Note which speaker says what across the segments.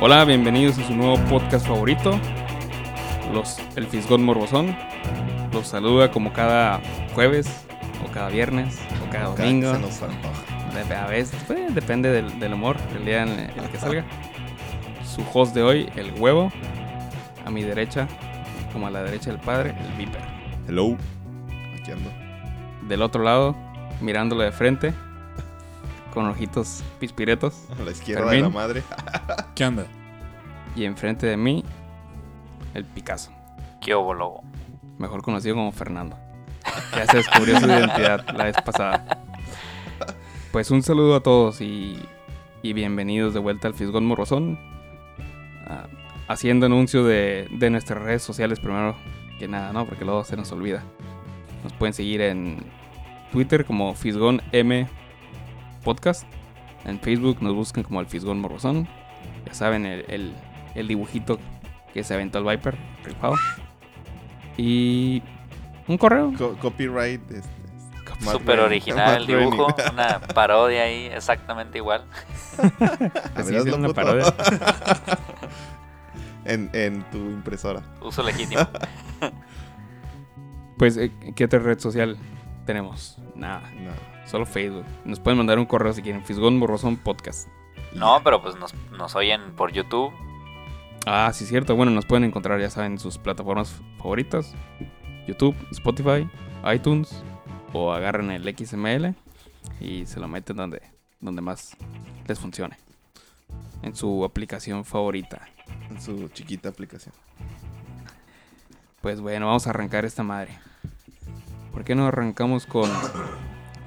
Speaker 1: Hola, bienvenidos a su nuevo podcast favorito, los, el Fisgón Morbosón. Los saluda como cada jueves, o cada viernes, o cada
Speaker 2: Acá
Speaker 1: domingo.
Speaker 2: se nos antoja.
Speaker 1: Dep- A veces, pues, depende del, del humor, el día en el que salga. Su host de hoy, el huevo. A mi derecha, como a la derecha del padre, el viper.
Speaker 2: Hello. Aquí ando.
Speaker 1: Del otro lado, mirándolo de frente, con ojitos pispiretos.
Speaker 2: A la izquierda
Speaker 1: Fermín.
Speaker 2: de la madre.
Speaker 3: ¿Qué onda?
Speaker 1: Y enfrente de mí, el Picasso.
Speaker 4: ¿Qué hubo, lobo?
Speaker 1: mejor conocido como Fernando. Ya se descubrió su identidad la vez pasada. Pues un saludo a todos y, y bienvenidos de vuelta al Fisgón Morrozón. Ah, haciendo anuncio de, de nuestras redes sociales primero que nada, ¿no? Porque luego se nos olvida. Nos pueden seguir en Twitter como Fisgón M Podcast. En Facebook nos buscan como el Fisgón Morrozón. Ya saben, el, el- el dibujito que se aventó el Viper, rifado. Y un correo.
Speaker 2: Co- copyright. Este, Matt
Speaker 4: Súper
Speaker 2: Groening.
Speaker 4: original
Speaker 2: Matt
Speaker 4: el dibujo,
Speaker 2: Groening.
Speaker 4: una parodia ahí exactamente igual.
Speaker 1: Así
Speaker 2: ¿Verás,
Speaker 1: es una
Speaker 2: locutor?
Speaker 1: parodia.
Speaker 2: En, en tu impresora.
Speaker 4: Uso legítimo.
Speaker 1: Pues, eh, ¿qué otra red social tenemos? Nada,
Speaker 2: No.
Speaker 1: solo Facebook. Nos pueden mandar un correo si quieren, Fisgón Borrosón Podcast.
Speaker 4: No, pero pues nos, nos oyen por YouTube.
Speaker 1: Ah, sí, cierto. Bueno, nos pueden encontrar, ya saben, en sus plataformas favoritas: YouTube, Spotify, iTunes, o agarren el XML y se lo meten donde, donde más les funcione. En su aplicación favorita.
Speaker 2: En su chiquita aplicación.
Speaker 1: Pues bueno, vamos a arrancar esta madre. ¿Por qué no arrancamos con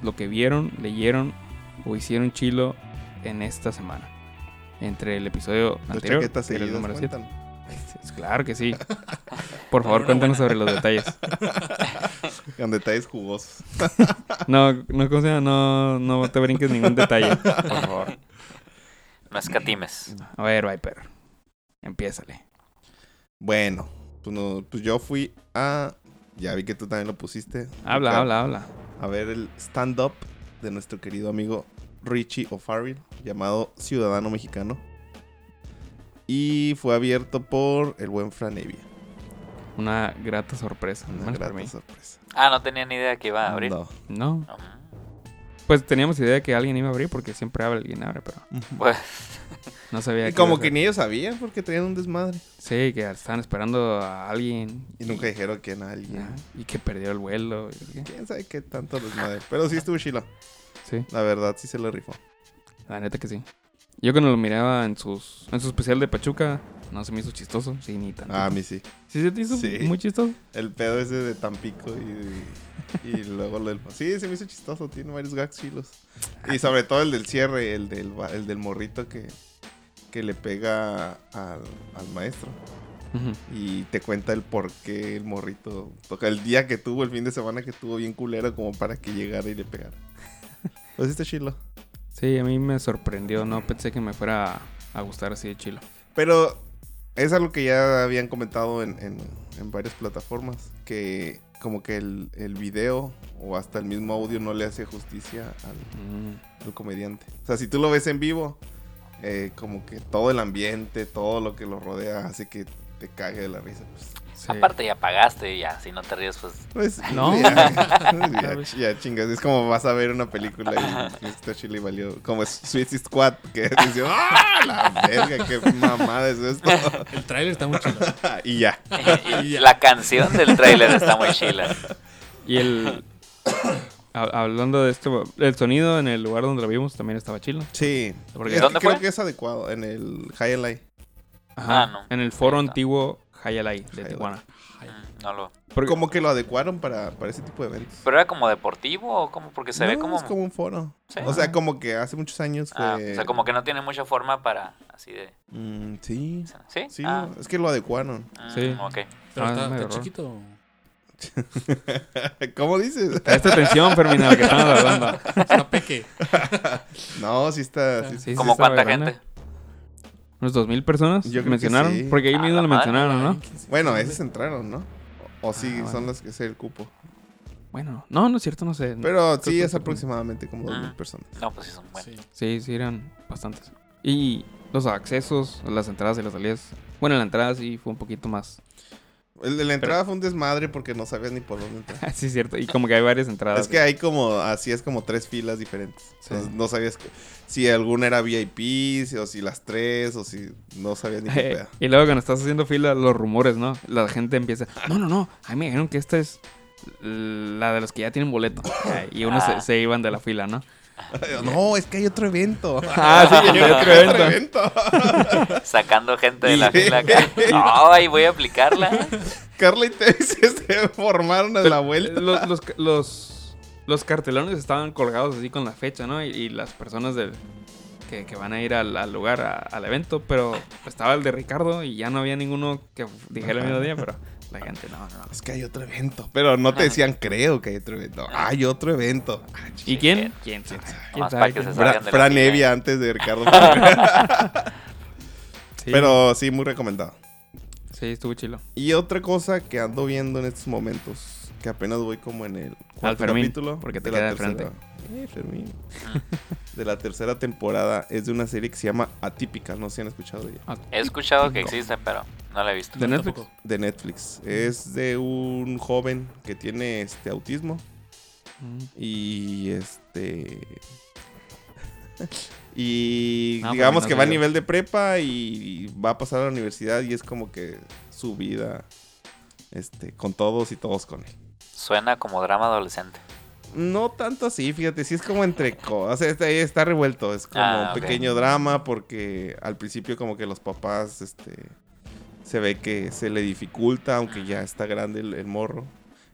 Speaker 1: lo que vieron, leyeron o hicieron chilo en esta semana? Entre el episodio
Speaker 2: Dos
Speaker 1: anterior,
Speaker 2: chaquetas
Speaker 1: que era el
Speaker 2: seguidas.
Speaker 1: número siete.
Speaker 2: cuentan.
Speaker 1: Es- Claro que sí. Por favor, cuéntanos sobre los detalles.
Speaker 2: Con detalles jugosos.
Speaker 1: No, no, ¿cómo se llama? no, no te brinques ningún detalle, por favor.
Speaker 4: No escatimes.
Speaker 1: A ver, Viper, empiézale.
Speaker 2: Bueno, pues, no- pues yo fui a. Ya vi que tú también lo pusiste.
Speaker 1: Habla,
Speaker 2: Acá,
Speaker 1: habla, habla.
Speaker 2: A ver el stand-up de nuestro querido amigo Richie O'Farrell, llamado Ciudadano Mexicano. Y fue abierto por el buen Fran Evia.
Speaker 1: Una grata sorpresa.
Speaker 2: Una
Speaker 1: menos para
Speaker 2: grata
Speaker 1: mí.
Speaker 2: sorpresa.
Speaker 4: Ah, no tenía ni idea que iba a abrir.
Speaker 2: No.
Speaker 1: No,
Speaker 4: Ujú.
Speaker 1: pues teníamos idea de que alguien iba a abrir porque siempre abre alguien abre, pero
Speaker 4: Pues,
Speaker 1: no sabía
Speaker 2: Y
Speaker 1: iba a
Speaker 2: como
Speaker 1: ser.
Speaker 2: que ni ellos sabían porque tenían un desmadre.
Speaker 1: Sí, que estaban esperando a alguien.
Speaker 2: Y nunca dijeron que era alguien.
Speaker 1: Ajá, Y que perdió el vuelo. y-
Speaker 2: ¿Quién sabe qué tanto desmadre? Pero sí estuvo chila.
Speaker 1: Sí,
Speaker 2: La verdad, sí se le rifó.
Speaker 1: la neta que sí. Yo cuando lo miraba en sus en su especial de Pachuca, no se me hizo chistoso. Sí, ni tanto.
Speaker 2: Ah, a mí sí.
Speaker 1: ¿Sí se te hizo
Speaker 2: sí.
Speaker 1: muy chistoso?
Speaker 2: El pedo ese de Tampico y, y luego lo del... Sí, se me hizo chistoso. Tiene varios gags chilos. Y sobre todo el del cierre, el del, va- el del morrito que, que le pega al, al maestro.
Speaker 1: Ujú.
Speaker 2: Y te cuenta el por qué el morrito... Toca el día que tuvo, el fin de semana que tuvo bien culero como para que llegara y le pegara. Pues sí está chilo.
Speaker 1: Sí, a mí me sorprendió. No pensé que me fuera a, a gustar así de chilo.
Speaker 2: Pero es algo que ya habían comentado en, en- en varias plataformas, que como que el, el video o hasta el mismo audio no le hace justicia al,
Speaker 1: Mm.
Speaker 2: al comediante. O sea, si tú lo ves en vivo, eh, como que todo el ambiente, todo lo que lo rodea hace que te cague de la risa. Pues,
Speaker 1: Sí.
Speaker 4: aparte ya pagaste y ya, si no te ríes, pues
Speaker 2: Pues,
Speaker 1: No.
Speaker 2: Ya, ya, ya chingas. Es como vas a ver una película y está chile y valió. Como es Suicide Squad, que dices, ¡ah! La verga, qué mamada es esto.
Speaker 3: El tráiler está muy chido.
Speaker 2: y ya.
Speaker 4: y la canción del tráiler está muy chila.
Speaker 1: Y el. ha- hablando de esto, el sonido en el lugar donde lo vimos también estaba chilo.
Speaker 2: Sí.
Speaker 1: Porque-
Speaker 2: Es que
Speaker 4: ¿Dónde
Speaker 2: creo
Speaker 4: fue?
Speaker 2: que es adecuado en el Highlight.
Speaker 1: Ajá.
Speaker 4: Ah, no.
Speaker 1: En el foro
Speaker 4: Ahí está.
Speaker 1: antiguo Hayalai de
Speaker 2: Hayalai.
Speaker 1: Tijuana.
Speaker 4: Mm, No lo...
Speaker 1: Porque-
Speaker 2: Como que lo adecuaron para, para ese tipo de eventos.
Speaker 4: ¿Pero era como deportivo o como? Porque se ve
Speaker 2: No,
Speaker 4: como...
Speaker 2: Es como este un foro.
Speaker 4: Sí.
Speaker 2: O sea, como que hace muchos años fue.
Speaker 4: Ah, o sea, como que no tiene mucha forma para... Así de...
Speaker 2: Mm, sí.
Speaker 4: ¿Sí?
Speaker 2: Sí,
Speaker 4: Ah,
Speaker 2: es que lo adecuaron.
Speaker 4: mm,
Speaker 1: Sí.
Speaker 4: Ok.
Speaker 3: Pero
Speaker 1: Ah,
Speaker 3: está,
Speaker 1: es medio
Speaker 3: está
Speaker 1: raro.
Speaker 3: chiquito.
Speaker 2: ¿Cómo dices?
Speaker 1: Presta atención, Fermín, a lo que estamos hablando.
Speaker 3: Está peque.
Speaker 2: No, sí está.
Speaker 3: Ah.
Speaker 2: sí-
Speaker 1: Sí, sí
Speaker 4: ¿Como
Speaker 1: estaba
Speaker 4: cuánta
Speaker 1: grande.
Speaker 4: gente?
Speaker 1: ¿Unos 2.000 personas?
Speaker 2: Yo creo que
Speaker 1: mencionaron.
Speaker 2: sí.
Speaker 1: Porque ahí
Speaker 4: A
Speaker 1: mismo
Speaker 4: Ah, la
Speaker 1: lo
Speaker 4: madre,
Speaker 1: mencionaron, ¿no?
Speaker 2: Bueno, esas entraron, ¿no? O o sí,
Speaker 1: Ah,
Speaker 2: son las que sé el cupo.
Speaker 1: Bueno, no, no es cierto, no sé.
Speaker 2: Pero
Speaker 1: Mm, creo
Speaker 2: sí,
Speaker 1: que
Speaker 2: es
Speaker 1: sí.
Speaker 2: aproximadamente como 2.000
Speaker 4: Ah.
Speaker 2: personas.
Speaker 4: No, pues sí son buenos.
Speaker 3: Sí.
Speaker 1: Sí, sí, eran bastantes. Y los accesos, las entradas y las salidas. Bueno, la entrada sí fue un poquito más.
Speaker 2: El de la entrada fue un desmadre porque no sabías ni por dónde entrar.
Speaker 1: sí, es cierto. Y como que hay varias entradas.
Speaker 2: Es que hay como, así es como tres filas diferentes.
Speaker 1: Ah, Sí.
Speaker 2: Entonces, no sabías que- si alguna era VIP, si- o si las tres, o si no sabías ni qué pedo.
Speaker 1: Eh, y luego cuando estás haciendo fila, los rumores, ¿no? La gente empieza. No, no, no. A mí me dijeron que esta es la de los que ya tienen boleto. Y unos se, se iban de la fila, ¿no?
Speaker 2: No, es que hay otro evento.
Speaker 1: Ah, sí, que otro
Speaker 2: Hay
Speaker 1: evento.
Speaker 4: Sacando gente de la
Speaker 2: Sí.
Speaker 4: fila acá. Ay, voy a aplicarla.
Speaker 2: Carla y Tevez se formaron a la vuelta.
Speaker 1: eh, Los, los, los, los cartelones estaban colgados así con la fecha, ¿no? Y, y las personas del, que, que van a ir al, al lugar, a- al evento, pero estaba el de Ricardo y ya no había ninguno que dijera el mismo día, pero la gente no, no. no.
Speaker 2: Es que hay otro evento. Pero no te decían, creo que hay otro evento. Hay otro evento.
Speaker 1: ¿Y quién? ¿Quién? ¿Quién?
Speaker 4: Nomás
Speaker 1: sabe
Speaker 4: para que
Speaker 1: quién?
Speaker 4: se
Speaker 2: Fra-
Speaker 4: salgan de la
Speaker 2: Fran
Speaker 4: fila.
Speaker 2: Evia antes de Ricardo.
Speaker 1: Sí,
Speaker 2: Pero sí, muy recomendado.
Speaker 1: Sí, estuvo chilo.
Speaker 2: Y otra cosa que ando viendo en estos momentos, que apenas voy como en el cuarto
Speaker 1: Fermín,
Speaker 2: capítulo.
Speaker 1: porque te
Speaker 2: de la
Speaker 1: queda de
Speaker 2: tercera- Eh, Fermín.
Speaker 4: Ah.
Speaker 2: de la tercera temporada es de una serie que se llama Atípica, no sé si han escuchado ya.
Speaker 4: He escuchado que existe, pero no la he visto.
Speaker 1: ¿De Netflix?
Speaker 3: Tampoco.
Speaker 2: De Netflix. Es de un joven que tiene este autismo
Speaker 1: Mm.
Speaker 2: y este y
Speaker 1: Ah,
Speaker 2: digamos
Speaker 1: porque no
Speaker 2: que va
Speaker 1: sabía.
Speaker 2: a nivel de prepa y va a pasar a la universidad y es como que su vida este con todos y todos con él.
Speaker 4: Suena como drama adolescente.
Speaker 2: No tanto así, fíjate, sí es como entre cosas, está, está revuelto, es como
Speaker 4: Ah,
Speaker 2: un
Speaker 4: ok.
Speaker 2: pequeño drama porque al principio como que los papás, este, se ve que se le dificulta, aunque ya está grande el, el morro,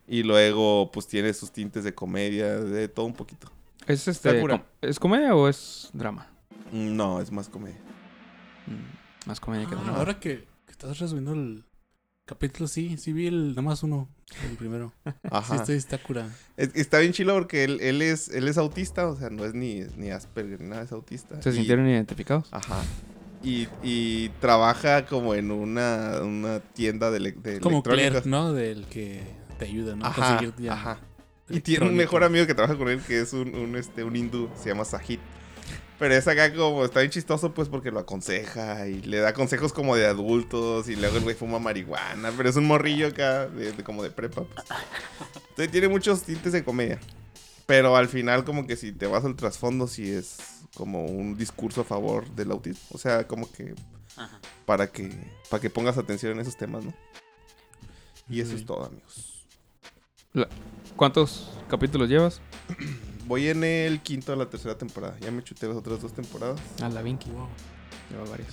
Speaker 2: y luego pues tiene sus tintes de comedia, de todo un poquito.
Speaker 1: ¿Es, este,
Speaker 2: cura.
Speaker 1: com- ¿Es comedia o es drama?
Speaker 2: Mm, No, es más comedia.
Speaker 1: Mm, Más comedia que
Speaker 3: Ah,
Speaker 1: drama.
Speaker 3: ahora que, que estás resumiendo el capítulo, sí, sí vi el nada más uno, el primero. Sí,
Speaker 2: Ajá.
Speaker 3: está, está curado.
Speaker 2: Es- Está bien chilo porque él, él es, él es autista, o sea, no es ni, ni Asperger ni nada, es autista.
Speaker 1: ¿Se
Speaker 2: Y-
Speaker 1: sintieron identificados?
Speaker 2: Ajá. Y, y trabaja como en una, una tienda de, ele- de
Speaker 3: Como
Speaker 2: electrónicos.
Speaker 3: Claire, ¿no? Del que te ayuda, ¿no? A
Speaker 2: Ajá,
Speaker 3: conseguir ya
Speaker 2: ajá. Y tiene un
Speaker 3: electrónicos.
Speaker 2: mejor amigo que trabaja con él que es un, un, este, un hindú, se llama Sahid. Pero es acá como, está bien chistoso pues porque lo aconseja y le da consejos como de adultos y luego el güey fuma marihuana, pero es un morrillo acá de, de- como de prepa. pues. Entonces tiene muchos tintes de comedia. Pero al final como que si te vas al trasfondo sí es como un discurso a favor del autismo. O sea, como que
Speaker 4: Ajá.
Speaker 2: para que, para que pongas atención en esos temas, ¿no? Y eso es
Speaker 3: Ok.
Speaker 2: todo amigos.
Speaker 1: ¿Cuántos capítulos llevas?
Speaker 2: Voy en el quinto de la tercera temporada. Ya me chuté las otras dos temporadas.
Speaker 1: A la Vinky.
Speaker 3: Wow.
Speaker 1: Lleva varias.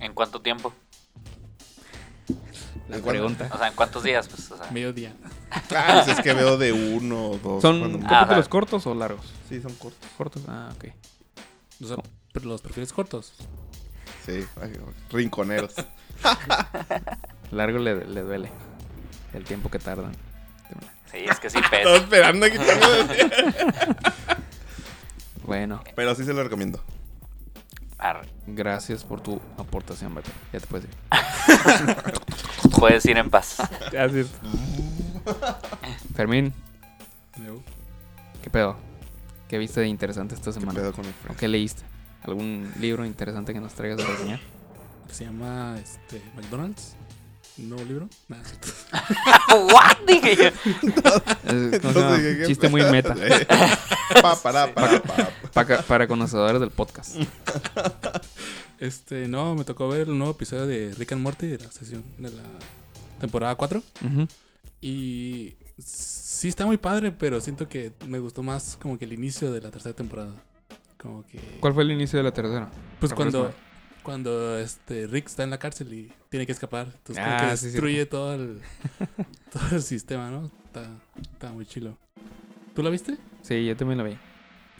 Speaker 4: ¿En cuánto tiempo?
Speaker 1: La
Speaker 2: ¿En cuánto?
Speaker 1: pregunta.
Speaker 4: O sea, ¿en cuántos días? Pues, o sea,
Speaker 3: Mediodía.
Speaker 2: Ah, pues es que veo de uno o dos.
Speaker 1: ¿Son
Speaker 2: cuando-
Speaker 4: Ah.
Speaker 1: capítulos
Speaker 4: Ajá.
Speaker 1: cortos o largos?
Speaker 2: Sí, son cortos.
Speaker 1: Cortos, ah, ok.
Speaker 3: O sea, pero los perfiles cortos.
Speaker 2: Sí, ay, rinconeros.
Speaker 1: Largo le, le duele el tiempo que tardan.
Speaker 4: sí, es que sí
Speaker 2: Estaba
Speaker 4: pesa.
Speaker 2: esperando a que
Speaker 1: Bueno,
Speaker 2: Pero sí se lo recomiendo.
Speaker 4: Arre.
Speaker 1: gracias por tu aportación, Beto. Ya te puedes ir.
Speaker 4: Puedes ir en paz.
Speaker 1: Gracias. Fermín,
Speaker 3: Luego,
Speaker 1: ¿qué pedo? ¿Qué viste de interesante esta
Speaker 2: ¿Qué
Speaker 1: semana?
Speaker 2: pedo con el
Speaker 1: ¿O
Speaker 2: Fred?
Speaker 1: qué leíste? ¿Algún libro interesante que nos traigas a reseñar?
Speaker 3: que se llama este, McDonald's. Un nuevo libro. Nada, es cierto.
Speaker 4: ¿What? Dije yo.
Speaker 1: Eh, ¿cómo se
Speaker 2: Entonces,
Speaker 1: llama?
Speaker 2: ¿qué- qué
Speaker 1: Chiste muy
Speaker 2: pedo?
Speaker 1: meta.
Speaker 2: Pa, para, para, para.
Speaker 1: Para, para conocedores del podcast.
Speaker 3: Este, no, me tocó ver el nuevo episodio de Rick and Morty de la sesión de la temporada 4.
Speaker 1: Ujú.
Speaker 3: Y sí está muy padre, pero siento que me gustó más como que el inicio de la tercera temporada. Como que
Speaker 1: ¿Cuál fue el inicio de la tercera?
Speaker 3: pues
Speaker 1: la
Speaker 3: cuando
Speaker 1: próxima?
Speaker 3: Cuando este Rick está en la cárcel y tiene que escapar. Entonces como
Speaker 1: Ah,
Speaker 3: que
Speaker 1: sí,
Speaker 3: destruye todo el todo el sistema, ¿no? Está, está muy chilo. ¿Tú la viste?
Speaker 1: Sí, yo también la vi.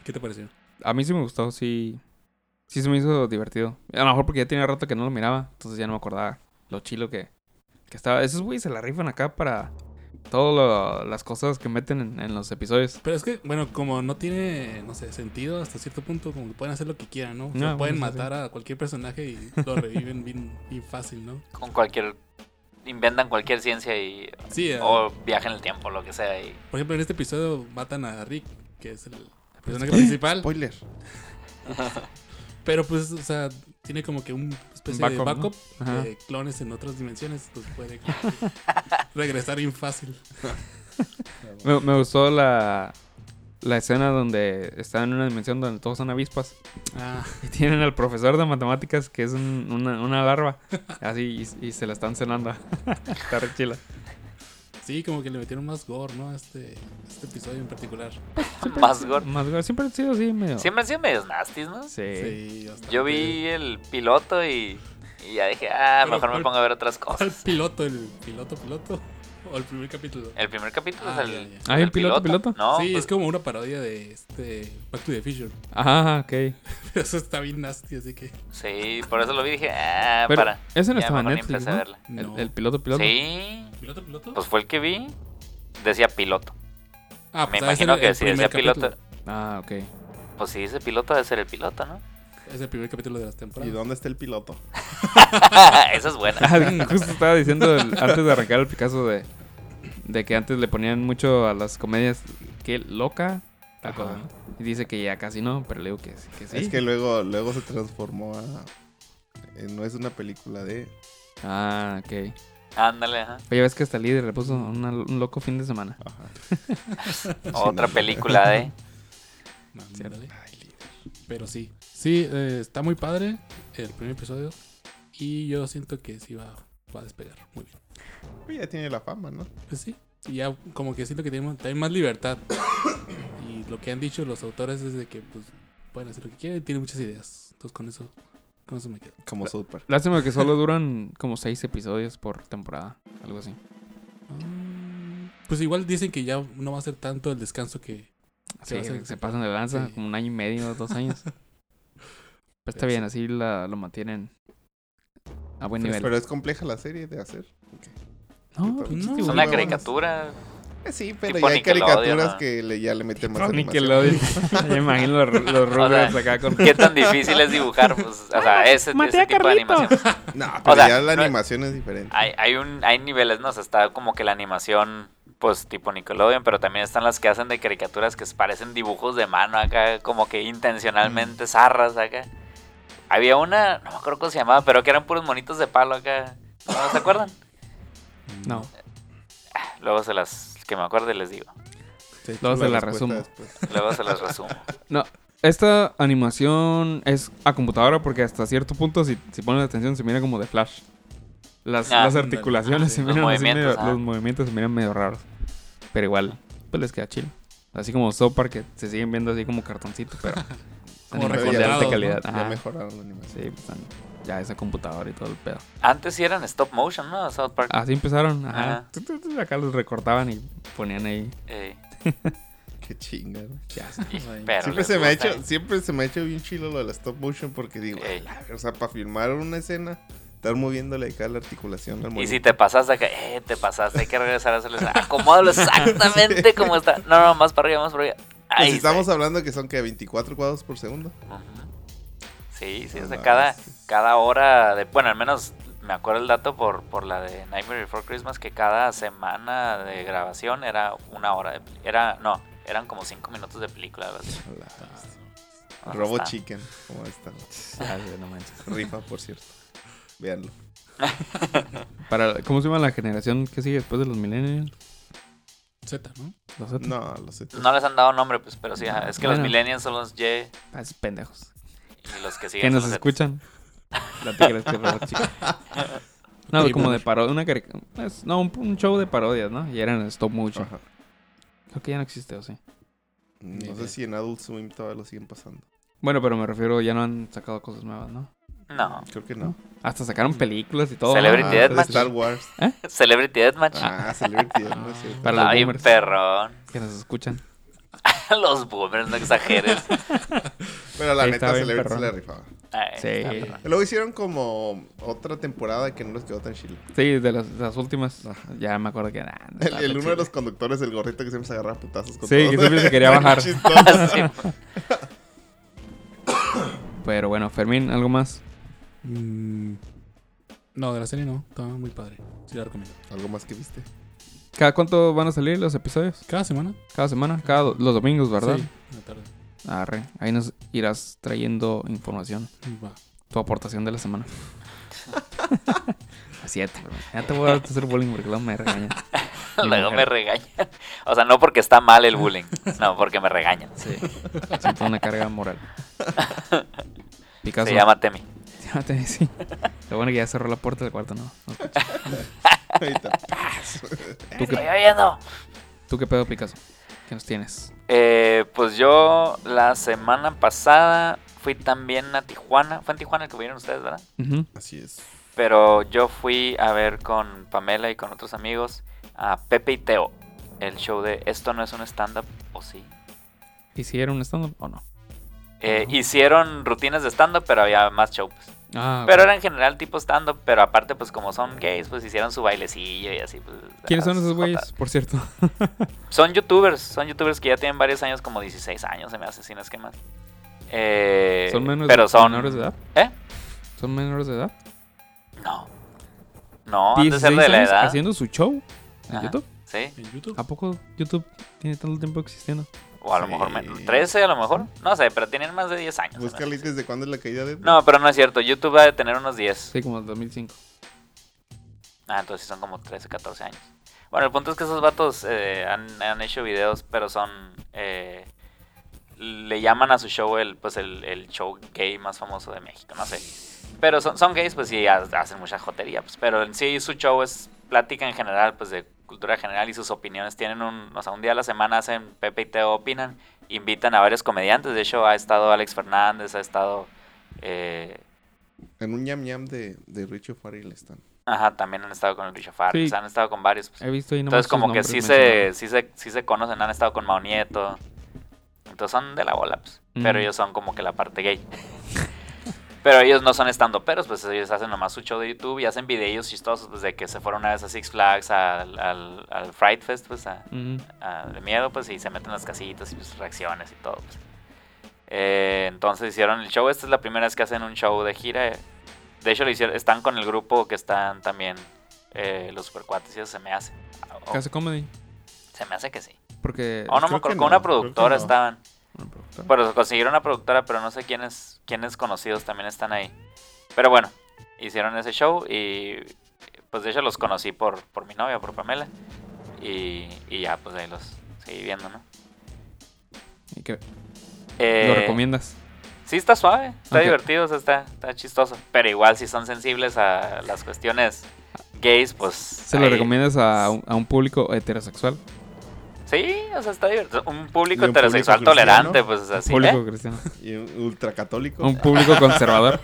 Speaker 3: ¿Qué te pareció?
Speaker 1: A mí sí me gustó, sí. Sí se me hizo divertido. A lo mejor porque ya tenía rato que no lo miraba, entonces ya no me acordaba lo chilo que, que estaba. Esos güeyes se la rifan acá para todas las cosas que meten en, en los episodios.
Speaker 3: Pero es que, bueno, como no tiene, no sé, sentido hasta cierto punto, como que pueden hacer lo que quieran, ¿no? O sea,
Speaker 1: No,
Speaker 3: pueden
Speaker 1: Ah, bueno, sí,
Speaker 3: matar a cualquier personaje y lo reviven bien, bien fácil, ¿no?
Speaker 4: Con cualquier. Inventan cualquier ciencia y.
Speaker 3: Sí, a-
Speaker 4: O viajan en el tiempo, lo que sea. Y,
Speaker 3: por ejemplo, en este episodio matan a Rick, que es el
Speaker 1: Ah, pues
Speaker 3: personaje principal.
Speaker 2: Spoiler.
Speaker 3: Pero pues, o sea, tiene como que un especie
Speaker 1: Backup, ¿no?
Speaker 3: de backup
Speaker 1: Ajá.
Speaker 3: de clones en otras dimensiones. Entonces puede como que regresar bien fácil.
Speaker 1: Me, me gustó la, la escena donde están en una dimensión donde todos son avispas.
Speaker 3: Ah,
Speaker 1: Y tienen al profesor de matemáticas que es un- una, una larva. Así y, y se la están cenando. Está re chila.
Speaker 3: sí, como que le metieron más gore, ¿no? A este, a este episodio en particular.
Speaker 4: más gore.
Speaker 1: Más güey, Siempre han sido así medio.
Speaker 4: Siempre han sido medios nasties, ¿no?
Speaker 1: Sí.
Speaker 3: Sí, bastante.
Speaker 4: Yo vi el piloto y. Y ya dije, ah,
Speaker 3: Pero
Speaker 4: mejor me
Speaker 3: ¿cuál-
Speaker 4: pongo a ver otras
Speaker 3: ¿Cuál
Speaker 4: cosas.
Speaker 3: piloto? ¿El piloto, piloto? ¿O el primer capítulo?
Speaker 4: El primer capítulo
Speaker 3: Ah,
Speaker 4: es el.
Speaker 3: ya, ya.
Speaker 4: es
Speaker 1: Ah, ¿el piloto, piloto?
Speaker 4: No,
Speaker 3: sí,
Speaker 4: pues,
Speaker 3: es como una parodia de este Back to the Future.
Speaker 1: Ajá, ok.
Speaker 3: Pero eso está bien nasty, así que.
Speaker 4: sí, por eso lo vi y dije, ah,
Speaker 1: Pero
Speaker 4: para.
Speaker 1: ese no
Speaker 4: Ya
Speaker 1: estaba en
Speaker 4: mejor ni
Speaker 1: Netflix,
Speaker 4: empecé a
Speaker 1: ¿no?
Speaker 4: verla.
Speaker 1: El,
Speaker 3: No.
Speaker 1: el piloto piloto.
Speaker 4: Sí,
Speaker 3: ¿Piloto, piloto?
Speaker 4: pues fue el que vi. Decía piloto.
Speaker 3: ah,
Speaker 4: Me
Speaker 3: ah, es
Speaker 4: imagino
Speaker 3: el-
Speaker 4: que
Speaker 3: el
Speaker 4: si
Speaker 3: primer
Speaker 4: decía piloto.
Speaker 3: capítulo.
Speaker 1: Ah, ok.
Speaker 4: Pues si dice piloto, debe ser el piloto, ¿no?
Speaker 3: Es el primer capítulo de las
Speaker 2: ¿Y
Speaker 3: temporadas.
Speaker 2: dónde está el piloto?
Speaker 4: Esa es buena.
Speaker 1: Ah, Justo estaba diciendo el- antes de arrancar el Picasso de, de que antes le ponían mucho a las comedias que loca. tal cosa, ¿no? Y dice que ya casi no, pero le digo que, sí- que sí.
Speaker 2: Es que luego, luego se transformó a. eh, no es una película de.
Speaker 1: Ah, ok.
Speaker 4: Ándale, ajá.
Speaker 1: Oye, ves que hasta el líder le puso una- un loco fin de semana.
Speaker 2: Ajá.
Speaker 4: Otra película de.
Speaker 3: Mándale.
Speaker 2: Ay, líder.
Speaker 3: Pero sí, sí, eh, está muy padre el primer episodio. Y yo siento que sí va, va a despegar muy bien.
Speaker 2: Pues ya tiene la fama, ¿no?
Speaker 3: Pues sí, y ya como que siento que tenemos también más libertad. y lo que han dicho los autores es de que pues, pueden hacer lo que quieren, tienen muchas ideas. Entonces con eso, con eso me quedo.
Speaker 2: Como Super.
Speaker 1: Lástima que solo duran como seis episodios por temporada, algo así.
Speaker 3: Mm, Pues igual dicen que ya no va a ser tanto el descanso que... Se
Speaker 1: Sí,
Speaker 3: va a hacer-
Speaker 1: se pasan de lanza
Speaker 3: sí.
Speaker 1: como un año y medio, dos años. Pero está
Speaker 3: Pero
Speaker 1: bien, así la, lo mantienen a buen nivel.
Speaker 2: Pero es compleja la serie de hacer.
Speaker 1: No, pinche
Speaker 2: Pues
Speaker 4: Es
Speaker 3: no.
Speaker 1: tiburón.
Speaker 4: una
Speaker 2: Tiburones.
Speaker 4: caricatura.
Speaker 2: Eh, sí, pero
Speaker 4: Tipo
Speaker 2: ya hay
Speaker 4: Nickelodeon,
Speaker 2: caricaturas
Speaker 4: ¿no?
Speaker 2: que le, ya le meten más
Speaker 1: Con
Speaker 2: animación.
Speaker 1: Nickelodeon. Ya me imagino los, los Rugrats acá con.
Speaker 4: ¿Qué tan difícil es dibujar? Pues, o sea, ese, ese tipo de animación.
Speaker 2: No, pero
Speaker 4: sea,
Speaker 2: ya la
Speaker 4: no-
Speaker 2: animación es diferente.
Speaker 4: Hay, hay, un, hay niveles, ¿no? O sea, está como que la animación, pues tipo Nickelodeon, pero también están las que hacen de caricaturas que parecen dibujos de mano acá, como que intencionalmente zarras acá. Había una, no me acuerdo cómo se llamaba, pero que eran puros monitos de palo acá. ¿No se acuerdan?
Speaker 1: No.
Speaker 4: Luego se las, que me acuerde les digo.
Speaker 2: Sí, pues,
Speaker 1: luego se la resumo.
Speaker 2: respuesta después.
Speaker 4: Luego se las resumo.
Speaker 1: Esta animación es a computadora porque hasta cierto punto, si, si pones atención, se mira como de flash. Las,
Speaker 4: Ah,
Speaker 1: las
Speaker 3: ándale.
Speaker 1: articulaciones se
Speaker 4: Los
Speaker 1: miran así
Speaker 4: movimientos,
Speaker 1: medio-
Speaker 4: ah.
Speaker 1: los movimientos se miran medio raros. Pero igual, pues les queda chido. Así como Sopar que se siguen viendo así como cartoncito, pero.
Speaker 3: Como
Speaker 1: animación de
Speaker 3: recortados,
Speaker 1: alta
Speaker 3: ¿no?
Speaker 1: calidad.
Speaker 2: Ya
Speaker 1: Ajá.
Speaker 2: mejoraron la animación.
Speaker 1: Sí, pues están- ya esa computadora y todo el pedo.
Speaker 4: Antes sí eran stop motion, ¿no? South Park.
Speaker 1: Así empezaron, ajá.
Speaker 4: Ajá.
Speaker 1: Tu, tu, tu, Acá los recortaban y ponían ahí.
Speaker 4: Eh,
Speaker 2: Qué chinga, ¿no?
Speaker 1: ya.
Speaker 4: y-
Speaker 3: Ay.
Speaker 4: pero
Speaker 2: Siempre
Speaker 4: les
Speaker 2: se, me ha
Speaker 4: gusta,
Speaker 2: hecho,
Speaker 4: ¿eh?
Speaker 2: siempre se me ha hecho bien chilo lo de la stop motion porque digo,
Speaker 4: Ey.
Speaker 2: "A la- o sea, para filmar una escena, estar moviéndole acá la articulación al
Speaker 4: Y si
Speaker 2: movimiento.
Speaker 4: te pasaste acá, eh, te pasaste, hay que regresar a hacerlo. Acomódalo exactamente como está. No, no, más para arriba, más para arriba.
Speaker 2: Pues
Speaker 4: Ahí
Speaker 2: si
Speaker 4: está.
Speaker 2: estamos hablando que son que 24 cuadros por segundo.
Speaker 4: Ujú. Sí, sí, o
Speaker 2: No
Speaker 4: sea,
Speaker 2: mames.
Speaker 4: cada, cada hora de, bueno, al menos me acuerdo el dato por, por la de Nightmare Before Christmas que cada semana de grabación era una hora de peli- era no, eran como cinco minutos de película. algo así.
Speaker 2: A la-
Speaker 4: O sea,
Speaker 2: Robo
Speaker 4: Ah, está-
Speaker 2: Chicken, como esta
Speaker 1: Ya, ya, no manches.
Speaker 2: rifa, por cierto. Veanlo.
Speaker 1: Para, ¿Cómo se llama la generación que sigue después de los millennials?
Speaker 3: Z, ¿no?
Speaker 1: Los otros.
Speaker 2: No, lo sé.
Speaker 4: No les han dado nombre, pues, pero sí, ajá, es que los
Speaker 1: Bueno.
Speaker 4: millennials son los Y y
Speaker 1: Ah, esos pendejos.
Speaker 4: los que
Speaker 1: Que
Speaker 4: siguen
Speaker 1: nos
Speaker 4: son los Zetas.
Speaker 1: escuchan. No te creas que robo, chico. No,
Speaker 3: Sí,
Speaker 1: como
Speaker 3: bueno.
Speaker 1: de parodia. Una cari- es- No, un, un show de parodias, ¿no? Y eran stop motion.
Speaker 2: Ajá.
Speaker 1: Creo que ya no existe, ¿o sí?
Speaker 2: No
Speaker 3: idea.
Speaker 2: sé si en Adult Swim todavía lo siguen pasando.
Speaker 1: Bueno, pero me refiero, ya no han sacado cosas nuevas, ¿no?
Speaker 4: No.
Speaker 2: Creo que no.
Speaker 1: Hasta sacaron películas y todo.
Speaker 4: Celebrity
Speaker 1: Ah,
Speaker 2: Ah,
Speaker 4: Deathmatch.
Speaker 2: Star Wars.
Speaker 4: Celebrity Deathmatch.
Speaker 2: Ah, Celebrity Deathmatch. sí.
Speaker 1: Para
Speaker 4: Está
Speaker 1: los
Speaker 4: bien
Speaker 1: boomers
Speaker 4: perrón.
Speaker 1: que nos escuchan.
Speaker 4: Los boomers, no exageres.
Speaker 2: Pero la
Speaker 1: Sí,
Speaker 2: neta,
Speaker 1: está bien
Speaker 2: Celebrity se
Speaker 1: perrón.
Speaker 2: la rifaba.
Speaker 4: Ay,
Speaker 1: Sí.
Speaker 4: está perrón.
Speaker 2: Luego hicieron como otra temporada que no les quedó tan chila.
Speaker 4: Ah,
Speaker 1: Sí, de las, de las últimas.
Speaker 2: Ajá.
Speaker 1: Ya me acuerdo que era.
Speaker 2: El, el uno de los conductores, el gorrito que siempre se agarraba a putazos con
Speaker 1: Sí,
Speaker 2: todos.
Speaker 1: que siempre se quería bajar.
Speaker 2: Chistoso.
Speaker 4: Sí,
Speaker 1: Pero bueno, Fermín, ¿algo más?
Speaker 3: Mm, no, de la serie no. Está muy padre. Sí, la recomiendo.
Speaker 2: Algo más que viste.
Speaker 1: ¿Cada cuánto van a salir los episodios?
Speaker 3: Cada semana.
Speaker 1: Cada semana, cada do- los domingos, ¿verdad?
Speaker 3: Sí, en la tarde.
Speaker 1: Arre, ahí nos irás trayendo información.
Speaker 3: Va.
Speaker 1: Tu aportación de la semana. Así es. Ya te voy a hacer bullying porque luego me regañas.
Speaker 4: Luego me regañan. O sea, no porque está mal el bullying. No, porque me regañan.
Speaker 1: Sí. Siento una carga moral. Picasso.
Speaker 4: Se llama Temi.
Speaker 1: Llámate, sí. Lo bueno que ya cerró la puerta del cuarto, ¿no? No escucha.
Speaker 2: Ahorita.
Speaker 1: ¿Tú
Speaker 4: Estoy
Speaker 1: qué,
Speaker 4: oyendo.
Speaker 1: ¿Tú qué pedo, Picasso? ¿Qué nos tienes?
Speaker 4: Eh, pues yo la semana pasada fui también a Tijuana. Fue en Tijuana el que vinieron ustedes, ¿verdad?
Speaker 1: Ujú.
Speaker 2: Así es.
Speaker 4: Pero yo fui a ver con Pamela y con otros amigos a Pepe y Teo. El show de Esto no es un stand-up, o sí.
Speaker 1: ¿Hicieron un stand-up o no?
Speaker 4: Eh, hicieron rutinas de stand-up, pero había más show. pues.
Speaker 1: Ah,
Speaker 4: Pero era en general tipo stand-up, pero aparte, pues como son gays, pues hicieron su bailecillo y así. Pues,
Speaker 1: ¿Quiénes son
Speaker 4: las
Speaker 1: esos
Speaker 4: jotas.
Speaker 1: güeyes, por cierto?
Speaker 4: Son youtubers, son youtubers que ya tienen varios años, como 16 años, se me hace, si no es que más. Eh,
Speaker 1: ¿Son menores,
Speaker 4: pero son...
Speaker 1: menores de edad?
Speaker 4: ¿Eh?
Speaker 1: ¿Son menores de edad?
Speaker 4: No. No, han de ser de la
Speaker 1: años
Speaker 4: edad.
Speaker 1: haciendo su show en
Speaker 4: Ajá.
Speaker 1: YouTube.
Speaker 4: Sí,
Speaker 3: En YouTube.
Speaker 1: ¿A poco YouTube tiene tanto tiempo existiendo?
Speaker 4: o a lo
Speaker 2: Sí.
Speaker 4: mejor menos. 13 a lo mejor. No sé, pero tienen más de 10 años. se me hace.
Speaker 2: Búscale desde cuándo es la caída de.
Speaker 4: No, pero no es cierto. YouTube va a tener unos 10.
Speaker 1: Sí, como en 2005.
Speaker 4: Ah, entonces son como 13, 14 años. Bueno, el punto es que esos vatos eh, han, han hecho videos, pero son... eh, le llaman a su show el, pues el, el show gay más famoso de México, no sé. Pero son, son gays, pues sí, ha- hacen mucha jotería, pues. Pero en sí su show es plática en general, pues de cultura general y sus opiniones tienen un... O sea, un día a la semana hacen Pepe y Teo opinan, invitan a varios comediantes. De hecho, ha estado Alex Fernández, ha estado... eh,
Speaker 2: En un ñam ñam de, de Richo Farrell están.
Speaker 4: Ajá, también han estado con el Richo Farr,
Speaker 1: Sí.
Speaker 4: o sea, han estado con varios. pues.
Speaker 1: He visto ahí nomás
Speaker 4: Entonces,
Speaker 1: sus
Speaker 4: como que
Speaker 1: nombres
Speaker 4: sí se,
Speaker 1: mencionados.
Speaker 4: sí, se, sí se conocen, han estado con Mao Nieto. Entonces son de la bola, pues. Pero
Speaker 1: Mm.
Speaker 4: ellos son como que la parte gay. Pero ellos no son estando peros, pues ellos hacen nomás su show de YouTube y hacen videos chistosos, pues de que se fueron una vez a Six Flags, al, al, al Fright Fest, pues a,
Speaker 1: Ujú.
Speaker 4: ah, de miedo, pues, y se meten en las casitas y sus reacciones y todo. pues. Eh, entonces hicieron el show. Esta es la primera vez que hacen un show de gira. De hecho, lo hicieron, están con el grupo que están también eh, los supercuates y eso se me hace. O-
Speaker 1: Casi Comedy.
Speaker 4: se me hace que sí.
Speaker 1: Porque.
Speaker 4: Oh. O no
Speaker 2: creo
Speaker 4: me
Speaker 2: que
Speaker 4: acuerdo,
Speaker 2: no,
Speaker 4: con una
Speaker 2: creo que
Speaker 4: productora
Speaker 2: no.
Speaker 4: estaban.
Speaker 1: Bueno, productor.
Speaker 4: Pero consiguieron una productora, pero no sé quiénes, quiénes conocidos también están ahí. Pero bueno, hicieron ese show y pues de hecho los conocí por, por mi novia, por Pamela. Y, y ya pues ahí los seguí viendo, ¿no?
Speaker 1: ¿Y qué?
Speaker 4: Eh,
Speaker 1: ¿Lo recomiendas?
Speaker 4: Sí, está suave, está
Speaker 1: Ok.
Speaker 4: divertido, o sea, está, está chistoso. Pero igual si son sensibles a las cuestiones gays, pues...
Speaker 1: ¿Se lo
Speaker 4: ahí-
Speaker 1: recomiendas a un, a un público heterosexual?
Speaker 4: Sí, o sea, está divertido. Un público
Speaker 2: Y un
Speaker 4: heterosexual
Speaker 2: público
Speaker 4: tolerante,
Speaker 2: cristiano.
Speaker 4: pues o así.
Speaker 1: público cristiano.
Speaker 2: Y un ultracatólico.
Speaker 1: A un público conservador.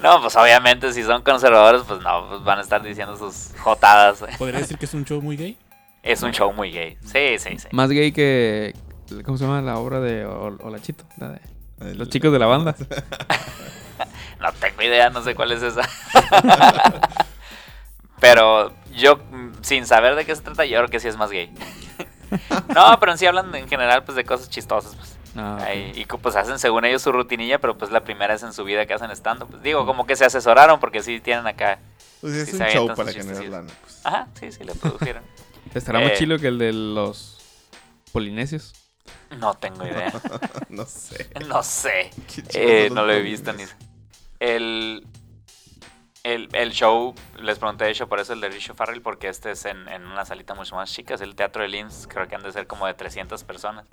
Speaker 4: No, pues obviamente si son conservadores, pues no, pues van a estar diciendo sus jotadas.
Speaker 3: Podría decir que es un show muy gay.
Speaker 4: Es un show muy gay. Sí, sí, sí.
Speaker 1: Más gay que. ¿Cómo se llama la obra de Ol- Olachito? La de
Speaker 2: El-
Speaker 1: los chicos de la banda.
Speaker 4: No tengo idea, no sé cuál es esa. Pero yo, mm, sin saber de qué se trata, yo creo que sí es más gay. No, pero en sí hablan en general pues de cosas chistosas. Pues.
Speaker 1: Ah, ok.
Speaker 4: Ahí, y co- pues hacen según ellos su rutinilla, pero pues la primera es en su vida que hacen estando. Pues, digo, como que se asesoraron porque sí tienen acá.
Speaker 2: Pues es
Speaker 4: Sí,
Speaker 2: un
Speaker 4: se
Speaker 2: show
Speaker 4: avientan
Speaker 2: para
Speaker 4: sus
Speaker 2: generar
Speaker 4: chistecillos.
Speaker 2: lana. Pues.
Speaker 4: Ajá, sí, sí, le produjeron.
Speaker 1: Estará más
Speaker 4: Eh.
Speaker 1: chilo que el de los polinesios.
Speaker 4: No tengo idea.
Speaker 2: no sé.
Speaker 4: No sé.
Speaker 2: Qué chicos
Speaker 4: Eh,
Speaker 2: son
Speaker 4: no lo he
Speaker 2: los
Speaker 4: visto ni.
Speaker 2: pobres.
Speaker 4: El, el, el show, les pregunté de hecho por eso el de Richo Farrell, porque este es en, en una salita mucho más chica, es el Teatro de Linz, creo que han de ser como de 300 personas.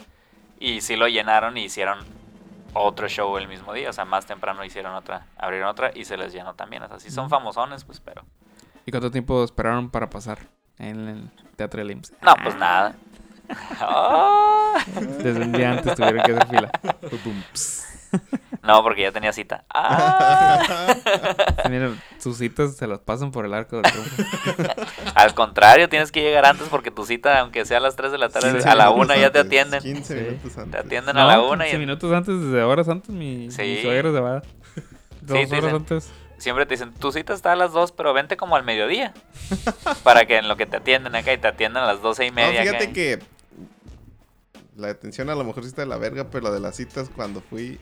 Speaker 4: Y sí lo llenaron y hicieron otro show el mismo día, o sea, más temprano hicieron otra, abrieron otra y se les llenó también. O sea, sí son famosones, pues, pero.
Speaker 1: ¿Y cuánto tiempo esperaron para pasar en el Teatro del IMSS?
Speaker 4: No, pues nada. Ah.
Speaker 1: E? Desde un día antes tuvieron que hacer fila.
Speaker 4: No, No, porque ya tenía cita. Ah,
Speaker 1: Miren, sus citas se las pasan por el arco del triunfo.
Speaker 4: al contrario, tienes que llegar antes porque tu cita, aunque sea a las 3 de la tarde, a la 1 ya te atienden.
Speaker 2: 15
Speaker 1: Sí.
Speaker 2: minutos antes.
Speaker 4: Te atienden a
Speaker 1: No,
Speaker 4: la 1 y
Speaker 1: 15 minutos antes, desde horas antes, mi,
Speaker 4: Sí.
Speaker 1: mi suegro se va. Dos horas
Speaker 4: te dicen.
Speaker 1: antes.
Speaker 4: siempre te dicen, tu cita está a las 2, pero vente como al mediodía. para que en lo que te atienden acá y te atienden a las 12 y
Speaker 2: No,
Speaker 4: media.
Speaker 2: fíjate
Speaker 4: acá.
Speaker 2: que la atención a lo mejor sí está de la verga, pero la de las citas cuando fui,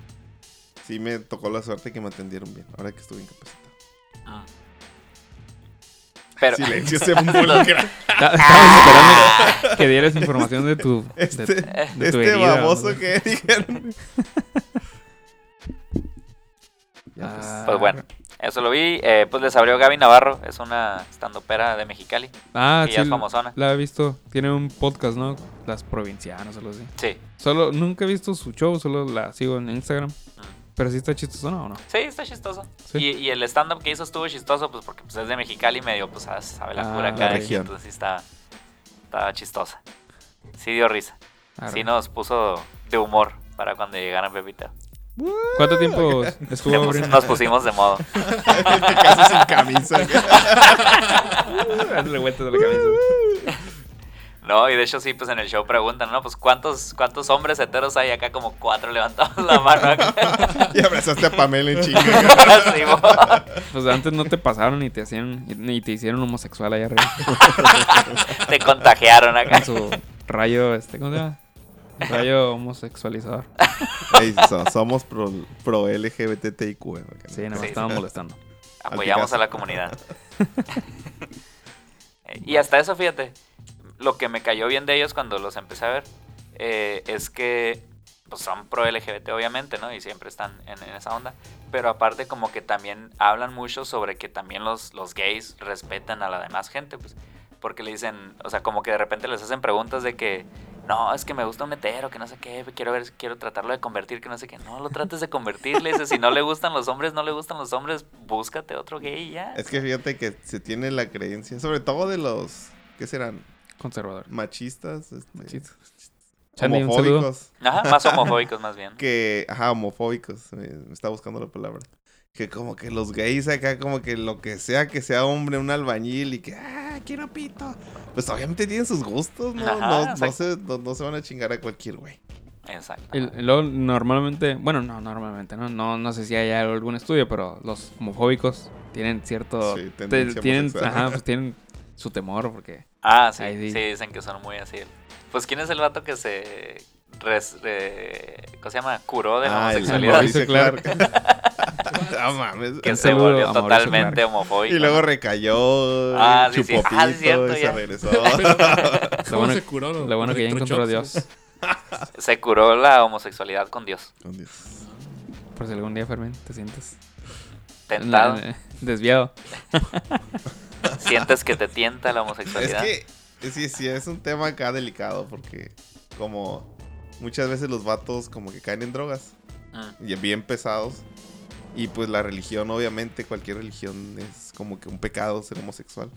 Speaker 2: sí me tocó la suerte que me atendieron bien. Ahora que estuve incapacitado.
Speaker 4: Mm. Pero,
Speaker 2: Silencio sepulcral.
Speaker 1: Ta-
Speaker 4: Ah.
Speaker 1: Estaba esperando que dieras información de tu. de-
Speaker 2: Este,
Speaker 1: de tu
Speaker 2: este
Speaker 1: herida,
Speaker 2: baboso
Speaker 1: ¿no?
Speaker 2: que dijeron. Ya, pues.
Speaker 1: Ah.
Speaker 4: pues bueno, eso lo vi. Eh, pues les abrió Gaby Navarro, es una standupera de Mexicali.
Speaker 1: Ah,
Speaker 4: que ya
Speaker 1: sí.
Speaker 4: es famosona.
Speaker 1: La he visto. Tiene un podcast, ¿no? Las provincianas o algo así.
Speaker 4: Sí,
Speaker 1: Solo, nunca he visto su show, solo la sigo en Instagram. Pero sí está chistosona o no.
Speaker 4: Ah. sí, está chistoso.
Speaker 1: Sí.
Speaker 4: Y, y el stand-up que hizo estuvo chistoso, pues porque pues, es de Mexicali y medio, pues sabes, sabe la
Speaker 1: Ah,
Speaker 4: cura
Speaker 1: la
Speaker 4: acá. y
Speaker 2: región.
Speaker 4: Entonces sí está, está chistosa. Sí dio risa.
Speaker 1: Arre.
Speaker 4: Sí nos puso de humor para cuando llegaran Pepita.
Speaker 1: ¿Cuánto tiempo estuvo abriendo?
Speaker 4: Nos pusimos de modo.
Speaker 2: Te casas sin camisa.
Speaker 1: Dale vueltas a la camisa.
Speaker 4: No, y de hecho sí, pues en el show preguntan, ¿no? Pues cuántos, cuántos hombres heteros hay acá, como cuatro levantamos la mano acá.
Speaker 2: y abrazaste a Pamela en chinga.
Speaker 4: Sí, mo.
Speaker 1: Pues antes no te pasaron ni te hacían, ni te hicieron homosexual allá arriba.
Speaker 4: Te contagiaron acá.
Speaker 1: Con su rayo, este, ¿cómo se llama? Rayo homosexualizador.
Speaker 2: Ey, so- somos pro, pro LGBTIQ. güey, acá, ¿no?
Speaker 1: Sí, nada más
Speaker 4: Sí.
Speaker 1: estaban molestando.
Speaker 4: Apoyamos a la comunidad. Eh, y hasta eso, fíjate, lo que me cayó bien de ellos cuando los empecé a ver eh, es que pues, son pro LGBT, obviamente, ¿no? Y siempre están en, en esa onda. Pero aparte, como que también hablan mucho sobre que también los, los gays respetan a la demás gente, pues. Porque le dicen, o sea, como que de repente les hacen preguntas de que, no, es que me gusta un hetero, que no sé qué, quiero ver, quiero tratarlo de convertir, que no sé qué. No, lo trates de convertir, le dices, si no le gustan los hombres, no le gustan los hombres, búscate otro gay y ya.
Speaker 2: Es que fíjate que se tiene la creencia, sobre todo de los, ¿qué serán?
Speaker 1: Conservador.
Speaker 2: Machistas, este,
Speaker 1: Machistas. Chandy, un saludo.
Speaker 2: homofóbicos.
Speaker 4: Ajá, más homofóbicos más bien.
Speaker 2: que, ajá, homofóbicos, me, me está buscando la palabra. Que como que los gays acá, como que lo que sea que sea hombre, un albañil y que, ah, quiero pito. Pues obviamente tienen sus gustos, ¿no?
Speaker 4: Ajá,
Speaker 2: no, no
Speaker 4: exacto.
Speaker 2: se, no, no se van a chingar a cualquier güey.
Speaker 4: Exacto.
Speaker 1: El- el- Luego, normalmente, bueno, no, normalmente, no, no, no sé si hay algún estudio, pero los homofóbicos tienen cierto.
Speaker 2: Sí,
Speaker 1: te-
Speaker 2: tendencia
Speaker 1: tienen,
Speaker 2: homosexual.
Speaker 1: ajá, pues tienen su temor porque.
Speaker 4: Ah, sí,
Speaker 1: Ahí sí.
Speaker 4: sí. dicen que son muy así. Pues, ¿quién es el vato que se. res- eh, ¿Cómo se llama? Curó de la
Speaker 2: Ah, el
Speaker 4: homosexualidad.
Speaker 1: Mauricio
Speaker 2: Mauricio Clark. no mames.
Speaker 4: Ah, Que
Speaker 1: Un
Speaker 4: se
Speaker 1: saludo
Speaker 4: volvió
Speaker 1: a Mauricio
Speaker 4: totalmente
Speaker 1: Clark.
Speaker 4: homofóbico.
Speaker 2: Y luego recayó,
Speaker 4: Ah, sí,
Speaker 2: chupó
Speaker 4: sí.
Speaker 2: pito
Speaker 4: Ah, sí, cierto,
Speaker 2: y se
Speaker 4: ya.
Speaker 2: regresó.
Speaker 1: Lo
Speaker 3: ¿Cómo
Speaker 1: bueno,
Speaker 3: se curó?
Speaker 1: lo bueno que ya encontró a Dios.
Speaker 4: Se curó la homosexualidad con Dios.
Speaker 2: Con Dios.
Speaker 1: Por si algún día, Fermín, te sientes.
Speaker 4: Tentado.
Speaker 1: eh, Desviado.
Speaker 4: Sientes que te tienta la
Speaker 2: Es
Speaker 4: homosexualidad.
Speaker 2: que, eh, sí, sí, es un tema acá delicado porque como muchas veces los vatos como que caen en drogas.
Speaker 4: Mm,
Speaker 2: y bien pesados. Y pues la religión, obviamente, cualquier religión es como que un pecado ser homosexual.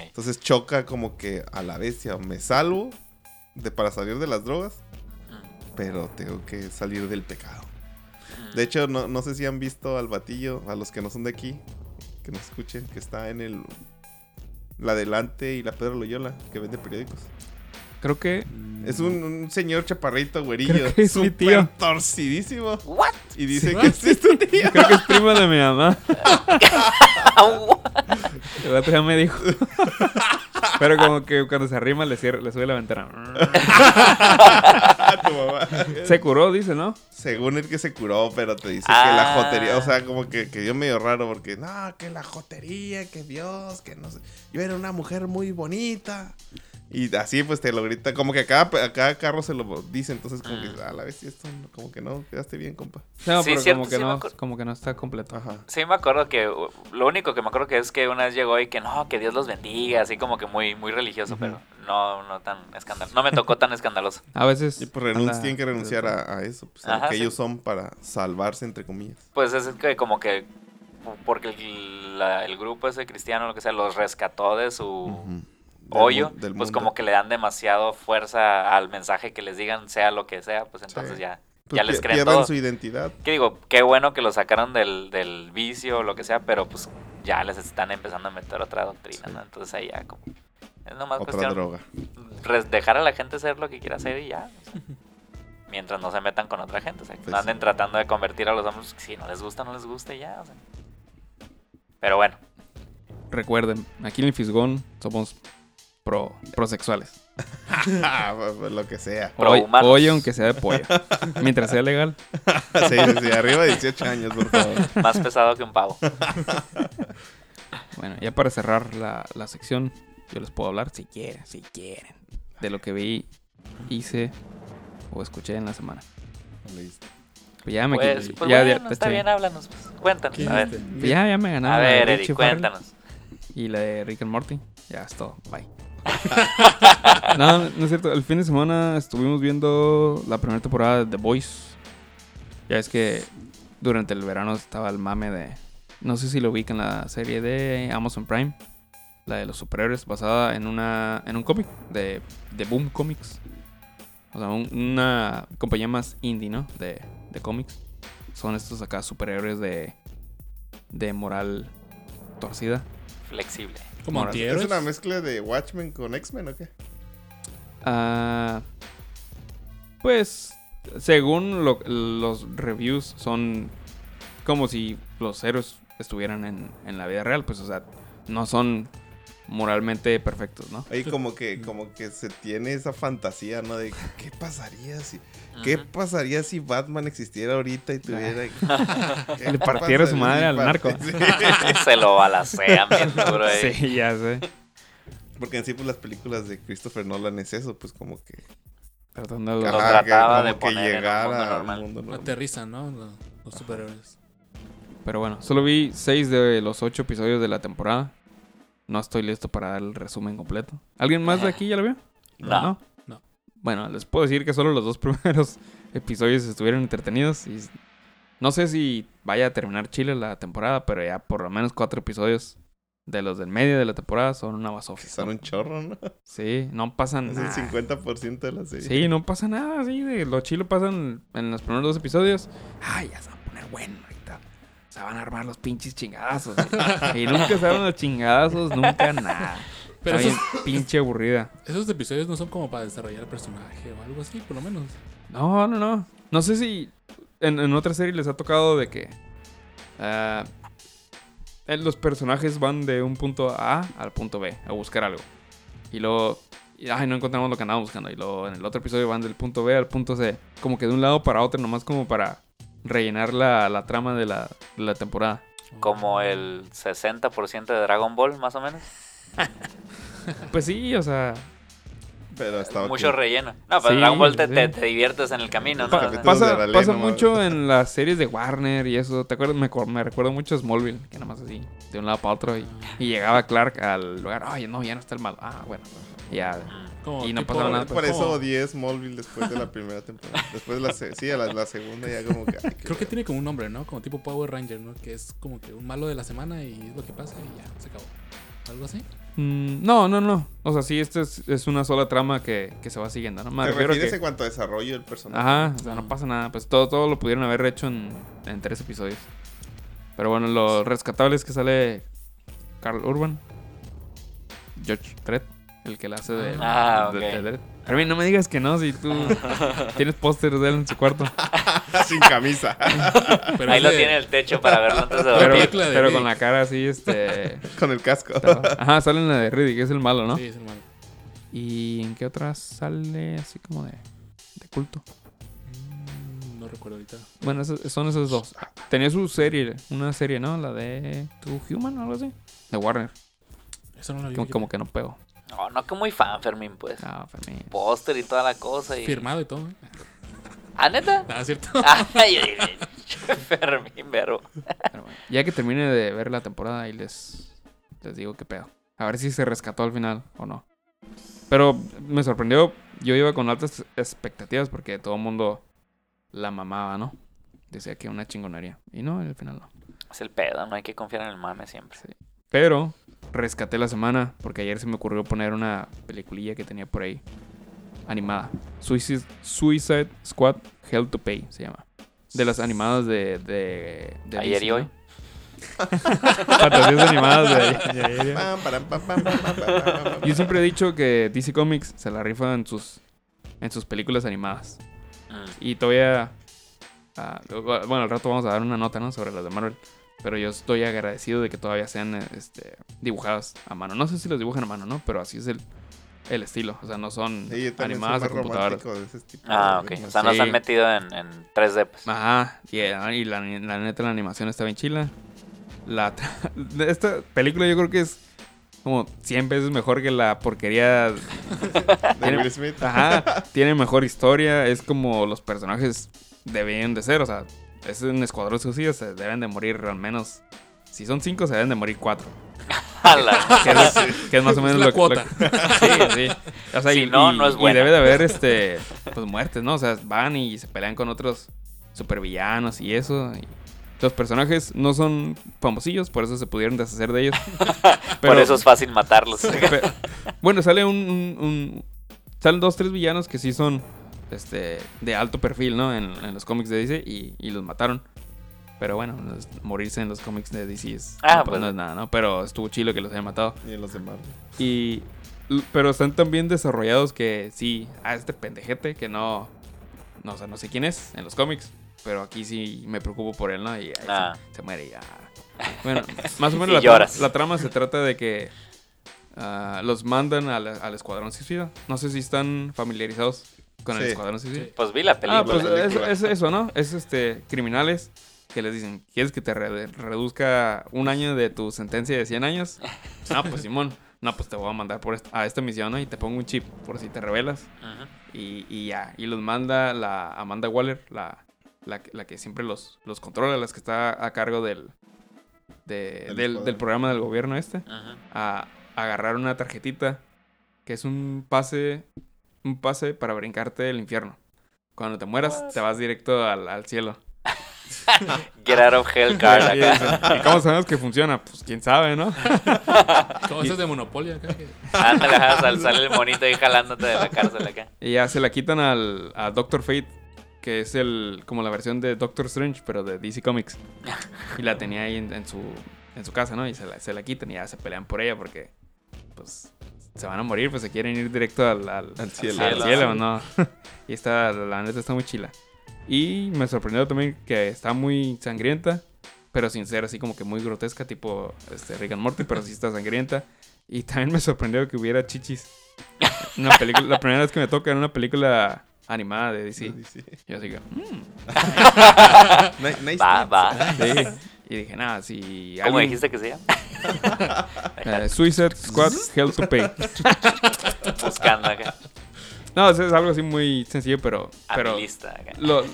Speaker 4: ey.
Speaker 2: Entonces choca como que a la bestia, me salvo de, para salir de las drogas,
Speaker 4: Mm,
Speaker 2: pero tengo que salir del pecado.
Speaker 4: mm.
Speaker 2: De hecho, no, no sé si han visto al batillo, a los que no son de aquí, que nos escuchen, que está en el... La Delante y la Pedro Loyola, que vende periódicos.
Speaker 1: Creo que.
Speaker 3: Mm,
Speaker 2: Es un, un señor chaparrito, güerillo.
Speaker 1: Creo que es mi
Speaker 2: Súper
Speaker 1: tío.
Speaker 2: torcidísimo.
Speaker 4: ¿What?
Speaker 2: Y dice
Speaker 3: Sí.
Speaker 2: que sí es tu tío.
Speaker 1: Creo que es primo de mi mamá.
Speaker 4: Oh, What?
Speaker 1: El otro día me dijo. Pero como que cuando se arrima le, cierra, le sube la ventana.
Speaker 2: ah, tu mamá.
Speaker 1: Se curó, dice, ¿no?
Speaker 2: Según el que se curó, pero te dice que la
Speaker 4: Ah.
Speaker 2: jotería, o sea, como que, que yo medio raro porque, no, que la jotería, que Dios, que no sé. Yo era una mujer muy bonita. Y así pues te lo grita, como que a cada, a cada carro se lo dice, entonces como que,
Speaker 1: Ah.
Speaker 2: a la vez esto, no- como que no, quedaste bien, compa.
Speaker 1: No,
Speaker 4: Sí,
Speaker 1: pero
Speaker 4: cierto,
Speaker 1: como, que
Speaker 4: sí me
Speaker 1: no,
Speaker 4: acuerdo.
Speaker 1: como que no está completo.
Speaker 2: Ajá.
Speaker 4: Sí, me acuerdo que. uh, Lo único que me acuerdo que es que una vez llegó y que no, que Dios los bendiga. Así como que muy, muy religioso, pero no, no tan escandaloso. No me tocó tan escandaloso.
Speaker 1: A veces.
Speaker 2: Y pues renun-
Speaker 1: anda-
Speaker 2: tienen que renunciar a, a eso, pues, a lo
Speaker 4: Ajá,
Speaker 2: que
Speaker 4: sí.
Speaker 2: ellos son para salvarse, entre comillas.
Speaker 4: Pues es que como que porque el, la- el grupo ese cristiano, lo que sea, los rescató de su
Speaker 2: Ujú. Del
Speaker 4: hoyo,
Speaker 2: mu- del
Speaker 4: pues
Speaker 2: mundo.
Speaker 4: como que le dan demasiado fuerza al mensaje que les digan, sea lo que sea, pues entonces
Speaker 2: Sí.
Speaker 4: ya ya les creen
Speaker 2: pierden
Speaker 4: todo.
Speaker 2: su identidad.
Speaker 4: Que digo, qué bueno que lo sacaron del, del vicio o lo que sea, pero pues ya les están empezando a meter otra doctrina, ¿no? Entonces ahí ya como... Es nomás
Speaker 2: Otra
Speaker 4: cuestión
Speaker 2: droga.
Speaker 4: res- dejar a la gente hacer lo que quiera hacer y ya. o sea, mientras no se metan con otra gente. O sea, que
Speaker 2: Pues
Speaker 4: no anden
Speaker 2: sí.
Speaker 4: tratando de convertir a los hombres. Si no les gusta, no les gusta y ya. o sea. Pero bueno,
Speaker 1: Recuerden, aquí en el Fisgón somos pro, prosexuales.
Speaker 2: Ah, pues, lo que sea.
Speaker 1: Hoy,
Speaker 4: Prohumanos.
Speaker 1: hoy, aunque sea de pollo. Mientras sea legal.
Speaker 2: Sí, sí, sí, arriba de 18 años, por favor.
Speaker 4: más pesado que un pavo.
Speaker 1: Bueno, ya para cerrar la, la sección, yo les puedo hablar si quieren, si quieren. De lo que vi, hice o escuché en la semana.
Speaker 2: Listo.
Speaker 1: Pues ya me
Speaker 4: Pues,
Speaker 1: quit-
Speaker 4: pues
Speaker 1: ya, ya-
Speaker 4: bueno, está
Speaker 1: taché.
Speaker 4: bien, háblanos. pues, Cuéntanos,
Speaker 3: ¿Qué
Speaker 4: a ver.
Speaker 3: hiciste?
Speaker 1: Pues ya, ya me ganaron.
Speaker 4: A
Speaker 1: la de
Speaker 4: ver, Eric,
Speaker 1: Richie Farrell
Speaker 4: cuéntanos.
Speaker 1: Y la de Rick and Morty. Ya es todo. Bye. no, no es cierto. El fin de semana estuvimos viendo la primera temporada de The Voice. Ya es que durante el verano estaba el mame de. No sé si lo ubican la serie de Amazon Prime. La de los superhéroes basada en una en un cómic de, de Boom Comics. O sea, un- una compañía más indie, ¿no? De, de cómics. Son estos acá superhéroes de, de moral torcida.
Speaker 4: Flexible.
Speaker 3: Como
Speaker 1: Ahora,
Speaker 2: ¿Es
Speaker 3: antihéroes.
Speaker 2: una mezcla de Watchmen con X-Men o qué?
Speaker 1: Ah, pues, según lo- los reviews, son como si los héroes estuvieran en, en la vida real. Pues, o sea, no son moralmente perfectos, ¿no?
Speaker 2: Ahí como que,
Speaker 1: mm.
Speaker 2: como que se tiene esa fantasía, ¿no? De qué pasaría si. ¿Qué
Speaker 4: Ujú.
Speaker 2: pasaría si Batman existiera ahorita y tuviera.
Speaker 4: Ah.
Speaker 2: ¿Qué
Speaker 1: Le partiera su madre
Speaker 2: pasaría
Speaker 1: al
Speaker 2: si
Speaker 1: narco.
Speaker 2: parte- sí.
Speaker 4: Se lo balacean bien duro ahí.
Speaker 1: Sí, ya sé.
Speaker 2: Porque en sí, pues las películas de Christopher Nolan es eso, pues como que.
Speaker 1: Tratando de-
Speaker 4: Lo Ajá. trataba
Speaker 2: como
Speaker 4: de poner en un mundo
Speaker 2: llegara
Speaker 4: normal.
Speaker 2: al mundo normal.
Speaker 3: Aterrizan, ¿no? Los, los superhéroes.
Speaker 1: Pero bueno, solo vi 6 de los 8 episodios de la temporada. No estoy listo para dar el resumen completo. ¿Alguien más de aquí ya lo vio?
Speaker 4: No.
Speaker 3: No.
Speaker 1: Bueno, les puedo decir que solo los dos primeros episodios estuvieron entretenidos. Y no sé si vaya a terminar Chile la temporada, pero ya por lo menos cuatro episodios de los del medio de la temporada son una basofia.
Speaker 2: Pues, Son un chorro, ¿no?
Speaker 1: Sí, no pasan
Speaker 2: Es el
Speaker 1: nada.
Speaker 2: 50% de la serie.
Speaker 1: Sí, no pasa nada, sí, de lo chilo pasan en los primeros dos episodios. Ay, ya se van a poner bueno ahorita. Se van a armar los pinches chingadazos. Y, y nunca se arman los chingadazos, nunca nada.
Speaker 3: Pero
Speaker 1: Pero
Speaker 3: esos,
Speaker 1: pinche aburrida.
Speaker 3: esos episodios no son como para desarrollar el personaje o algo así, por lo menos.
Speaker 1: No, no, no. No sé si en, en otra serie les ha tocado de que ah, eh, los personajes van de un punto A al punto B a buscar algo. Y luego, y, ay, no encontramos lo que andábamos buscando. Y luego en el otro episodio van del punto B al punto C. Como que de un lado para otro, nomás como para rellenar la, la trama de la, de la temporada.
Speaker 4: Como el 60% de Dragon Ball, más o menos.
Speaker 1: Pues sí, o sea,
Speaker 2: Pero estaba.
Speaker 4: Mucho relleno. No, pero
Speaker 1: Sí,
Speaker 4: Dragon Ball te,
Speaker 1: sí.
Speaker 4: te- te diviertes en el camino, ¿no? O sea,
Speaker 2: Todos de
Speaker 1: pasa,
Speaker 2: la ley
Speaker 1: pasa
Speaker 2: nomás.
Speaker 1: mucho en las series de Warner y eso. ¿Te acuerdas? Me, acuer- me recuerdo mucho a Smallville, que nada más así, de un lado para otro. Y, y llegaba Clark al lugar. Ay, no, ya no está el malo. Ah, bueno. Ya.
Speaker 3: Como
Speaker 1: Y no
Speaker 3: tipo-
Speaker 1: pasaba nada,
Speaker 2: Por
Speaker 3: como-
Speaker 2: eso odié Smallville después de la primera temporada. Después de la, se- sí, a la, la segunda ya como que. ay, qué
Speaker 3: Creo que tiene como un nombre, ¿no? Como tipo Power Ranger, ¿no? Que es como que un malo de la semana y es lo que pasa y ya, se acabó. ¿Algo así?
Speaker 1: Mm, no, no, no. O sea, sí, esta es, es una sola trama que, que se va siguiendo, ¿no? Me
Speaker 2: ¿Te
Speaker 1: refiero a
Speaker 2: refieres en
Speaker 1: que-
Speaker 2: cuanto a desarrollo del personaje?
Speaker 1: Ajá, o sea, no pasa nada. Pues todo, todo lo pudieron haber hecho en, en tres episodios. Pero bueno, lo rescatable es que sale Carl Urban, George Dredd, el que la hace de,
Speaker 4: Ah,
Speaker 1: de-
Speaker 4: ok.
Speaker 1: de Dredd. Armin, no me digas que no, si tú tienes pósteres de él en su cuarto.
Speaker 2: Sin camisa.
Speaker 3: Pero
Speaker 4: Ahí
Speaker 3: es
Speaker 4: lo
Speaker 3: de-
Speaker 4: tiene el techo para verlo antes de
Speaker 1: Pero,
Speaker 4: dormir.
Speaker 3: película de
Speaker 1: pero con
Speaker 3: Rick.
Speaker 1: la cara así, este...
Speaker 2: con el casco.
Speaker 1: Ajá, sale en la de Riddick, es el malo, ¿no?
Speaker 3: Sí, es el malo.
Speaker 1: ¿Y en qué otra sale así como de, de culto?
Speaker 3: Mm, No recuerdo ahorita.
Speaker 1: Bueno, esos- son esos dos. Tenía su serie, una serie, ¿no? La de True Human o algo así. De Warner.
Speaker 3: Eso no lo vi.
Speaker 1: Como, como que no pego.
Speaker 4: No, no que muy fan, Fermín, pues.
Speaker 1: Ah, Fermín.
Speaker 4: Póster y toda la cosa. Y...
Speaker 3: Firmado y todo. ¿eh?
Speaker 4: ¿Ah, neta?
Speaker 3: Ah, ¿cierto?
Speaker 4: Ay, ay, ay. Fermín, verbo.
Speaker 1: Pero bueno, ya que termine de ver la temporada y les, les digo qué pedo. A ver si se rescató al final o no. Pero me sorprendió. Yo iba con altas expectativas porque todo el mundo la mamaba, ¿no? Decía que una chingonería. Y no, al final no.
Speaker 4: Es el pedo, no hay que confiar en el mame siempre.
Speaker 1: Pero rescaté la semana porque ayer se me ocurrió poner una peliculilla que tenía por ahí. animada. Suicide, Suicide Squad Hell to Pay se llama. De las animadas de. de, de
Speaker 4: Ayer y
Speaker 1: ¿no?
Speaker 4: hoy.
Speaker 1: Fantasías animadas de ayer- de ayer y hoy.
Speaker 2: Pam, param, pam, pam, pam, pam, pam, pam, pam.
Speaker 1: Yo siempre he dicho que DC Comics se la rifa en sus, en sus películas animadas.
Speaker 4: Mm.
Speaker 1: Y todavía. ah, bueno, al rato vamos a dar una nota, ¿no? Sobre las de Marvel. Pero yo estoy agradecido de que todavía sean eh, este, dibujadas a mano. No sé si los dibujan a mano, ¿no? Pero así es el, el estilo. O sea, no son
Speaker 2: Sí, yo también soy
Speaker 1: animadas
Speaker 2: más
Speaker 1: a computadoras.
Speaker 2: romántico de ese tipo.
Speaker 4: Ah,
Speaker 2: de
Speaker 4: ok. O
Speaker 2: cosas.
Speaker 4: sea, nos
Speaker 1: Sí.
Speaker 4: han metido en, en 3D, pues.
Speaker 1: Ajá, y, eh, y la, la neta la animación está bien chila. La, tra- esta película yo creo que es como 100 veces mejor que la porquería.
Speaker 2: De Will Smith.
Speaker 1: Ajá, tiene mejor historia, es como los personajes deben de ser, o sea, es un escuadrón suicida, se deben de morir al menos. Si son 5, se deben de morir 4.
Speaker 4: Ala.
Speaker 1: Que es, que es más o menos
Speaker 3: la
Speaker 1: lo que- lo
Speaker 3: cuota.
Speaker 1: que. Sí, sí. O sea,
Speaker 4: Si
Speaker 1: y,
Speaker 4: no,
Speaker 1: y-
Speaker 4: no es
Speaker 1: y
Speaker 4: buena.
Speaker 1: debe de haber este, pues, muertes, ¿no? O sea, van y se pelean con otros supervillanos y eso. y los personajes no son famosillos, por eso se pudieron deshacer de ellos.
Speaker 4: Por eso es fácil matarlos.
Speaker 1: Pe- bueno, sale un, un- un- Salen dos, tres villanos que sí son este, de alto perfil, ¿no? En, en los cómics de DC y, y los mataron. Pero bueno, los- morirse en los cómics de DC es,
Speaker 4: Ah,
Speaker 1: no,
Speaker 4: pues.
Speaker 1: no es nada, ¿no? Pero estuvo chilo que los hayan matado.
Speaker 2: Y en los de Marvel.
Speaker 1: Y. l- Pero están tan bien desarrollados que sí, a este pendejete que no. No, o sea, no sé quién es en los cómics. Pero aquí sí me preocupo por él, ¿no? Y ahí se-
Speaker 4: Ah.
Speaker 1: se, muere y ya. Bueno, más o menos
Speaker 4: Y
Speaker 1: la, trama,
Speaker 4: lloras.
Speaker 1: la trama se trata de que ah, los mandan al, al escuadrón suicida. No sé si están familiarizados con el
Speaker 2: Sí.
Speaker 1: escuadrón suicida.
Speaker 3: Sí.
Speaker 4: Pues vi la película.
Speaker 1: Ah, pues
Speaker 2: película.
Speaker 1: es, es eso, ¿no? Es este criminales que les dicen, ¿quieres que te re- reduzca un año de tu sentencia de 100 años? No, pues Simón, no, pues te voy a mandar por est- a esta misión ¿no? y te pongo un chip por si te rebelas.
Speaker 4: Ujú.
Speaker 1: Y, y ya, y los manda la Amanda Waller, la, la, que- la que siempre los, los controla, las que está a cargo del, de-
Speaker 2: Del
Speaker 1: del, del
Speaker 2: cuadro.
Speaker 1: programa del gobierno este
Speaker 4: Ujú.
Speaker 1: a agarrar una tarjetita que es un pase un pase para brincarte del infierno. Cuando te mueras te vas directo al, al cielo.
Speaker 4: Get out of hell card
Speaker 1: Y
Speaker 4: acá.
Speaker 1: dicen, ¿Y cómo sabemos que funciona? Pues quién sabe, ¿no?
Speaker 3: Como esas de Monopoly acá. que-
Speaker 4: Ándale, ajá, sal- sale el monito ahí jalándote de la cárcel acá.
Speaker 1: Y ya se la quitan al a Doctor Fate, que es el como la versión de Doctor Strange pero de DC Comics. Y la tenía ahí en, en su en su casa, ¿no? Y se la, se la quitan y ya se pelean por ella porque pues se van a morir, pues se quieren ir directo al, al,
Speaker 2: Al cielo.
Speaker 1: al
Speaker 4: Cielo.
Speaker 1: cielo, no. y está, la neta está muy chila. Y me sorprendió también que está muy sangrienta, pero sin ser así como que muy grotesca, tipo este, Rick and Morty, pero sí está sangrienta. Y también me sorprendió que hubiera chichis. Una película, la primera vez que me toca en una película animada de DC.
Speaker 2: Sí, sí.
Speaker 1: Yo así que, "Mm".
Speaker 2: Ni- nice
Speaker 4: Va,
Speaker 2: tits.
Speaker 4: va.
Speaker 1: Sí. Y dije, nada, si
Speaker 4: ¿Cómo
Speaker 1: alguien-
Speaker 4: dijiste que se llama?
Speaker 1: eh, Suicide Squad Hell to Pay.
Speaker 4: Buscando acá.
Speaker 1: No, es es algo así muy sencillo, pero...
Speaker 4: A
Speaker 1: pero
Speaker 4: mi lista acá.
Speaker 1: lo,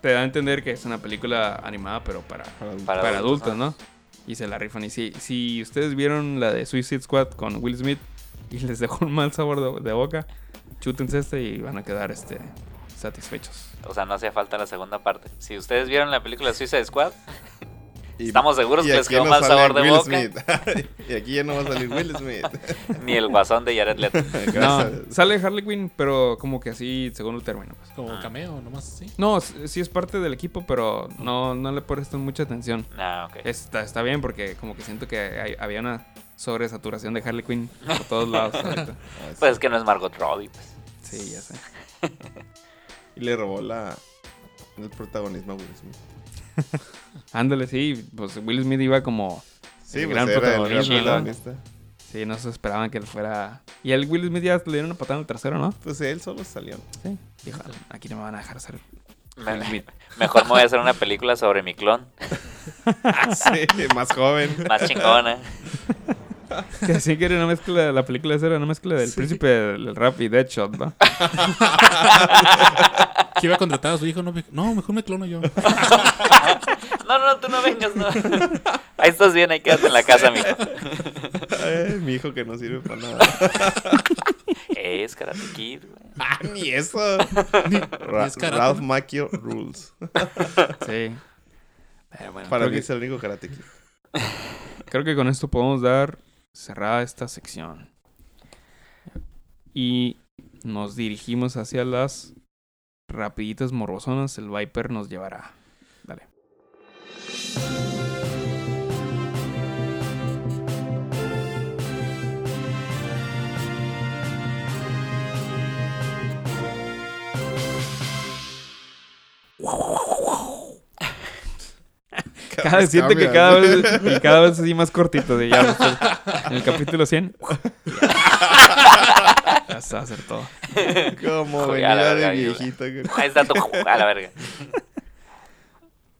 Speaker 1: te da a entender que es una película animada, pero para,
Speaker 2: Para adultos.
Speaker 4: Para
Speaker 1: para,
Speaker 4: adultos,
Speaker 1: adultos, ¿no? Y se la rifan. Y si, si ustedes vieron la de Suicide Squad con Will Smith y les dejó un mal sabor de, de boca, chútense este y van a quedar este, satisfechos.
Speaker 4: O sea, no hacía falta la segunda parte. Si ustedes vieron la película Suicide Squad,
Speaker 2: Y-
Speaker 4: estamos seguros
Speaker 2: y
Speaker 4: que les
Speaker 2: aquí
Speaker 4: quedó
Speaker 2: no
Speaker 4: mal
Speaker 2: sale
Speaker 4: sabor de
Speaker 2: Will
Speaker 4: boca.
Speaker 2: Smith. y aquí ya no va a salir Will Smith.
Speaker 4: ni el guasón de Jared Leto.
Speaker 1: No,
Speaker 2: Gracias.
Speaker 1: sale Harley Quinn, pero como que así, según lo término. Pues.
Speaker 3: Como cameo, nomás así.
Speaker 1: No, s- sí es parte del equipo, pero no, no le prestan mucha atención.
Speaker 4: No, Ah, ok.
Speaker 1: Está, está bien porque como que siento que hay- había una sobresaturación de Harley Quinn por todos lados. ahorita.
Speaker 2: Ah, sí.
Speaker 4: Pues es que no es Margot Robbie, pues.
Speaker 1: Sí, ya sé.
Speaker 2: Y le robó la el protagonismo a Will Smith.
Speaker 1: Ándale, sí, pues Will Smith iba como...
Speaker 2: Sí,
Speaker 1: El
Speaker 2: pues
Speaker 1: gran
Speaker 2: era el gran
Speaker 1: protagonista, ¿no?
Speaker 2: protagonista.
Speaker 1: Sí, no se esperaban que él fuera... Y el Will Smith ya le dieron una patada en el trasero, ¿no?
Speaker 2: Pues él solo salió.
Speaker 1: Sí. Dijo, "Ah, aquí no me van a dejar ser
Speaker 4: Me-
Speaker 1: Will Smith.
Speaker 4: mejor me voy a hacer una película sobre mi clon.
Speaker 2: Ah, Sí, más joven.
Speaker 4: Más chingona.
Speaker 1: Que así que era una mezcla, la película esa era una mezcla del príncipe del rap y Deadshot, ¿no?
Speaker 3: Que iba a contratar a su hijo. No, me- no mejor me clono yo.
Speaker 4: No, no, tú no vengas, no. Ahí estás bien, ahí quédate en la casa, mijo.
Speaker 2: Ay, mi hijo que no sirve para nada.
Speaker 4: Es Karate Kid, güey.
Speaker 2: Ah, ni eso. Ra-
Speaker 3: es karate,
Speaker 2: Ralph
Speaker 3: ¿no?
Speaker 2: Macchio Rules.
Speaker 1: Sí. Pero bueno,
Speaker 2: Para
Speaker 1: creo
Speaker 2: mí
Speaker 1: que,
Speaker 2: es el único karate Kid.
Speaker 1: creo que con esto podemos dar cerrada esta sección. Y Nos dirigimos hacia las rapiditas morbosonas. El Viper nos llevará. Dale. Cada vez siente que
Speaker 2: cambia,
Speaker 1: cada
Speaker 2: ¿no?
Speaker 1: vez, y cada vez así más cortito. De ya, en el capítulo 100. Ya está, acertó.
Speaker 2: Como
Speaker 4: Joder, a la
Speaker 2: venía de
Speaker 4: verga, yo-
Speaker 2: viejita. güey.
Speaker 4: Ahí está tu... A la verga.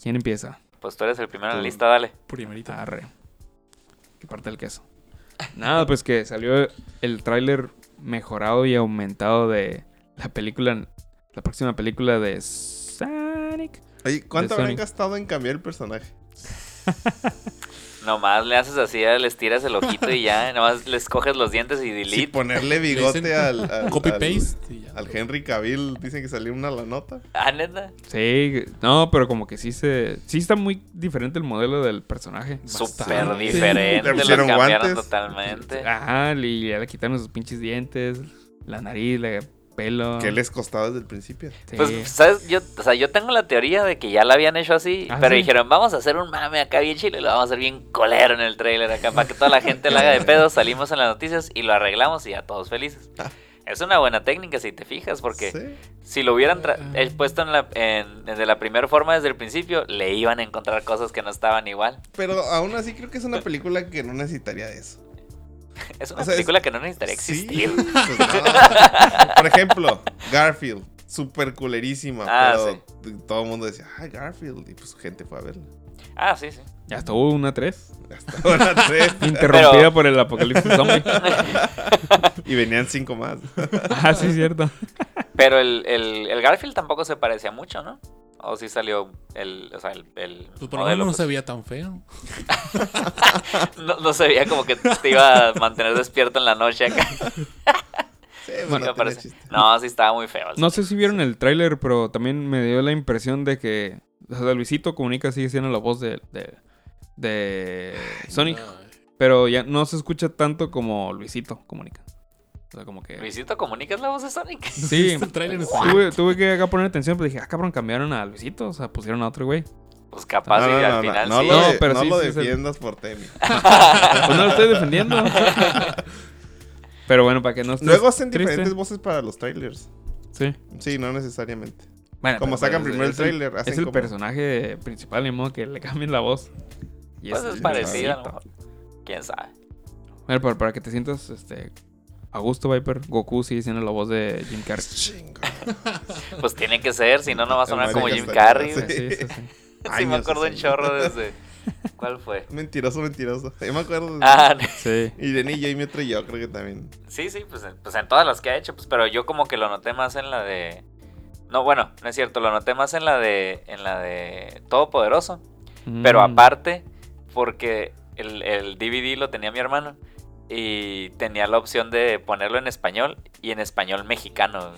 Speaker 1: ¿Quién empieza?
Speaker 4: Pues tú eres el primero en la
Speaker 2: Tú.
Speaker 4: lista, dale.
Speaker 3: Primerito.
Speaker 2: Ah,
Speaker 1: Arre. ¿Qué parte del queso? Nada, pues que salió el tráiler mejorado y aumentado de la película, la próxima película de Sonic.
Speaker 2: Oye,
Speaker 1: De
Speaker 2: ¿cuánto habrán
Speaker 1: Sonic.
Speaker 2: gastado en cambiar el personaje?
Speaker 4: Nomás le haces así, les tiras el ojito y ya. Nomás les coges los dientes y
Speaker 2: Y
Speaker 4: delete.
Speaker 2: ponerle bigote
Speaker 3: dicen
Speaker 2: al, al-
Speaker 3: Copy
Speaker 2: al-
Speaker 3: paste. y ya.
Speaker 2: Al Henry Cavill dicen que salió una la nota.
Speaker 4: Ah, neta.
Speaker 1: Sí, no, pero como que sí se, sí está muy diferente el modelo del personaje.
Speaker 4: Súper
Speaker 3: Bastante.
Speaker 4: diferente.
Speaker 2: Le
Speaker 4: Los
Speaker 2: pusieron
Speaker 4: cambiaron
Speaker 2: guantes.
Speaker 4: totalmente.
Speaker 1: Ajá, y ya le quitaron sus pinches dientes, la nariz, el pelo.
Speaker 2: ¿Qué les costaba desde el principio?
Speaker 1: Ah, Sí.
Speaker 4: Pues, ¿sabes? Yo, o sea, yo tengo la teoría de que ya la habían hecho así,
Speaker 1: Ah,
Speaker 4: pero
Speaker 1: ¿sí?
Speaker 4: dijeron, vamos a hacer un mame acá bien chile, lo vamos a hacer bien colero en el trailer acá, para que toda la gente la haga de pedo, salimos en las noticias y lo arreglamos y ya todos felices. Es una buena técnica si te fijas, porque
Speaker 2: Sí.
Speaker 4: si lo hubieran tra-
Speaker 3: Ah.
Speaker 4: eh, puesto en la, en- desde la primera forma desde el principio, le iban a encontrar cosas que no estaban igual.
Speaker 2: Pero aún así creo que es una película que no necesitaría de eso.
Speaker 4: Es una
Speaker 2: O sea, es-
Speaker 4: película que no necesitaría existir.
Speaker 2: Sí, pues no. Por ejemplo, Garfield. Súper culerísima.
Speaker 4: Ah,
Speaker 2: pero t- todo el mundo decía, ah, Garfield. Y pues gente fue a verla.
Speaker 4: Ah, sí, sí.
Speaker 1: Ya estuvo una 3.
Speaker 2: Hasta ahora tres.
Speaker 1: Interrumpida
Speaker 4: Pero-
Speaker 1: por el apocalipsis zombie.
Speaker 2: Y venían cinco más.
Speaker 1: ah, sí, cierto.
Speaker 4: Pero el, el, el Garfield tampoco se parecía mucho, ¿no? O sí salió el, o sea, el, el
Speaker 3: Pues por lo
Speaker 4: modelo,
Speaker 3: menos no
Speaker 4: pues.
Speaker 3: se veía tan feo.
Speaker 4: No, no se veía como que te iba a mantener despierto en la noche acá.
Speaker 2: Sí, bueno,
Speaker 4: No,
Speaker 2: pues, no,
Speaker 4: parece-
Speaker 2: tiene chiste.
Speaker 4: no, sí estaba muy feo.
Speaker 1: No sé si vieron el tráiler, pero también me dio la impresión de que o sea, Luisito Comunica sigue siendo la voz de, de, de Sonic,
Speaker 3: Ay,
Speaker 1: pero ya no se escucha tanto como Luisito Comunica. O sea, como que...
Speaker 4: Luisito, ¿comunicas la voz de Sonic?
Speaker 1: Sí,
Speaker 3: ¿viste el tráiler en español?
Speaker 1: tuve, tuve que acá poner atención, pero dije, ah, cabrón, cambiaron a Luisito, o sea, pusieron a otro güey.
Speaker 4: Pues capaz
Speaker 2: No,
Speaker 4: y
Speaker 2: no,
Speaker 4: al
Speaker 2: no, no,
Speaker 4: final
Speaker 2: no
Speaker 4: sí.
Speaker 2: lo,
Speaker 1: No,
Speaker 2: de-
Speaker 1: pero
Speaker 2: no
Speaker 1: sí,
Speaker 2: lo
Speaker 1: sí es el-
Speaker 2: defiendas por Temi.
Speaker 1: Pues no lo estoy defendiendo. pero bueno, para que no estés
Speaker 2: Luego hacen
Speaker 1: triste.
Speaker 2: diferentes voces para los trailers.
Speaker 1: Sí.
Speaker 2: Sí, no necesariamente.
Speaker 1: Bueno,
Speaker 2: Como
Speaker 1: pero-
Speaker 2: sacan
Speaker 1: pero
Speaker 2: primero el
Speaker 1: es
Speaker 2: tráiler, hacen
Speaker 1: Es el
Speaker 2: como-
Speaker 1: personaje principal, ni modo que le cambien la voz. Y
Speaker 4: Pues es
Speaker 1: el
Speaker 4: parecido a lo
Speaker 1: Luisito.
Speaker 4: mejor. ¿Quién sabe?
Speaker 1: Mira, para, para que te sientas este, a gusto, Viper, Goku sigue siendo la voz de Jim Carrey. Sí,
Speaker 2: Chingo.
Speaker 4: Pues tiene que ser, si no, no va a sonar
Speaker 2: El
Speaker 4: como
Speaker 2: marica
Speaker 4: Jim
Speaker 2: está-
Speaker 4: Carrey.
Speaker 2: sí.
Speaker 4: güey.
Speaker 1: sí, sí, sí.
Speaker 4: Sí, me
Speaker 2: Años
Speaker 4: acuerdo un
Speaker 2: así.
Speaker 4: chorro desde... ¿Cuál fue?
Speaker 2: Mentiroso, mentiroso. Yo me acuerdo. de-
Speaker 4: Ah,
Speaker 1: Sí.
Speaker 2: Y de y Jamie otro y yo creo que también.
Speaker 4: Sí, sí, pues, en- pues en todas las que ha hecho, pues, pero yo como que lo noté más en la de. No, bueno, no es cierto, lo noté más en la de. en la de Todopoderoso. Pero
Speaker 1: Mm.
Speaker 4: aparte, porque el, el DVD lo tenía mi hermano. Y tenía la opción de ponerlo en español y en español mexicano.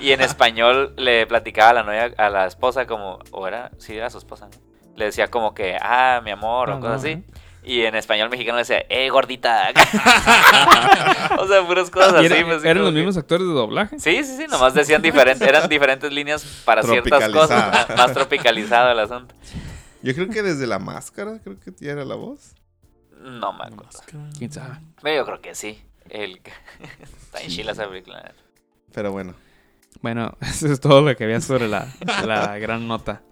Speaker 4: y en español le platicaba a la novia, a la esposa como, o era, sí era su esposa, ¿no? Le decía como que, ah, mi amor, o
Speaker 1: Ah,
Speaker 4: cosas
Speaker 1: no,
Speaker 4: así.
Speaker 1: ¿eh?
Speaker 4: Y en español mexicano le decía, eh, gordita. o sea, puras cosas
Speaker 1: Y
Speaker 4: así.
Speaker 1: era-
Speaker 4: pues, sí,
Speaker 1: eran
Speaker 4: como
Speaker 1: los
Speaker 4: que-
Speaker 1: mismos actores de doblaje.
Speaker 4: Sí, sí, sí, nomás decían diferentes, eran diferentes líneas para ciertas
Speaker 2: Tropicalizada.
Speaker 4: cosas, más tropicalizado el asunto.
Speaker 2: Yo creo que desde la máscara, creo que ya era la voz.
Speaker 4: No me
Speaker 3: la
Speaker 4: acuerdo.
Speaker 3: máscara.
Speaker 1: Ah, ¿Quién sabe?
Speaker 4: Pero yo creo que sí. El... Está en chila esa película. la neta.
Speaker 2: Pero bueno.
Speaker 1: Bueno, eso es todo lo que había sobre la, la gran nota.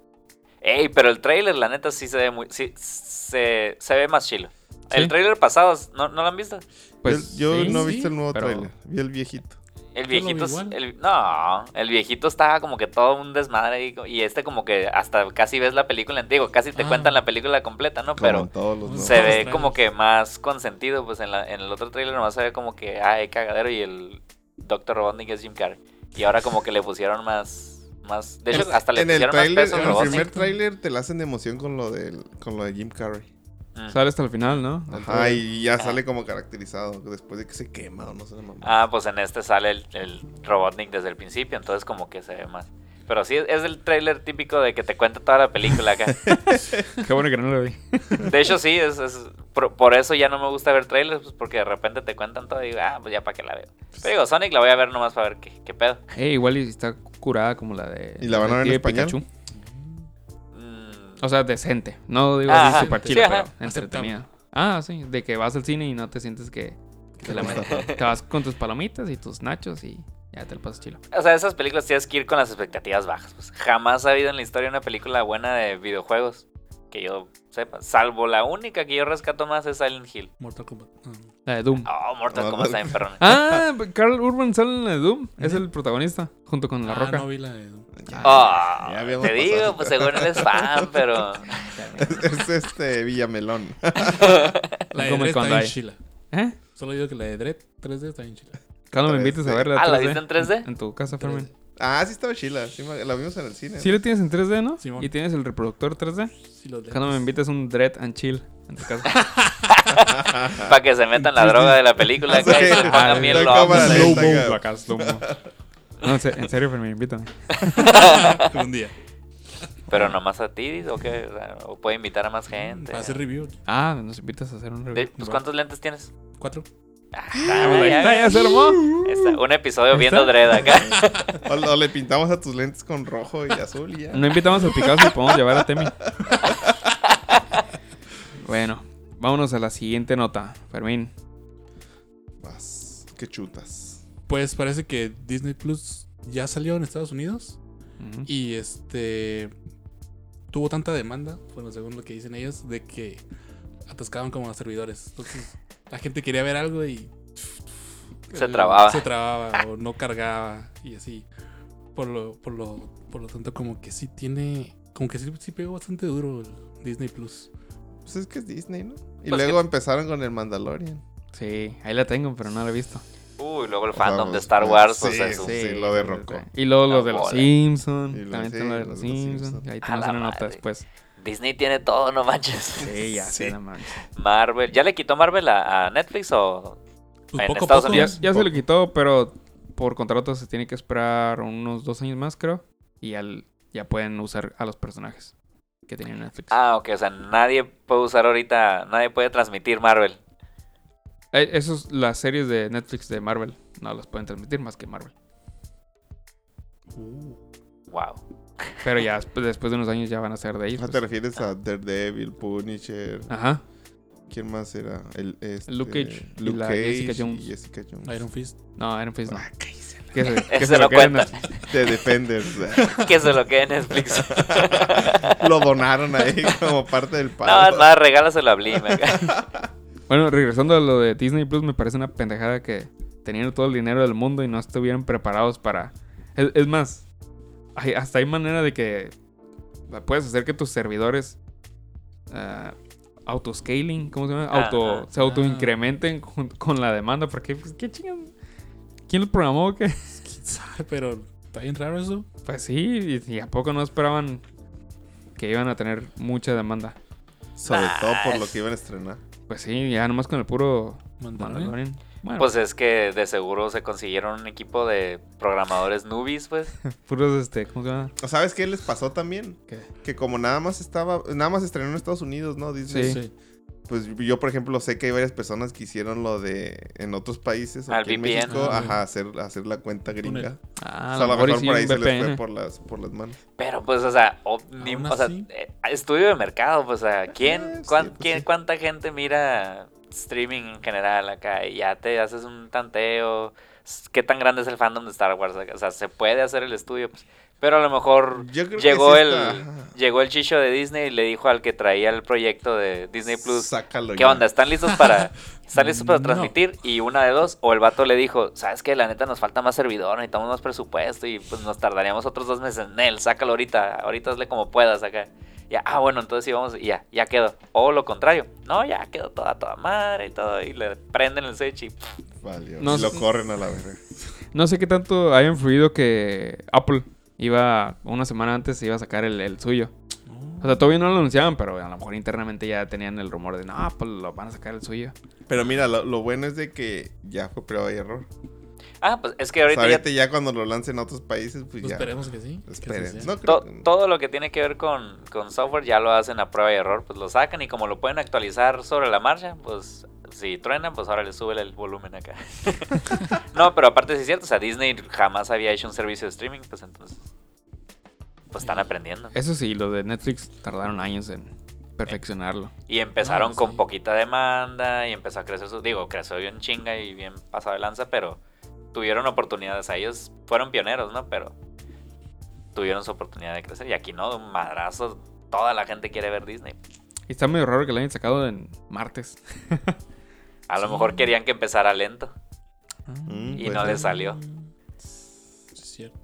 Speaker 4: Ey, pero el tráiler, la neta, sí se ve muy... Sí, se, se ve más chilo.
Speaker 1: ¿Sí?
Speaker 4: El tráiler pasado, ¿no, ¿no lo han visto?
Speaker 1: Pues
Speaker 2: yo yo
Speaker 1: sí,
Speaker 2: no he
Speaker 3: sí,
Speaker 2: visto el nuevo
Speaker 1: pero-
Speaker 2: trailer. Vi el viejito.
Speaker 4: El
Speaker 3: Yo lo vi
Speaker 4: viejito... es-
Speaker 3: igual.
Speaker 4: el- no, el viejito está como que todo un desmadre ahí, y este como que hasta casi ves la película antigua, casi te
Speaker 3: Ah.
Speaker 4: cuentan la película completa, ¿no?
Speaker 2: Pero,
Speaker 4: Pero...
Speaker 2: como en todos los nuevos.
Speaker 4: se
Speaker 3: Todos
Speaker 4: ve
Speaker 3: los
Speaker 4: como
Speaker 3: trailers.
Speaker 4: que más consentido, pues en, la- en el otro trailer nomás se ve como que, ah, es cagadero y el Dr. Robotnik es Jim Carrey. Y ahora como que le pusieron más, más, de hecho
Speaker 2: En-
Speaker 4: hasta le
Speaker 2: en el
Speaker 4: pusieron
Speaker 2: tráiler-
Speaker 4: más peso a
Speaker 2: en el
Speaker 4: Robotnik.
Speaker 2: primer tráiler te la hacen de emoción con lo del, con lo de Jim Carrey.
Speaker 4: Mm.
Speaker 1: Sale hasta el final, ¿no?
Speaker 2: Ajá, y ya
Speaker 4: Ah.
Speaker 2: sale como caracterizado después de que se quema o no sé la mamá.
Speaker 4: Ah, pues en este sale el, el Robotnik desde el principio, entonces como que se ve más. Pero sí, es el tráiler típico de que te cuenta toda la película acá.
Speaker 1: Qué bueno que no lo vi.
Speaker 4: De hecho, sí, es, es- por, por eso ya no me gusta ver trailers, pues porque de repente te cuentan todo y digo, ah, pues ya para que la veo. Pero digo, Sonic la voy a ver nomás para ver qué, qué pedo.
Speaker 1: Eh, igual y está curada como la de.
Speaker 2: ¿Y la van a ver en
Speaker 1: Detective
Speaker 2: español?
Speaker 4: Mm,
Speaker 1: O sea, decente. No digo
Speaker 4: Ajá.
Speaker 1: así super
Speaker 4: Sí,
Speaker 1: chila,
Speaker 4: ajá.
Speaker 1: pero entretenida. Ah, sí. De que vas al cine y no te sientes que. que te, la metes. Te vas con tus palomitas y tus nachos y ya te lo pasas chilo.
Speaker 4: o sea, esas películas tienes que ir con las expectativas bajas. Pues jamás ha habido en la historia una película buena de videojuegos que yo sepa. Salvo la única que yo rescato más es Silent Hill.
Speaker 3: Mortal Kombat. Ah.
Speaker 1: La de Doom.
Speaker 4: Oh, Mortal
Speaker 2: Ah,
Speaker 4: Kombat está
Speaker 2: no.
Speaker 4: bien, perrón.
Speaker 1: Ah, Carl Urban sale en la de Doom. Es el protagonista, junto con La
Speaker 3: Ah,
Speaker 1: Roca.
Speaker 3: no vi la de...
Speaker 4: Ah,
Speaker 2: Ya habíamos
Speaker 4: te
Speaker 2: pasado.
Speaker 4: digo, pues según él es fan, pero.
Speaker 2: Es, es este Villamelón.
Speaker 3: La de
Speaker 1: Como el
Speaker 3: Dread está bien
Speaker 1: Kondai.
Speaker 3: chila.
Speaker 1: ¿Eh?
Speaker 3: Solo digo que la de Dread 3D está bien chila.
Speaker 1: Cuando me
Speaker 2: Tres
Speaker 1: invites a
Speaker 2: D.
Speaker 1: verla
Speaker 4: Ah, ¿la viste en 3D?
Speaker 1: En tu casa, Fermín.
Speaker 2: Ah, sí estaba chila. sí me- la vimos en el cine.
Speaker 1: Sí lo tienes en 3D, ¿no?
Speaker 3: Simón.
Speaker 1: Y tienes el reproductor 3D.
Speaker 3: Sí, los
Speaker 1: Cuando me
Speaker 3: lentes.
Speaker 1: invites un Dread and Chill en tu casa.
Speaker 4: Para que se metan la droga de la película, que se pongan bien
Speaker 2: La
Speaker 4: locos. ¿eh?
Speaker 2: cámara
Speaker 1: Slow
Speaker 2: lenta,
Speaker 1: mo,
Speaker 2: cabrón.
Speaker 1: lo acá, slow mo. No, en se- en serio, Fermín, invítame.
Speaker 3: Un día.
Speaker 4: Pero nomás a ti, o que o, sea, o puede invitar a
Speaker 1: Mm,
Speaker 4: más gente.
Speaker 3: Para hacer review.
Speaker 1: Ah, nos invitas a hacer un
Speaker 4: De-
Speaker 1: review. pues
Speaker 4: pues, ¿Cuántos lentes tienes?
Speaker 3: Cuatro.
Speaker 4: Ah,
Speaker 1: Ahí
Speaker 4: ya,
Speaker 1: está, ya se armó.
Speaker 4: Está, un episodio
Speaker 1: ¿Está?
Speaker 4: viendo Dredd acá.
Speaker 2: O, o le pintamos a tus lentes con rojo y azul y ya.
Speaker 1: No invitamos al Picasso y podemos llevar a Temi. Bueno, vámonos a la siguiente nota, Fermín.
Speaker 2: Vas, qué chutas.
Speaker 3: Pues parece que Disney Plus ya salió en Estados Unidos.
Speaker 1: Ujú.
Speaker 3: Y este. Tuvo tanta demanda, bueno, según lo que dicen ellos, de que atascaban como los servidores. Entonces, la gente quería ver algo y.
Speaker 4: Se trababa.
Speaker 3: Se trababa o no cargaba y así. Por lo, por lo, por lo tanto, como que sí tiene. Como que sí, sí pegó bastante duro el Disney Plus.
Speaker 2: Pues es que es Disney, ¿no? Y
Speaker 4: Pues
Speaker 2: luego empezaron con el Mandalorian.
Speaker 1: Sí, ahí la tengo, pero no la he visto.
Speaker 4: Uy, luego el
Speaker 2: O sea,
Speaker 4: fandom de
Speaker 2: pues,
Speaker 4: Star Wars, o
Speaker 2: sí,
Speaker 4: sea, es un-
Speaker 2: sí. lo derrocó.
Speaker 1: Y luego
Speaker 4: La
Speaker 1: los de los
Speaker 4: bola.
Speaker 1: Simpsons.
Speaker 2: Y los-
Speaker 1: También
Speaker 2: sí,
Speaker 1: tengo los de los Simpsons.
Speaker 2: Simpsons.
Speaker 1: Ahí
Speaker 4: A
Speaker 1: tenemos
Speaker 4: la
Speaker 1: una nota
Speaker 4: madre.
Speaker 1: después.
Speaker 4: Disney tiene todo, no manches.
Speaker 1: Sí, ya
Speaker 2: Sí.
Speaker 1: sé, no manches.
Speaker 4: Marvel. ¿Ya le quitó Marvel a, a Netflix o.?
Speaker 3: Pues
Speaker 4: En
Speaker 3: poco a
Speaker 4: Estados
Speaker 3: poco.
Speaker 1: Ya,
Speaker 4: Unidos.
Speaker 1: ya se lo quitó, pero por contrato se tiene que esperar unos dos años más, creo. Y al, ya pueden usar a los personajes que tenían Netflix.
Speaker 4: Ah, ok, o sea, nadie puede usar ahorita, nadie puede transmitir Marvel.
Speaker 1: Eh, Esos, las series de Netflix de Marvel no las pueden transmitir más que Marvel.
Speaker 3: Uh,
Speaker 4: Wow.
Speaker 1: Pero ya desp- después de unos años ya van a ser de ellos.
Speaker 2: ¿A Ah, te
Speaker 1: pues.
Speaker 2: refieres a Daredevil, Punisher?
Speaker 1: Ajá.
Speaker 2: ¿Quién más era? El, este,
Speaker 1: Luke Cage y
Speaker 2: Luke
Speaker 1: la
Speaker 2: Cage
Speaker 1: Jessica Jones.
Speaker 2: y Jessica Jones.
Speaker 3: Iron Fist.
Speaker 1: No, Iron Fist no.
Speaker 2: Ah, cállese.
Speaker 1: Que se, que
Speaker 4: Ese
Speaker 1: se
Speaker 4: no
Speaker 1: lo queden
Speaker 4: cuenta.
Speaker 1: así.
Speaker 2: The Defenders. ¿eh?
Speaker 4: Que se lo quede en Netflix.
Speaker 2: lo donaron ahí como parte del
Speaker 4: No,
Speaker 2: pago.
Speaker 4: no, regálaselo a Blim. acá.
Speaker 1: Bueno, regresando a lo de Disney Plus, me parece una pendejada que tenían todo el dinero del mundo y no estuvieron preparados para. Es, es más, hay- hasta hay manera de que puedes hacer que tus servidores ah, autoscaling, ¿cómo se llama? Auto,
Speaker 4: Ajá.
Speaker 1: se autoincrementen con, con la demanda, porque pues, qué chingan. ¿Quién lo programó? ¿Qué?
Speaker 3: ¿Quién sabe? Pero está bien raro eso.
Speaker 1: Pues sí, y, y a poco no esperaban que iban a tener mucha demanda.
Speaker 2: Sobre todo por lo que iban a estrenar.
Speaker 1: Pues sí, ya nomás con el puro
Speaker 3: Mandalorian.
Speaker 1: Mandalorian. Bueno,
Speaker 4: Pues es que de seguro se consiguieron un equipo de programadores nubis, pues.
Speaker 1: puros este, ¿cómo se llama?
Speaker 2: ¿Sabes qué les pasó también?
Speaker 1: ¿Qué?
Speaker 2: Que como nada más estaba, nada más estrenó en Estados Unidos, ¿no? Disney.
Speaker 1: Sí.
Speaker 3: Sí.
Speaker 2: Pues yo, por ejemplo, sé que hay varias personas que hicieron lo de en otros países,
Speaker 4: Al
Speaker 2: aquí en
Speaker 4: VPN.
Speaker 2: México,
Speaker 3: Ah,
Speaker 2: ajá, hacer, hacer la cuenta gringa.
Speaker 1: Ah,
Speaker 2: o sea, a lo
Speaker 1: y
Speaker 2: mejor
Speaker 1: sí,
Speaker 2: por
Speaker 1: un
Speaker 2: ahí se les
Speaker 1: VPN.
Speaker 2: fue por las, por las manos.
Speaker 4: Pero pues, o sea, o- ni-
Speaker 3: Aún
Speaker 4: o sea,
Speaker 3: así.
Speaker 4: eh, estudio de mercado, pues, o sea,
Speaker 2: Eh,
Speaker 4: ¿quién,
Speaker 2: sí,
Speaker 4: cuán-
Speaker 2: pues,
Speaker 4: quién-
Speaker 2: sí.
Speaker 4: ¿cuánta gente mira streaming en general acá? Y ya te haces un tanteo. s- ¿Qué tan grande es el fandom de Star Wars? acá? O sea, se puede hacer el estudio, pues. Pero a lo mejor
Speaker 2: Yo creo que
Speaker 4: llegó
Speaker 2: sí
Speaker 4: el
Speaker 2: está, ajá.
Speaker 4: llegó el chicho de Disney y le dijo al que traía el proyecto de Disney Plus.
Speaker 2: Sácalo
Speaker 4: ¿Qué
Speaker 2: ya.
Speaker 4: onda? ¿Están listos para están listos para
Speaker 3: No.
Speaker 4: transmitir? Y una de dos, o el vato le dijo, ¿sabes qué? La neta nos falta más servidor, necesitamos más presupuesto y pues nos tardaríamos otros dos meses en él, sácalo ahorita, ahorita hazle como puedas acá. Ya, ah, bueno, entonces sí, vamos, y ya, ya quedó. O lo contrario, no, ya quedó toda, toda madre y todo, y le prenden el switch y pff,
Speaker 2: Valió.
Speaker 1: No
Speaker 2: y lo
Speaker 1: sé.
Speaker 2: corren a la verga.
Speaker 1: No sé qué tanto haya influido que Apple iba una semana antes iba a sacar el, el suyo. O sea, todavía no lo anunciaban, pero a lo mejor internamente ya tenían el rumor de no, pues Apple lo van a sacar el suyo.
Speaker 2: Pero mira, lo, lo bueno es de que ya fue prueba y error.
Speaker 4: Ah, pues es que
Speaker 2: O sea,
Speaker 4: ahorita ya
Speaker 2: ahorita ya cuando lo lancen a otros países, pues,
Speaker 3: Pues
Speaker 2: ya.
Speaker 3: esperemos que sí. que así
Speaker 2: Esperen.
Speaker 3: sea.
Speaker 2: No creo
Speaker 4: to-
Speaker 2: que-
Speaker 4: todo lo que tiene que ver con, con software ya lo hacen a prueba y error, pues lo sacan y como lo pueden actualizar sobre la marcha, pues si truenan, pues ahora le sube el volumen acá. no, pero aparte sí es cierto, o sea, Disney jamás había hecho un servicio de streaming, pues entonces pues están aprendiendo.
Speaker 1: Eso sí, los de Netflix tardaron años en perfeccionarlo.
Speaker 4: Y empezaron
Speaker 3: No,
Speaker 4: con
Speaker 3: sí.
Speaker 4: poquita demanda y empezó a crecer su... Digo, creció bien chinga y bien pasado de lanza, pero tuvieron oportunidades. A ellos fueron pioneros, ¿no? Pero tuvieron su oportunidad de crecer. Y aquí no, de un madrazo. Toda la gente quiere ver Disney.
Speaker 1: Y está medio raro que lo hayan sacado en martes.
Speaker 4: A lo
Speaker 3: Sí. Pues
Speaker 4: mejor querían que empezara lento
Speaker 3: Ah.
Speaker 2: Mm,
Speaker 4: y
Speaker 2: puede
Speaker 4: no
Speaker 2: ser.
Speaker 4: les salió.
Speaker 3: Sí, Es cierto.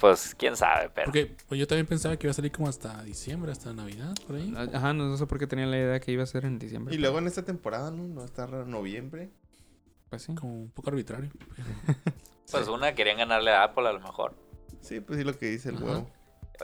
Speaker 4: Pues quién sabe, pero...
Speaker 3: Porque pues, yo también pensaba que iba a salir como hasta diciembre, hasta Navidad, por ahí.
Speaker 1: Ah, Ajá, no, sé por qué tenía la idea que iba a ser en diciembre.
Speaker 2: Y luego en esta temporada, ¿no? No está raro, noviembre.
Speaker 1: Pues sí.
Speaker 3: Como un poco arbitrario.
Speaker 4: Pues una querían ganarle a Apple a lo mejor.
Speaker 2: Sí, pues sí lo que dice el
Speaker 3: Ajá.
Speaker 2: huevo.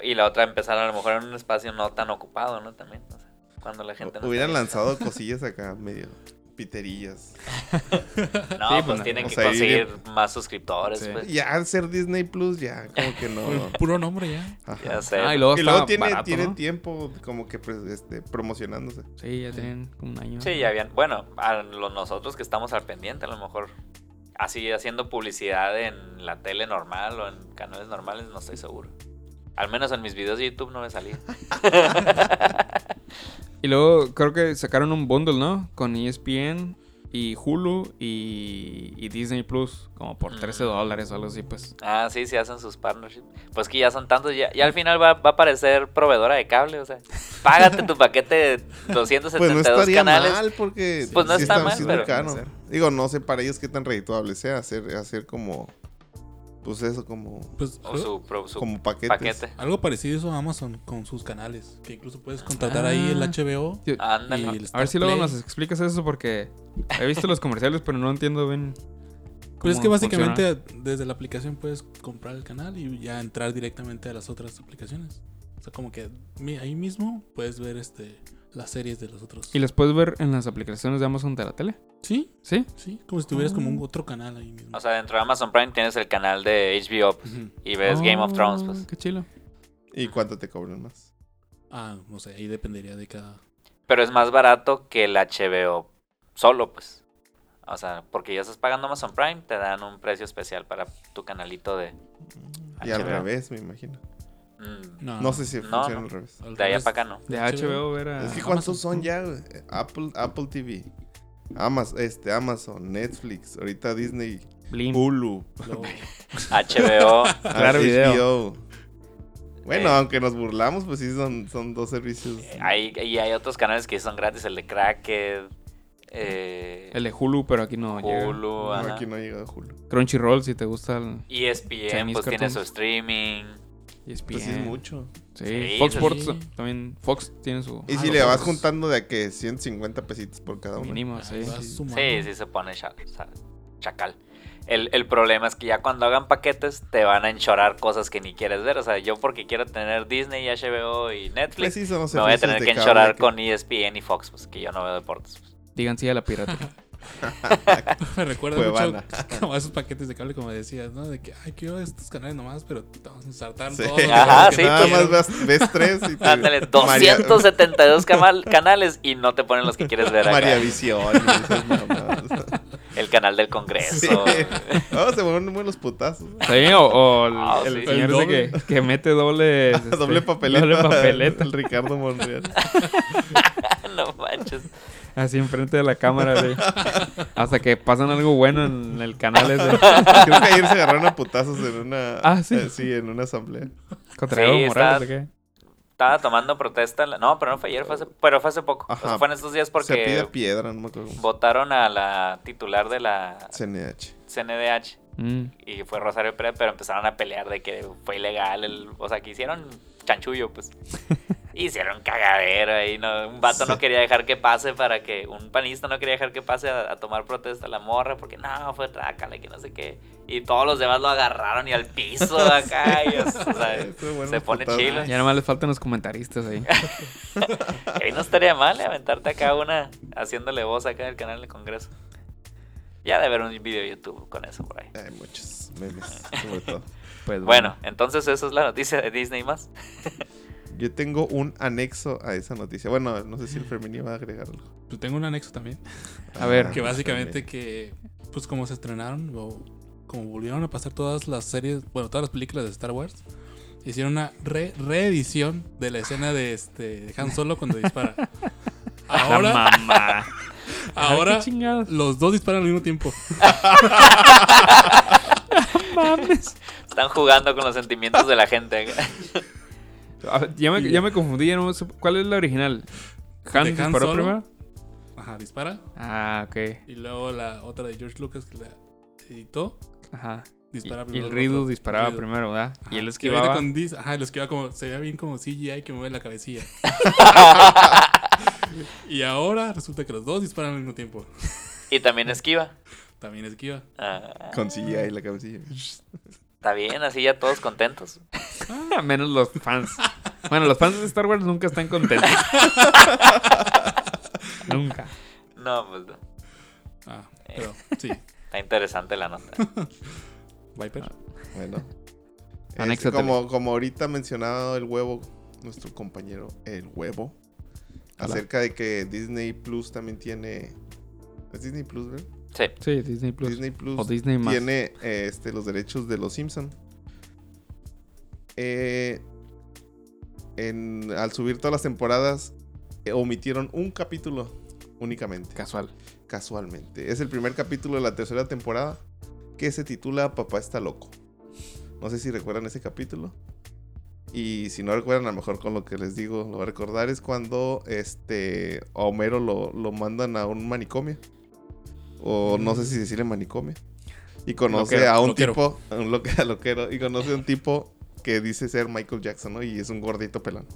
Speaker 4: Y la otra empezaron a lo mejor en un espacio no tan ocupado, ¿no? También. o sea, cuando la gente... no
Speaker 2: Hubieran
Speaker 4: está-
Speaker 2: lanzado cosillas acá, medio piterillas.
Speaker 4: No,
Speaker 1: Sí,
Speaker 4: pues,
Speaker 1: pues, no.
Speaker 4: tienen
Speaker 2: O
Speaker 4: que
Speaker 2: sea, ahí-
Speaker 4: conseguir más suscriptores.
Speaker 1: Sí.
Speaker 4: pues.
Speaker 2: Ya al ser Disney Plus, ya como que no.
Speaker 3: Puro nombre ya.
Speaker 2: Ajá.
Speaker 4: Ya sé.
Speaker 1: Ah, y luego,
Speaker 2: Y luego
Speaker 1: estaba
Speaker 2: tiene,
Speaker 1: barato,
Speaker 2: tiene
Speaker 1: ¿no?
Speaker 2: tiempo como que pues, este, promocionándose.
Speaker 1: Sí, ya tienen como un año.
Speaker 4: Sí, ya habían. Bueno, a los nosotros que estamos al pendiente, a lo mejor. Así haciendo publicidad en la tele normal o en canales normales, no estoy seguro. Al menos en mis videos de YouTube no me salía.
Speaker 1: Y luego creo que sacaron un bundle, ¿no? Con E ESPN y Hulu y, y Disney Plus, como
Speaker 4: Mm.
Speaker 1: por 13 dólares o algo así, pues.
Speaker 4: Ah, sí, sí hacen sus partnerships. Pues que ya son tantos, ya, ya al final va, va a aparecer proveedora de cable, o sea, págate tu paquete de 272
Speaker 2: Pues no estaría
Speaker 4: canales.
Speaker 2: mal porque
Speaker 4: Pues no está mal,
Speaker 2: sí
Speaker 4: pero-
Speaker 2: caro. Digo, no sé para ellos qué tan redituable sea hacer, hacer como pues eso como
Speaker 3: Pues
Speaker 4: O
Speaker 3: algo,
Speaker 4: su, pro- su
Speaker 2: como paquetes.
Speaker 4: paquete.
Speaker 3: algo parecido hizo Amazon con sus canales. Que incluso puedes contratar
Speaker 1: Ah.
Speaker 3: ahí el HBO.
Speaker 1: Yo-
Speaker 4: Ah,
Speaker 3: Y
Speaker 4: Ándale.
Speaker 3: el
Speaker 1: a ver
Speaker 3: Star
Speaker 1: si luego
Speaker 3: Play.
Speaker 1: nos explicas eso porque he visto los comerciales, pero no entiendo bien.
Speaker 3: Pues es
Speaker 1: cómo
Speaker 3: que básicamente desde la aplicación puedes comprar el canal y ya entrar directamente a las otras aplicaciones. O sea, como que mi- ahí mismo puedes ver este las series de los otros.
Speaker 1: ¿Y las puedes ver en las aplicaciones de Amazon de la tele?
Speaker 3: Sí,
Speaker 1: ¿Sí?
Speaker 3: sí, como si tuvieras
Speaker 1: Ah.
Speaker 3: como un otro canal ahí mismo.
Speaker 4: O sea, dentro de Amazon Prime tienes el canal de HBO pues,
Speaker 3: Ujú.
Speaker 4: y ves Game of Thrones, pues.
Speaker 1: Ah, Qué chilo.
Speaker 2: ¿Y cuánto te cobran más?
Speaker 3: Ah, no sé, ahí dependería de cada.
Speaker 4: Pero es más barato que el HBO solo, pues. O sea, porque ya estás pagando Amazon Prime, te dan un precio especial para tu canalito de...
Speaker 2: Y al
Speaker 4: HBO.
Speaker 2: revés, me imagino.
Speaker 4: mm,
Speaker 1: Ah.
Speaker 3: No,
Speaker 2: No sé si
Speaker 4: Ah, No,
Speaker 2: funciona
Speaker 4: no.
Speaker 2: al revés.
Speaker 3: al
Speaker 4: de allá
Speaker 3: revés.
Speaker 4: para acá, ¿no?
Speaker 1: De HBO ver a...
Speaker 2: Es que
Speaker 3: Ah,
Speaker 2: cuántos
Speaker 3: Amazon.
Speaker 2: son ya, güey? Apple, Apple TV, Amazon, este, Amazon, Netflix, ahorita Disney,
Speaker 1: Blim.
Speaker 2: Hulu, ah,
Speaker 3: Luego-
Speaker 4: HBO,
Speaker 1: Claro,
Speaker 2: HBO.
Speaker 1: video.
Speaker 2: Bueno,
Speaker 4: Eh.
Speaker 2: aunque nos burlamos, pues sí son, son dos servicios.
Speaker 4: hay, y hay otros canales que son gratis, el de Cracked, eh,
Speaker 1: El de Hulu, pero aquí no llega.
Speaker 4: Hulu,
Speaker 2: No,
Speaker 4: ajá.
Speaker 2: aquí no ha llegado Hulu.
Speaker 1: Crunchyroll, si te gusta el E
Speaker 4: ESPN,
Speaker 1: Chinese
Speaker 4: pues tiene
Speaker 1: cartoons.
Speaker 4: su streaming.
Speaker 1: ESPN.
Speaker 2: Pues sí es mucho.
Speaker 1: Sí,
Speaker 4: Sí, pues
Speaker 1: Fox
Speaker 4: sí.
Speaker 1: Sports también. Fox tiene su.
Speaker 2: Y
Speaker 3: Ah,
Speaker 2: si
Speaker 3: los
Speaker 2: le vas
Speaker 3: otros.
Speaker 2: juntando Ah, de a que 150 pesitos por cada uno.
Speaker 1: Mínimo, sí.
Speaker 3: vas sumando.
Speaker 4: Sí, sí se pone cha- cha- chacal. El, el problema es que ya cuando hagan paquetes te van a enchorar cosas que ni quieres ver. O sea, yo porque quiero tener Disney, HBO y Netflix,
Speaker 2: Pues sí son los
Speaker 4: me voy a
Speaker 2: servicios
Speaker 4: tener
Speaker 2: de
Speaker 4: que
Speaker 2: cable
Speaker 4: enchorar
Speaker 2: que-
Speaker 4: con ESPN y Fox, pues que yo no veo deportes. pues.
Speaker 1: Digan sí a la piratería.
Speaker 3: Me recuerda
Speaker 2: Cuevana.
Speaker 3: mucho como a esos paquetes de cable, como decías, ¿no? De que, ay, quiero estos canales nomás, pero te vamos a ensartar
Speaker 2: Sí.
Speaker 3: todos los
Speaker 4: Ajá,
Speaker 3: que
Speaker 4: sí,
Speaker 3: no
Speaker 2: Nada
Speaker 3: quiero.
Speaker 2: más vas- ves tres y te...
Speaker 4: Ándale,
Speaker 2: María-
Speaker 4: 272 camal- canales y no te ponen los que quieres ver. acá.
Speaker 2: María Visión. y esas mamadas.
Speaker 4: El canal del Congreso.
Speaker 2: Sí. No, se mueven muy los putazos.
Speaker 1: Sí, o, o el,
Speaker 4: Ah,
Speaker 1: el
Speaker 4: sí.
Speaker 1: señor
Speaker 3: El
Speaker 1: ese que, que mete este, doble.
Speaker 2: Este, doble papeleta.
Speaker 1: Doble papeleta.
Speaker 2: El Ricardo Monreal.
Speaker 4: no manches.
Speaker 1: Así enfrente de la cámara, güey. Hasta que pasan algo bueno en el canal ese.
Speaker 2: Creo que ayer se agarraron a putazos en una...
Speaker 1: Ah, sí.
Speaker 2: eh, sí, en una asamblea.
Speaker 1: Contra
Speaker 4: Sí,
Speaker 1: Evo
Speaker 4: está-
Speaker 1: Morales, ¿o qué?
Speaker 4: Estaba tomando protesta. la- No, pero no fue ayer, fue hace- pero fue hace poco. O sea,
Speaker 2: Ajá.
Speaker 4: fue en estos días
Speaker 2: Se pide
Speaker 4: porque
Speaker 2: piedra, no me acuerdo. cómo
Speaker 4: votaron a la titular de la
Speaker 2: se- CNH.
Speaker 4: CNDH.
Speaker 1: Mm.
Speaker 4: y fue Rosario Pérez, pero empezaron a pelear de que fue ilegal, el, o sea, que hicieron chanchullo, pues. hicieron cagadero ahí, ¿no? un vato no
Speaker 2: Sí.
Speaker 4: quería dejar que pase para que, un panista no quería dejar que pase a, a tomar protesta a la morra, porque no, fue trácala, que no sé qué. Y todos los demás lo agarraron y al piso acá, y, o sea,
Speaker 2: Estuvo bueno
Speaker 4: Eh, se
Speaker 2: los
Speaker 4: pone
Speaker 2: putazos.
Speaker 4: chilo.
Speaker 1: Ya nomás le faltan los comentaristas ahí.
Speaker 4: Ahí no estaría mal eh, aventarte acá una haciéndole voz acá en el canal del Congreso. Ya de ver un video de YouTube con eso por ahí.
Speaker 2: Hay muchos memes, sobre todo.
Speaker 1: Pues
Speaker 4: Bueno, entonces esa es la noticia de Disney más.
Speaker 2: Yo tengo un anexo a esa noticia. Bueno, no sé si el Fermín va a agregar algo.
Speaker 3: Yo Pues tengo un anexo también.
Speaker 1: A ver.
Speaker 3: Que
Speaker 2: Ah,
Speaker 3: básicamente que, pues como se estrenaron, o como volvieron a pasar todas las series, bueno, todas las películas de Star Wars, hicieron una re- reedición de la escena de este Han Solo cuando dispara.
Speaker 4: Ah,
Speaker 3: Ahora,
Speaker 1: mamá.
Speaker 2: Ah,
Speaker 3: ahora
Speaker 1: qué chingados.
Speaker 3: los dos disparan al mismo tiempo.
Speaker 4: Están jugando con los sentimientos de la gente.
Speaker 1: A ver, Ya me, ya me confundí, ya no me supe- ¿Cuál es la original? ¿Han
Speaker 3: ¿De Han
Speaker 1: disparó
Speaker 3: Solo?
Speaker 1: primero?
Speaker 3: Ajá, dispara.
Speaker 1: Ah, ok.
Speaker 3: Y luego la otra de George Lucas que la editó,
Speaker 1: Ajá. Y,
Speaker 3: dispara
Speaker 1: y
Speaker 3: primero.
Speaker 1: el Riddle
Speaker 3: otro.
Speaker 1: disparaba
Speaker 3: Riddle.
Speaker 1: primero, ¿verdad?
Speaker 3: Ajá,
Speaker 1: Y él
Speaker 3: que ahorita
Speaker 1: esquivaba.
Speaker 3: con dis- Ajá, lo esquivaba como. Se veía bien como CGI que mueve la cabecilla. y ahora resulta que los dos disparan al mismo tiempo.
Speaker 4: Y también esquiva.
Speaker 3: También esquiva.
Speaker 4: Ah,
Speaker 2: Con CGI la cabecilla.
Speaker 4: está bien, así ya todos contentos.
Speaker 1: Ah, Menos los fans. Bueno, los fans de Star Wars nunca están contentos. nunca.
Speaker 4: No, pues no.
Speaker 3: Ah, pero sí.
Speaker 4: Está interesante la nota.
Speaker 3: Viper.
Speaker 1: Ah.
Speaker 2: Bueno.
Speaker 1: Anexo
Speaker 2: Este, como, como ahorita mencionaba el huevo, nuestro compañero el huevo,
Speaker 1: Hola.
Speaker 2: acerca de que Disney Plus también tiene... ¿Es Disney Plus, verdad?
Speaker 4: Sí.
Speaker 1: Sí, Disney Plus.
Speaker 2: Disney Plus
Speaker 1: O Disney más.
Speaker 2: tiene eh, este, los derechos de los Simpson. Eh, en- al subir todas las temporadas, eh, omitieron un capítulo únicamente,
Speaker 1: Casual.
Speaker 2: casualmente. Es el primer capítulo de la tercera temporada que se titula Papá está loco. No sé si recuerdan ese capítulo. Y si no recuerdan, a lo mejor con lo que les digo, lo voy a recordar es cuando este a Homero lo, lo mandan a un manicomio. O no sé si decirle manicomio. Y conoce
Speaker 1: Loquero,
Speaker 2: a un
Speaker 3: loquero.
Speaker 2: tipo, a un loque- a loquero, y conoce a un tipo que dice ser Michael Jackson, ¿no? Y es un gordito pelón.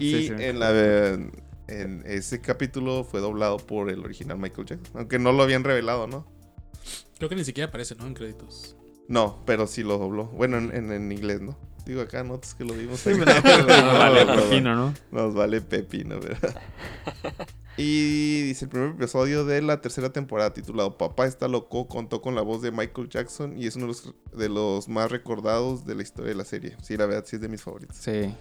Speaker 2: Y
Speaker 1: Sí, sí, me
Speaker 2: en la en- en ese capítulo fue doblado por el original Michael Jackson. Aunque no lo habían revelado, ¿no?
Speaker 3: Creo que ni siquiera aparece, ¿no? En créditos.
Speaker 2: No, pero sí lo dobló. Bueno, en, en- en inglés, ¿no? Digo acá, notas que lo vimos.
Speaker 1: vale,
Speaker 2: No, no, no.
Speaker 1: coquino, ¿no?
Speaker 2: Nos vale pepino, ¿verdad? Y dice el primer episodio de la tercera temporada titulado Papá está loco contó con la voz de Michael Jackson y es uno de los, de los más recordados de la historia de la serie. Sí, la verdad sí es de mis favoritos.
Speaker 1: Sí.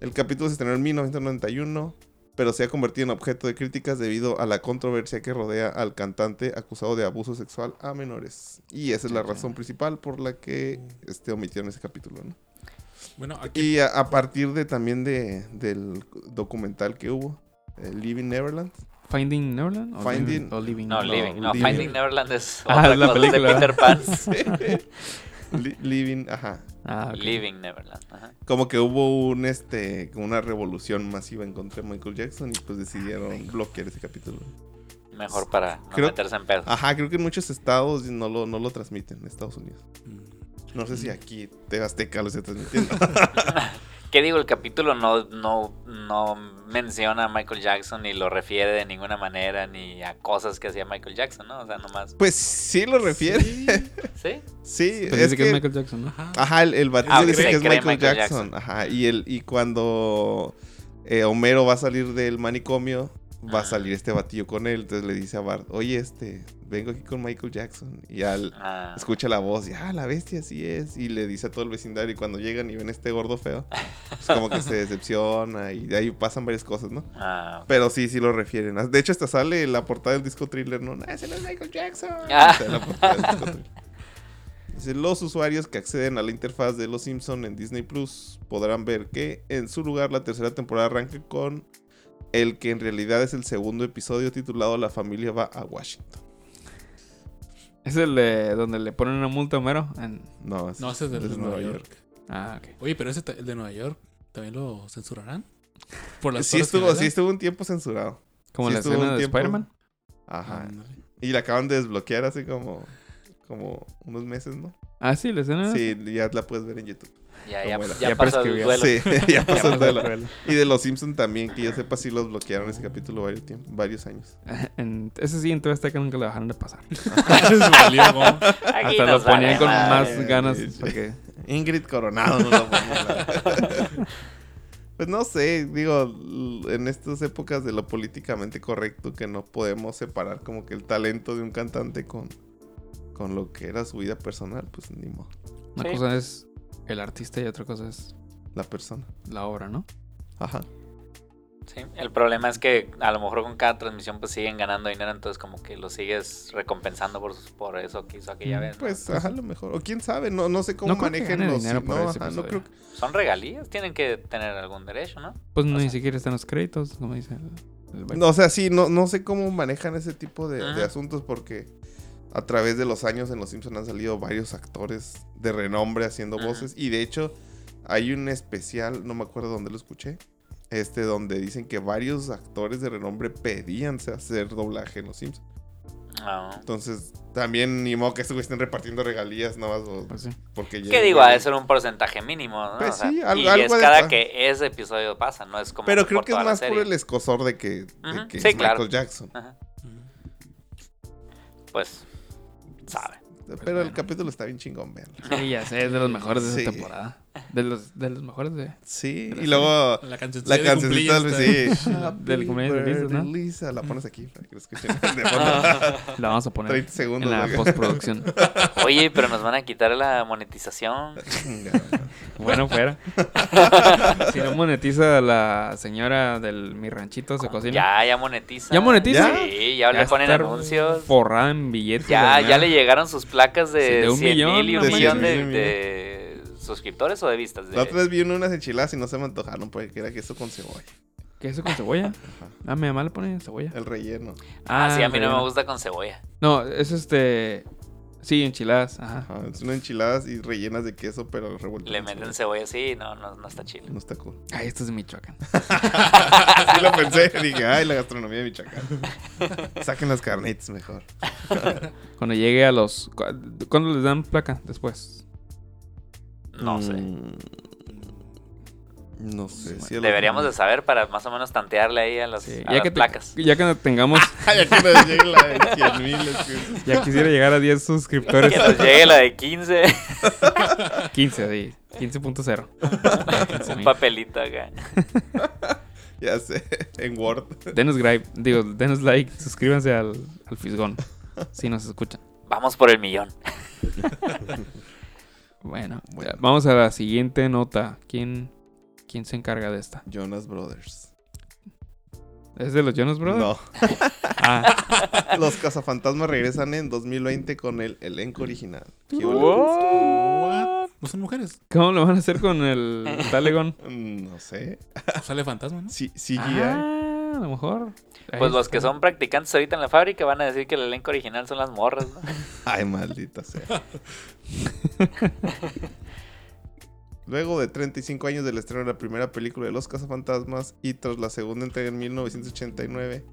Speaker 2: El capítulo se estrenó en 1991, pero se ha convertido en objeto de críticas debido a la controversia que rodea al cantante acusado de abuso sexual a menores. Y esa es la razón principal por la que este, omitieron ese capítulo, ¿no?
Speaker 3: Bueno, aquí.
Speaker 2: Y a, a partir de también de, del documental que hubo, eh, Living Neverland.
Speaker 1: Finding Neverland o
Speaker 2: Finding-
Speaker 1: Living- o Living.
Speaker 4: No, Living. No,
Speaker 2: Living.
Speaker 4: Finding Neverland es
Speaker 1: Ah,
Speaker 4: otra
Speaker 1: es la
Speaker 4: cosa, es de
Speaker 1: película.
Speaker 4: Peter Pan.
Speaker 2: Li- living, ajá.
Speaker 1: Ah, ok.
Speaker 4: Living Neverland. ajá.
Speaker 2: Como que hubo un este como una revolución masiva en contra de Michael Jackson y pues decidieron bloquear ese capítulo.
Speaker 4: Mejor para no
Speaker 2: Creo-
Speaker 4: meterse en
Speaker 1: Ah.
Speaker 4: pedo.
Speaker 2: Ajá, creo que en muchos estados no lo, no lo transmiten en Estados Unidos.
Speaker 3: mm,
Speaker 2: No sé si aquí TV Azteca lo está transmitiendo.
Speaker 4: ¿Qué digo? El capítulo no, no, no menciona a Michael Jackson ni lo refiere de ninguna manera ni a cosas que hacía Michael Jackson, ¿no? O sea, nomás.
Speaker 2: pues sí lo refiere. Sí,
Speaker 4: ¿Sí?
Speaker 1: Pero
Speaker 2: es
Speaker 1: Pues dice que es
Speaker 2: que-
Speaker 1: Michael Jackson, ¿no?
Speaker 3: Ajá.
Speaker 2: Ajá, el, el batillo
Speaker 4: Ah, ok.
Speaker 2: dice
Speaker 4: Se
Speaker 2: que es
Speaker 4: cree
Speaker 2: Michael,
Speaker 4: Michael
Speaker 2: Jackson. Ajá, y, el, y cuando eh, Homero va a salir del manicomio, va a
Speaker 4: Ah.
Speaker 2: salir este batillo con él. Entonces le dice a Bart, oye, este, vengo aquí con Michael Jackson. Y al,
Speaker 4: Ah,
Speaker 2: escucha la voz y, ah, la bestia, así es. Y le dice a todo el vecindario y cuando llegan y ven este gordo feo, es como que se decepciona y de ahí pasan varias cosas, ¿no?
Speaker 4: ah,
Speaker 2: Pero sí, sí lo refieren. De hecho, hasta sale la portada del disco thriller, ¿no? "Ah, ese no es Michael Jackson.
Speaker 4: Ah.
Speaker 2: Está en la portada del disco Thriller. Dice, los usuarios que acceden a la interfaz de Los Simpson en Disney Plus podrán ver que en su lugar la tercera temporada arranca con el que en realidad es el segundo episodio titulado La familia va a Washington.
Speaker 1: Es el de donde le ponen una multa a Homero. En...
Speaker 2: No, es,
Speaker 3: No, ese es de,
Speaker 2: es
Speaker 3: Nueva York.
Speaker 1: Ah, ok.
Speaker 3: Oye, pero ese ta- el de Nueva York también lo censurarán. Por las
Speaker 2: Sí
Speaker 3: horas que
Speaker 2: estuvo,
Speaker 3: dura.
Speaker 2: sí estuvo un tiempo censurado.
Speaker 1: Como
Speaker 2: Sí
Speaker 1: la
Speaker 2: estuvo
Speaker 1: escena
Speaker 2: un
Speaker 1: de
Speaker 2: tiempo.
Speaker 1: Spider-Man.
Speaker 2: Ajá.
Speaker 3: Ándale.
Speaker 2: Y la acaban de desbloquear hace como, como unos meses, ¿no?
Speaker 1: Ah, sí, la escena.
Speaker 2: Sí, ya la puedes ver en YouTube.
Speaker 4: ya, ya,
Speaker 2: Como
Speaker 4: ya
Speaker 1: ya
Speaker 4: pasó
Speaker 1: prescribió.
Speaker 4: el duelo.
Speaker 2: Sí, ya pasó el duelo.
Speaker 1: Cruella.
Speaker 2: Y de los Simpsons también, que yo sepa si los bloquearon ese capítulo varios, tiemp- varios años.
Speaker 1: En- Ese sí, en TV Azteca nunca lo dejaron de pasar.
Speaker 3: Eso valió, ¿no?
Speaker 4: Aquí
Speaker 1: Hasta
Speaker 4: nos
Speaker 1: lo ponían
Speaker 4: vale
Speaker 1: con
Speaker 4: madre.
Speaker 1: más
Speaker 2: madre.
Speaker 1: ganas. Porque...
Speaker 2: Ingrid Coronado no lo ponía. Pues no sé, digo, l- en estas épocas de lo políticamente correcto que no podemos separar como que el talento de un cantante con, con lo que era su vida personal, pues ni modo,
Speaker 1: Una
Speaker 4: Sí.
Speaker 1: cosa es el artista y otra cosa es
Speaker 2: la persona.
Speaker 1: la obra, ¿no?
Speaker 2: Ajá.
Speaker 4: Sí, el problema es que a lo mejor con cada transmisión pues siguen ganando dinero, entonces como que lo sigues recompensando por, sus- por eso que hizo aquella vez. ¿no?
Speaker 2: Pues ajá, a lo mejor. O quién sabe, no, no sé cómo
Speaker 1: No creo que
Speaker 2: manejen
Speaker 1: gane
Speaker 2: los...
Speaker 1: dinero por
Speaker 2: no,
Speaker 1: ese
Speaker 2: ajá, no
Speaker 1: episodio.
Speaker 2: creo que-
Speaker 4: Son regalías, tienen que tener algún derecho, ¿no?
Speaker 1: Pues
Speaker 4: O
Speaker 1: ni
Speaker 4: sea-
Speaker 1: siquiera están los créditos, como dice el- el
Speaker 2: No, o sea, sí, no, no sé cómo manejan ese tipo de, de
Speaker 4: Ah.
Speaker 2: asuntos porque a través de los años en Los Simpsons han salido varios actores de renombre haciendo
Speaker 4: Ajá.
Speaker 2: voces y de hecho hay un especial, no me acuerdo dónde lo escuché, este donde dicen que varios actores de renombre pedían hacer doblaje en Los Simpsons.
Speaker 4: No.
Speaker 2: Entonces, también ni modo que estos güey estén repartiendo regalías nada más o-
Speaker 1: Pues sí.
Speaker 2: porque ya-
Speaker 4: ¿Qué digo? Ha de ser un porcentaje mínimo, ¿no?
Speaker 2: Pues
Speaker 4: O sea,
Speaker 2: sí, al-
Speaker 4: y
Speaker 2: algo
Speaker 4: es
Speaker 2: ha de
Speaker 4: cada
Speaker 2: estar.
Speaker 4: que ese episodio pasa, no es como
Speaker 2: Pero creo
Speaker 4: por
Speaker 2: que es
Speaker 4: toda la
Speaker 2: más por
Speaker 4: serie.
Speaker 2: el escosor de que, de
Speaker 4: Ujú,
Speaker 2: que
Speaker 4: sí,
Speaker 2: es
Speaker 4: claro.
Speaker 2: Michael Jackson.
Speaker 4: Ajá.
Speaker 3: Ujú.
Speaker 4: Pues, sabe.
Speaker 2: Pero el
Speaker 1: bueno.
Speaker 2: capítulo está bien chingón, veanlo.
Speaker 1: Sí, ya sé, es de los mejores de
Speaker 2: Sí.
Speaker 1: esa temporada. De los, de los mejores de.
Speaker 2: Sí,
Speaker 1: Pero
Speaker 2: y
Speaker 1: sí.
Speaker 2: luego
Speaker 3: La cancioncita
Speaker 2: La
Speaker 3: de
Speaker 2: cancioncita
Speaker 3: cumpleaños
Speaker 2: sí.
Speaker 3: está-
Speaker 1: Del cumpleaños de Lisa, ¿no?
Speaker 2: Lisa, la pones aquí para que lo escuchen de
Speaker 3: Ah.
Speaker 2: fondo.
Speaker 1: La vamos a poner
Speaker 2: 30 segundos.
Speaker 1: en la
Speaker 2: güey.
Speaker 1: postproducción.
Speaker 4: Oye, pero nos van a quitar la monetización.
Speaker 1: Bueno, fuera. si no monetiza la señora del mi ranchito se cocina.
Speaker 4: Ya, ya monetiza.
Speaker 1: ¿Ya monetiza?
Speaker 4: Sí, ya, le ponen
Speaker 1: estar
Speaker 4: anuncios.
Speaker 1: Forrada en billetes. la
Speaker 4: Ya,
Speaker 1: señora.
Speaker 4: ya le llegaron sus placas
Speaker 1: Sí,
Speaker 4: de,
Speaker 1: de un
Speaker 4: 100 mil
Speaker 1: millón,
Speaker 4: y un
Speaker 2: no
Speaker 4: millón
Speaker 2: manches.
Speaker 4: de, de suscriptores o de vistas. de-
Speaker 2: La otra vez vi unas enchiladas y no se me antojaron porque era queso con cebolla.
Speaker 1: ¿Queso con cebolla? Ah, mi mamá le pone cebolla.
Speaker 2: El relleno.
Speaker 4: Ah, sí, a mí no
Speaker 1: relleno.
Speaker 4: me gusta con cebolla.
Speaker 1: No, es este. Sí, enchiladas. Ajá.
Speaker 2: Ajá, son enchiladas y rellenas de queso, pero revueltas.
Speaker 4: Le
Speaker 2: con
Speaker 4: meten
Speaker 2: cebolla.
Speaker 4: cebolla así, no, no, no está chido.
Speaker 2: No está cool.
Speaker 1: Ay, esto es de Michoacán.
Speaker 2: Sí lo pensé. Dije, ay, la gastronomía de Michoacán. Saquen las carnitas mejor.
Speaker 1: Cuando llegue a los. cu- ¿Cuándo les dan placa? Después.
Speaker 4: No sé.
Speaker 2: Mm, No sé. si a los-
Speaker 4: Deberíamos de saber para más o menos tantearle ahí a las,
Speaker 1: Sí,
Speaker 4: a las
Speaker 1: que te-
Speaker 4: placas.
Speaker 1: ya que tengamos.
Speaker 2: Ay, aquí nos llega la de 100 mil.
Speaker 1: Ya quisiera llegar a 10 suscriptores.
Speaker 4: Que nos llegue la de 15,
Speaker 1: 15, sí. 15.0.
Speaker 4: un
Speaker 1: 15.000.
Speaker 4: papelito acá.
Speaker 2: Ya sé. En Word.
Speaker 1: Denos gripe, digo, denos like, suscríbanse al, al Fisgón. Si nos escuchan.
Speaker 4: Vamos por el millón.
Speaker 1: Bueno,
Speaker 2: Bueno.
Speaker 1: ya, vamos a la siguiente nota. ¿Quién, ¿Quién se encarga de esta?
Speaker 2: Jonas Brothers.
Speaker 1: ¿Es de los Jonas Brothers?
Speaker 2: No.
Speaker 1: Ah,
Speaker 2: Los cazafantasmas regresan en 2020 con el elenco original. ¿Qué hubo?
Speaker 3: What? No son mujeres.
Speaker 1: ¿Cómo lo van a hacer con el Talegón?
Speaker 2: Mm, No sé.
Speaker 3: Sale fantasma, ¿no?
Speaker 2: Sí, CGI.
Speaker 1: Ah, a lo mejor. Ahí
Speaker 4: Pues los
Speaker 1: está.
Speaker 4: que son practicantes ahorita en la fábrica van a decir que el elenco original son las morras, ¿no?
Speaker 2: Ay, maldita sea. Luego de 35 años del estreno de la primera película de Los Cazafantasmas y tras la segunda entrega en 1989,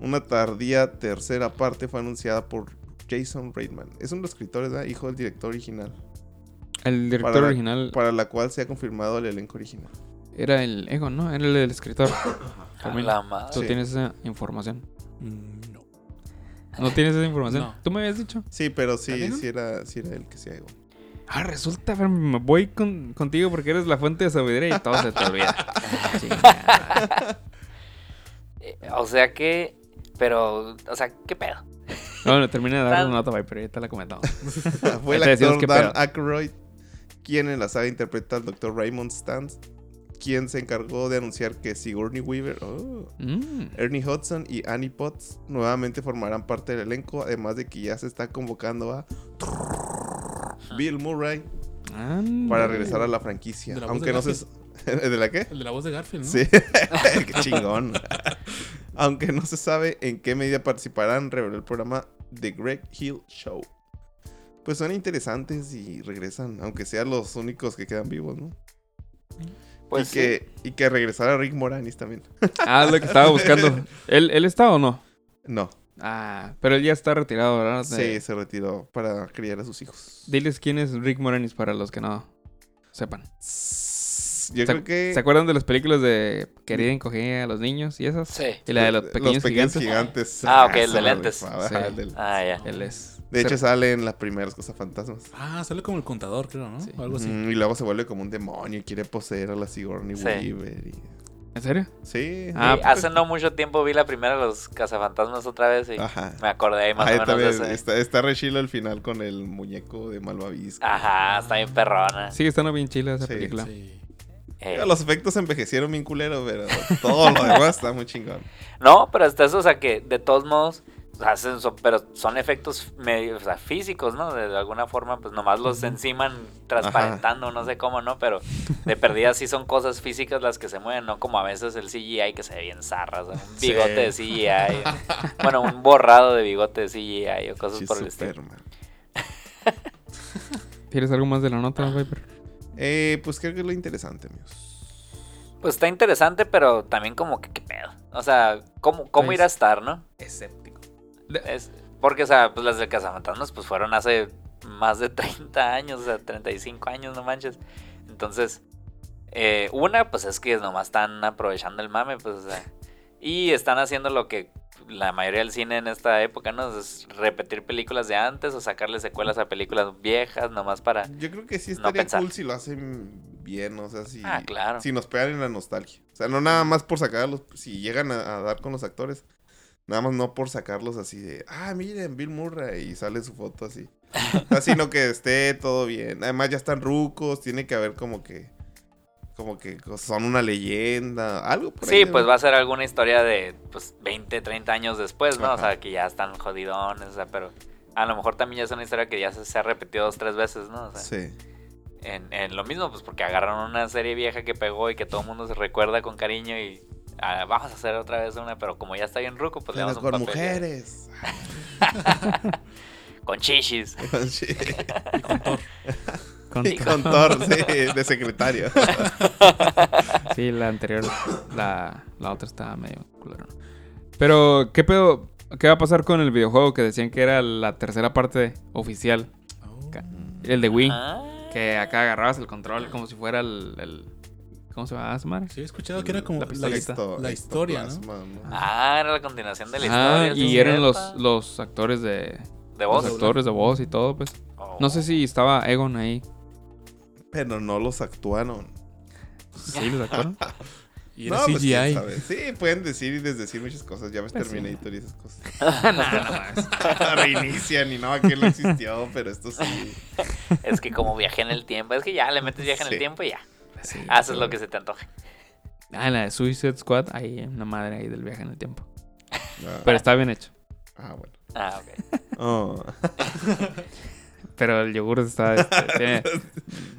Speaker 2: una tardía tercera parte fue anunciada por Jason Reitman. Es un escritor, ¿verdad? Hijo del director original,
Speaker 1: El director
Speaker 2: Para-
Speaker 1: original
Speaker 2: para la cual se ha confirmado el elenco original.
Speaker 1: era el Egon, ¿no? Era el, del escritor.
Speaker 4: A
Speaker 1: Carmela,
Speaker 4: la madre.
Speaker 1: Tú
Speaker 2: Sí.
Speaker 1: tienes esa información.
Speaker 3: Mm, No.
Speaker 1: ¿No tienes esa información?
Speaker 3: No.
Speaker 1: ¿Tú me habías dicho?
Speaker 2: Sí, pero sí,
Speaker 3: ¿También no?
Speaker 2: sí era, sí era el que se hago.
Speaker 1: Ah, resulta, Fer, me voy con- contigo porque eres la fuente de sabiduría y todo se te olvida.
Speaker 4: Eh, O sea que. Pero, o sea, ¿qué pedo?
Speaker 1: no, no, termina de dar una nota, bye, pero ahorita la comentamos.
Speaker 2: Fue el
Speaker 1: Ahorita decimos
Speaker 2: actor
Speaker 1: qué pedo.
Speaker 2: Dan Aykroyd quien en la saga interpreta al Dr. Raymond Stantz, quien se encargó de anunciar que Sigourney Weaver, oh,
Speaker 1: Mm.
Speaker 2: Ernie Hudson y Annie Potts nuevamente formarán parte del elenco, además de que ya se está convocando a Bill Murray
Speaker 1: Ándale.
Speaker 2: para regresar a la franquicia,
Speaker 3: De la voz
Speaker 2: aunque
Speaker 3: de
Speaker 2: no se ¿De la qué?
Speaker 3: El de la voz de Garfield, ¿no?
Speaker 2: Sí, qué chingón. Aunque no se sabe en qué medida participarán, reveló el programa The Greg Hill Show. Pues son interesantes y regresan, aunque sean los únicos que quedan vivos, ¿no?
Speaker 4: Pues
Speaker 2: y,
Speaker 4: sí.
Speaker 2: que, y que regresara Rick Moranis también.
Speaker 1: Ah, es lo que estaba buscando. ¿Él, él está o no?
Speaker 2: No,
Speaker 1: Ah, pero él ya está retirado,
Speaker 4: Ah,
Speaker 1: ¿verdad?
Speaker 2: sí,
Speaker 1: De-
Speaker 2: se retiró para criar a sus hijos.
Speaker 1: Diles quién es Rick Moranis para los que no sepan.
Speaker 2: Yo
Speaker 1: ¿Se,
Speaker 2: creo que...
Speaker 1: ¿Se acuerdan de las películas de Querida encogida a los niños y esas?
Speaker 4: Sí.
Speaker 1: Y la de los pequeños, gigantes.
Speaker 4: Ah, ok, el
Speaker 2: se
Speaker 4: de
Speaker 2: la
Speaker 4: lentes.
Speaker 2: rifaba,
Speaker 1: Sí.
Speaker 2: el de-
Speaker 4: Ah, ya.
Speaker 1: Él es
Speaker 2: De hecho, sale en las primeras cosas fantasmas.
Speaker 3: Ah, sale como el contador, creo, ¿no?
Speaker 1: Sí.
Speaker 3: O algo así.
Speaker 2: Mm, y luego se vuelve como un demonio y quiere poseer a la Sigourney
Speaker 4: Sí.
Speaker 2: Weaver. y-
Speaker 1: ¿En serio?
Speaker 2: Sí.
Speaker 1: Ah,
Speaker 4: Y hace no mucho tiempo vi la primera de los cazafantasmas otra vez y
Speaker 2: Ajá.
Speaker 4: me acordé ahí más
Speaker 2: Ahí
Speaker 4: o menos de
Speaker 2: Ah. también
Speaker 4: ese.
Speaker 2: está, está re chilo el final con el muñeco de Malvavisco.
Speaker 4: Ajá, está bien perrona.
Speaker 1: Sí, está bien chila esa
Speaker 2: Sí,
Speaker 1: película.
Speaker 3: Sí.
Speaker 4: Eh,
Speaker 2: Digo, Los efectos envejecieron bien culero, pero todo lo demás está muy chingón.
Speaker 4: No, pero hasta eso, o sea que de todos modos, hacen so- pero son efectos medio, o sea, físicos, ¿no? De alguna forma, pues nomás los enciman transparentando, no sé cómo, ¿no? Pero de perdida sí son cosas físicas las que se mueven, ¿no? Como a veces el CGI que se ve bien zarra, o sea, un bigote de CGI. o- bueno, un borrado de bigote de CGI o cosas
Speaker 2: Sí,
Speaker 4: por el estilo.
Speaker 2: Superman.
Speaker 1: ¿Quieres algo más de la nota, Viper?
Speaker 2: Eh, pues creo que es lo interesante, amigos.
Speaker 4: Pues está interesante, pero también como que qué pedo. O sea, ¿cómo, cómo
Speaker 1: Ahí
Speaker 4: irá a
Speaker 1: es-
Speaker 4: estar, no?
Speaker 1: Escéptico.
Speaker 4: Es, porque, o sea, pues las de Cazafantasmas pues fueron hace más de 30 años, o sea, 35 años, no manches. Entonces, eh, una, pues es que nomás están aprovechando el mame, pues, o sea, y están haciendo lo que la mayoría del cine en esta época, ¿no? Es repetir películas de antes o sacarle secuelas a películas viejas, nomás para...
Speaker 2: Yo creo que sí
Speaker 4: No
Speaker 2: estaría
Speaker 4: pensar.
Speaker 2: cool si lo hacen bien, o sea, si,
Speaker 4: Ah, claro.
Speaker 2: si nos pegan en la nostalgia. O sea, no nada más por sacarlos, si llegan a, a dar con los actores. Nada más no por sacarlos así de, ah, miren, Bill Murray, y sale su foto así. Así no que esté todo bien. Además ya están rucos, tiene que haber como que, como que son una leyenda, algo por ahí,
Speaker 4: Sí,
Speaker 2: ¿no?
Speaker 4: pues va a ser alguna historia de pues 20, 30 años después, ¿no? O
Speaker 2: Ajá.
Speaker 4: sea, que ya están jodidones, o sea, pero a lo mejor también ya es una historia que ya se, se ha repetido dos, tres veces, ¿no? O sea,
Speaker 2: Sí.
Speaker 4: en, en lo mismo, pues porque agarraron una serie vieja que pegó y que todo el mundo se recuerda con cariño y ah, vamos a hacer otra vez una, pero como ya está bien ruco, pues le
Speaker 2: Pero
Speaker 4: damos un
Speaker 2: con
Speaker 4: papel
Speaker 2: mujeres.
Speaker 4: con chichis.
Speaker 2: Sí.
Speaker 1: Con-
Speaker 2: Y con Thor, sí, de secretario.
Speaker 1: Sí, la anterior, la, la otra estaba medio culero. Pero, ¿qué pedo? ¿Qué va a pasar con el videojuego que decían que era la tercera parte oficial?
Speaker 3: Oh.
Speaker 1: Ca- El de Wii.
Speaker 4: Ah,
Speaker 1: Que acá agarrabas el control como si fuera el... el- ¿Cómo se llama? ¿Asmar?
Speaker 3: Sí, he escuchado que era como
Speaker 1: La
Speaker 3: la,
Speaker 1: pistolita.
Speaker 3: his- la historia, ¿no?
Speaker 2: Ectoplasma, ¿no?
Speaker 4: Ah, era la continuación de la
Speaker 1: Ah,
Speaker 4: historia. sí,
Speaker 1: y eran los,
Speaker 4: cierto.
Speaker 1: los actores de...
Speaker 4: de
Speaker 1: Los
Speaker 4: voz.
Speaker 1: actores de voz y todo, pues.
Speaker 4: Oh.
Speaker 1: No sé si estaba Egon ahí.
Speaker 2: Pero no los actuaron.
Speaker 1: ¿Sí los actuaron?
Speaker 3: Y era
Speaker 2: No, pues, quién
Speaker 3: CGI.
Speaker 2: sabe. sí, pueden decir y desdecir muchas cosas. Ya ves
Speaker 1: Pues sí.
Speaker 2: Terminator y esas cosas.
Speaker 1: No, no mames.
Speaker 2: Reinician y no, aquel no existió, pero esto sí.
Speaker 4: Es que como viajé en el tiempo, es que ya le metes viaje en
Speaker 2: Sí.
Speaker 4: el tiempo y ya.
Speaker 1: Sí.
Speaker 4: Haces lo que se te antoje.
Speaker 1: Ah, en la de Suicide Squad, ahí una madre ahí del viaje en el tiempo.
Speaker 2: Ah,
Speaker 1: Pero está bien hecho.
Speaker 2: ah, bueno.
Speaker 4: Ah, ok.
Speaker 2: Oh.
Speaker 1: Pero el yogur está este, tiene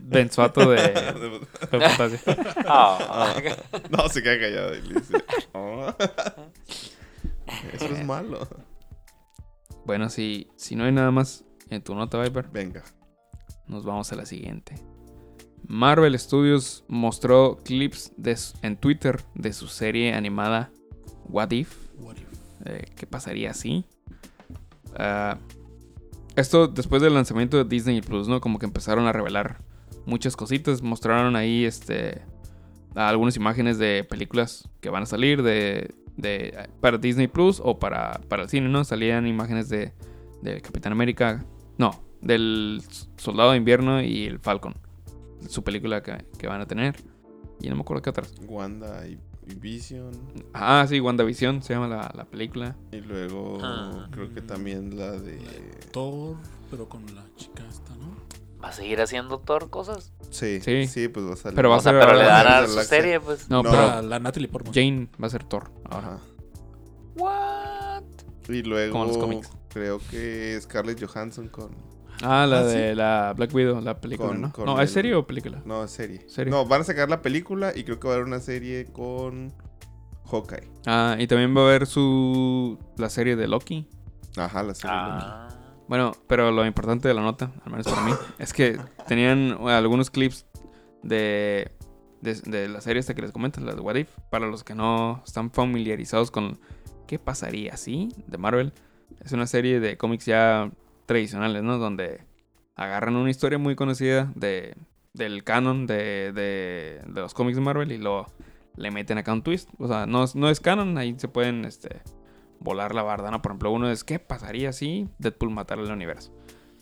Speaker 1: benzoato de, de potasio.
Speaker 4: Oh.
Speaker 2: no, se queda callado y le dice. "Oh". Eso es malo.
Speaker 1: Bueno, si, si no hay nada más eh, en tu nota, Viper,
Speaker 2: Venga.
Speaker 1: nos vamos a la siguiente. Marvel Studios mostró clips de su- en Twitter de su serie animada What If.
Speaker 3: What if-
Speaker 1: eh, ¿Qué pasaría si? Ah, esto después del lanzamiento de Disney Plus, ¿no? Como que empezaron a revelar muchas cositas. Mostraron ahí este. algunas imágenes de películas que van a salir de. de- para Disney Plus o para, para el cine, ¿no? Salían imágenes de. del Capitán América. No, del Soldado de Invierno y el Falcon. Su película que, que van a tener. Y no me acuerdo qué otras.
Speaker 2: Wanda y, y Vision.
Speaker 1: Ah, sí, WandaVision se llama la, la película.
Speaker 2: Y luego
Speaker 4: Ah.
Speaker 2: creo que también la de.
Speaker 3: Thor, pero con la chica esta, ¿no?
Speaker 4: ¿Va a seguir haciendo Thor cosas?
Speaker 2: Sí,
Speaker 1: Sí.
Speaker 2: sí, pues va a salir.
Speaker 1: Pero va a
Speaker 4: O sea,
Speaker 1: ser-
Speaker 4: pero le
Speaker 2: va a
Speaker 4: dan a
Speaker 2: ser
Speaker 4: su
Speaker 2: Galaxia.
Speaker 4: serie, pues.
Speaker 1: No,
Speaker 2: No.
Speaker 1: pero
Speaker 3: La, la Natalie Portman.
Speaker 1: Jane va a ser Thor. ahora.
Speaker 2: Ajá.
Speaker 4: What?
Speaker 2: Y luego
Speaker 1: Como los cómics.
Speaker 2: creo que Scarlett Johansson con
Speaker 1: Ah, la
Speaker 3: Ah,
Speaker 1: de la Black Widow, la película,
Speaker 2: Con-
Speaker 1: ¿no?
Speaker 2: con
Speaker 1: no, ¿es
Speaker 2: el-
Speaker 1: serie o película?
Speaker 2: no es serie.
Speaker 1: Serie.
Speaker 2: No, van a sacar la película y creo que va a haber una serie con Hawkeye.
Speaker 1: Ah, y también va a haber su la serie de Loki.
Speaker 2: Ajá, la serie.
Speaker 4: Ah.
Speaker 1: Bueno, pero lo importante de la nota, al menos para mí, es que tenían algunos clips de, de, de la serie esta que les comento, la de What If, para los que no están familiarizados con qué pasaría, ¿sí? De Marvel. Es una serie de cómics ya tradicionales, ¿no? Donde agarran una historia muy conocida de, del canon de, de, de los cómics de Marvel y lo le meten acá un twist. O sea, no, es- no es canon, ahí se pueden este, volar la bardana. Por ejemplo, uno es ¿qué pasaría si Deadpool matara al universo?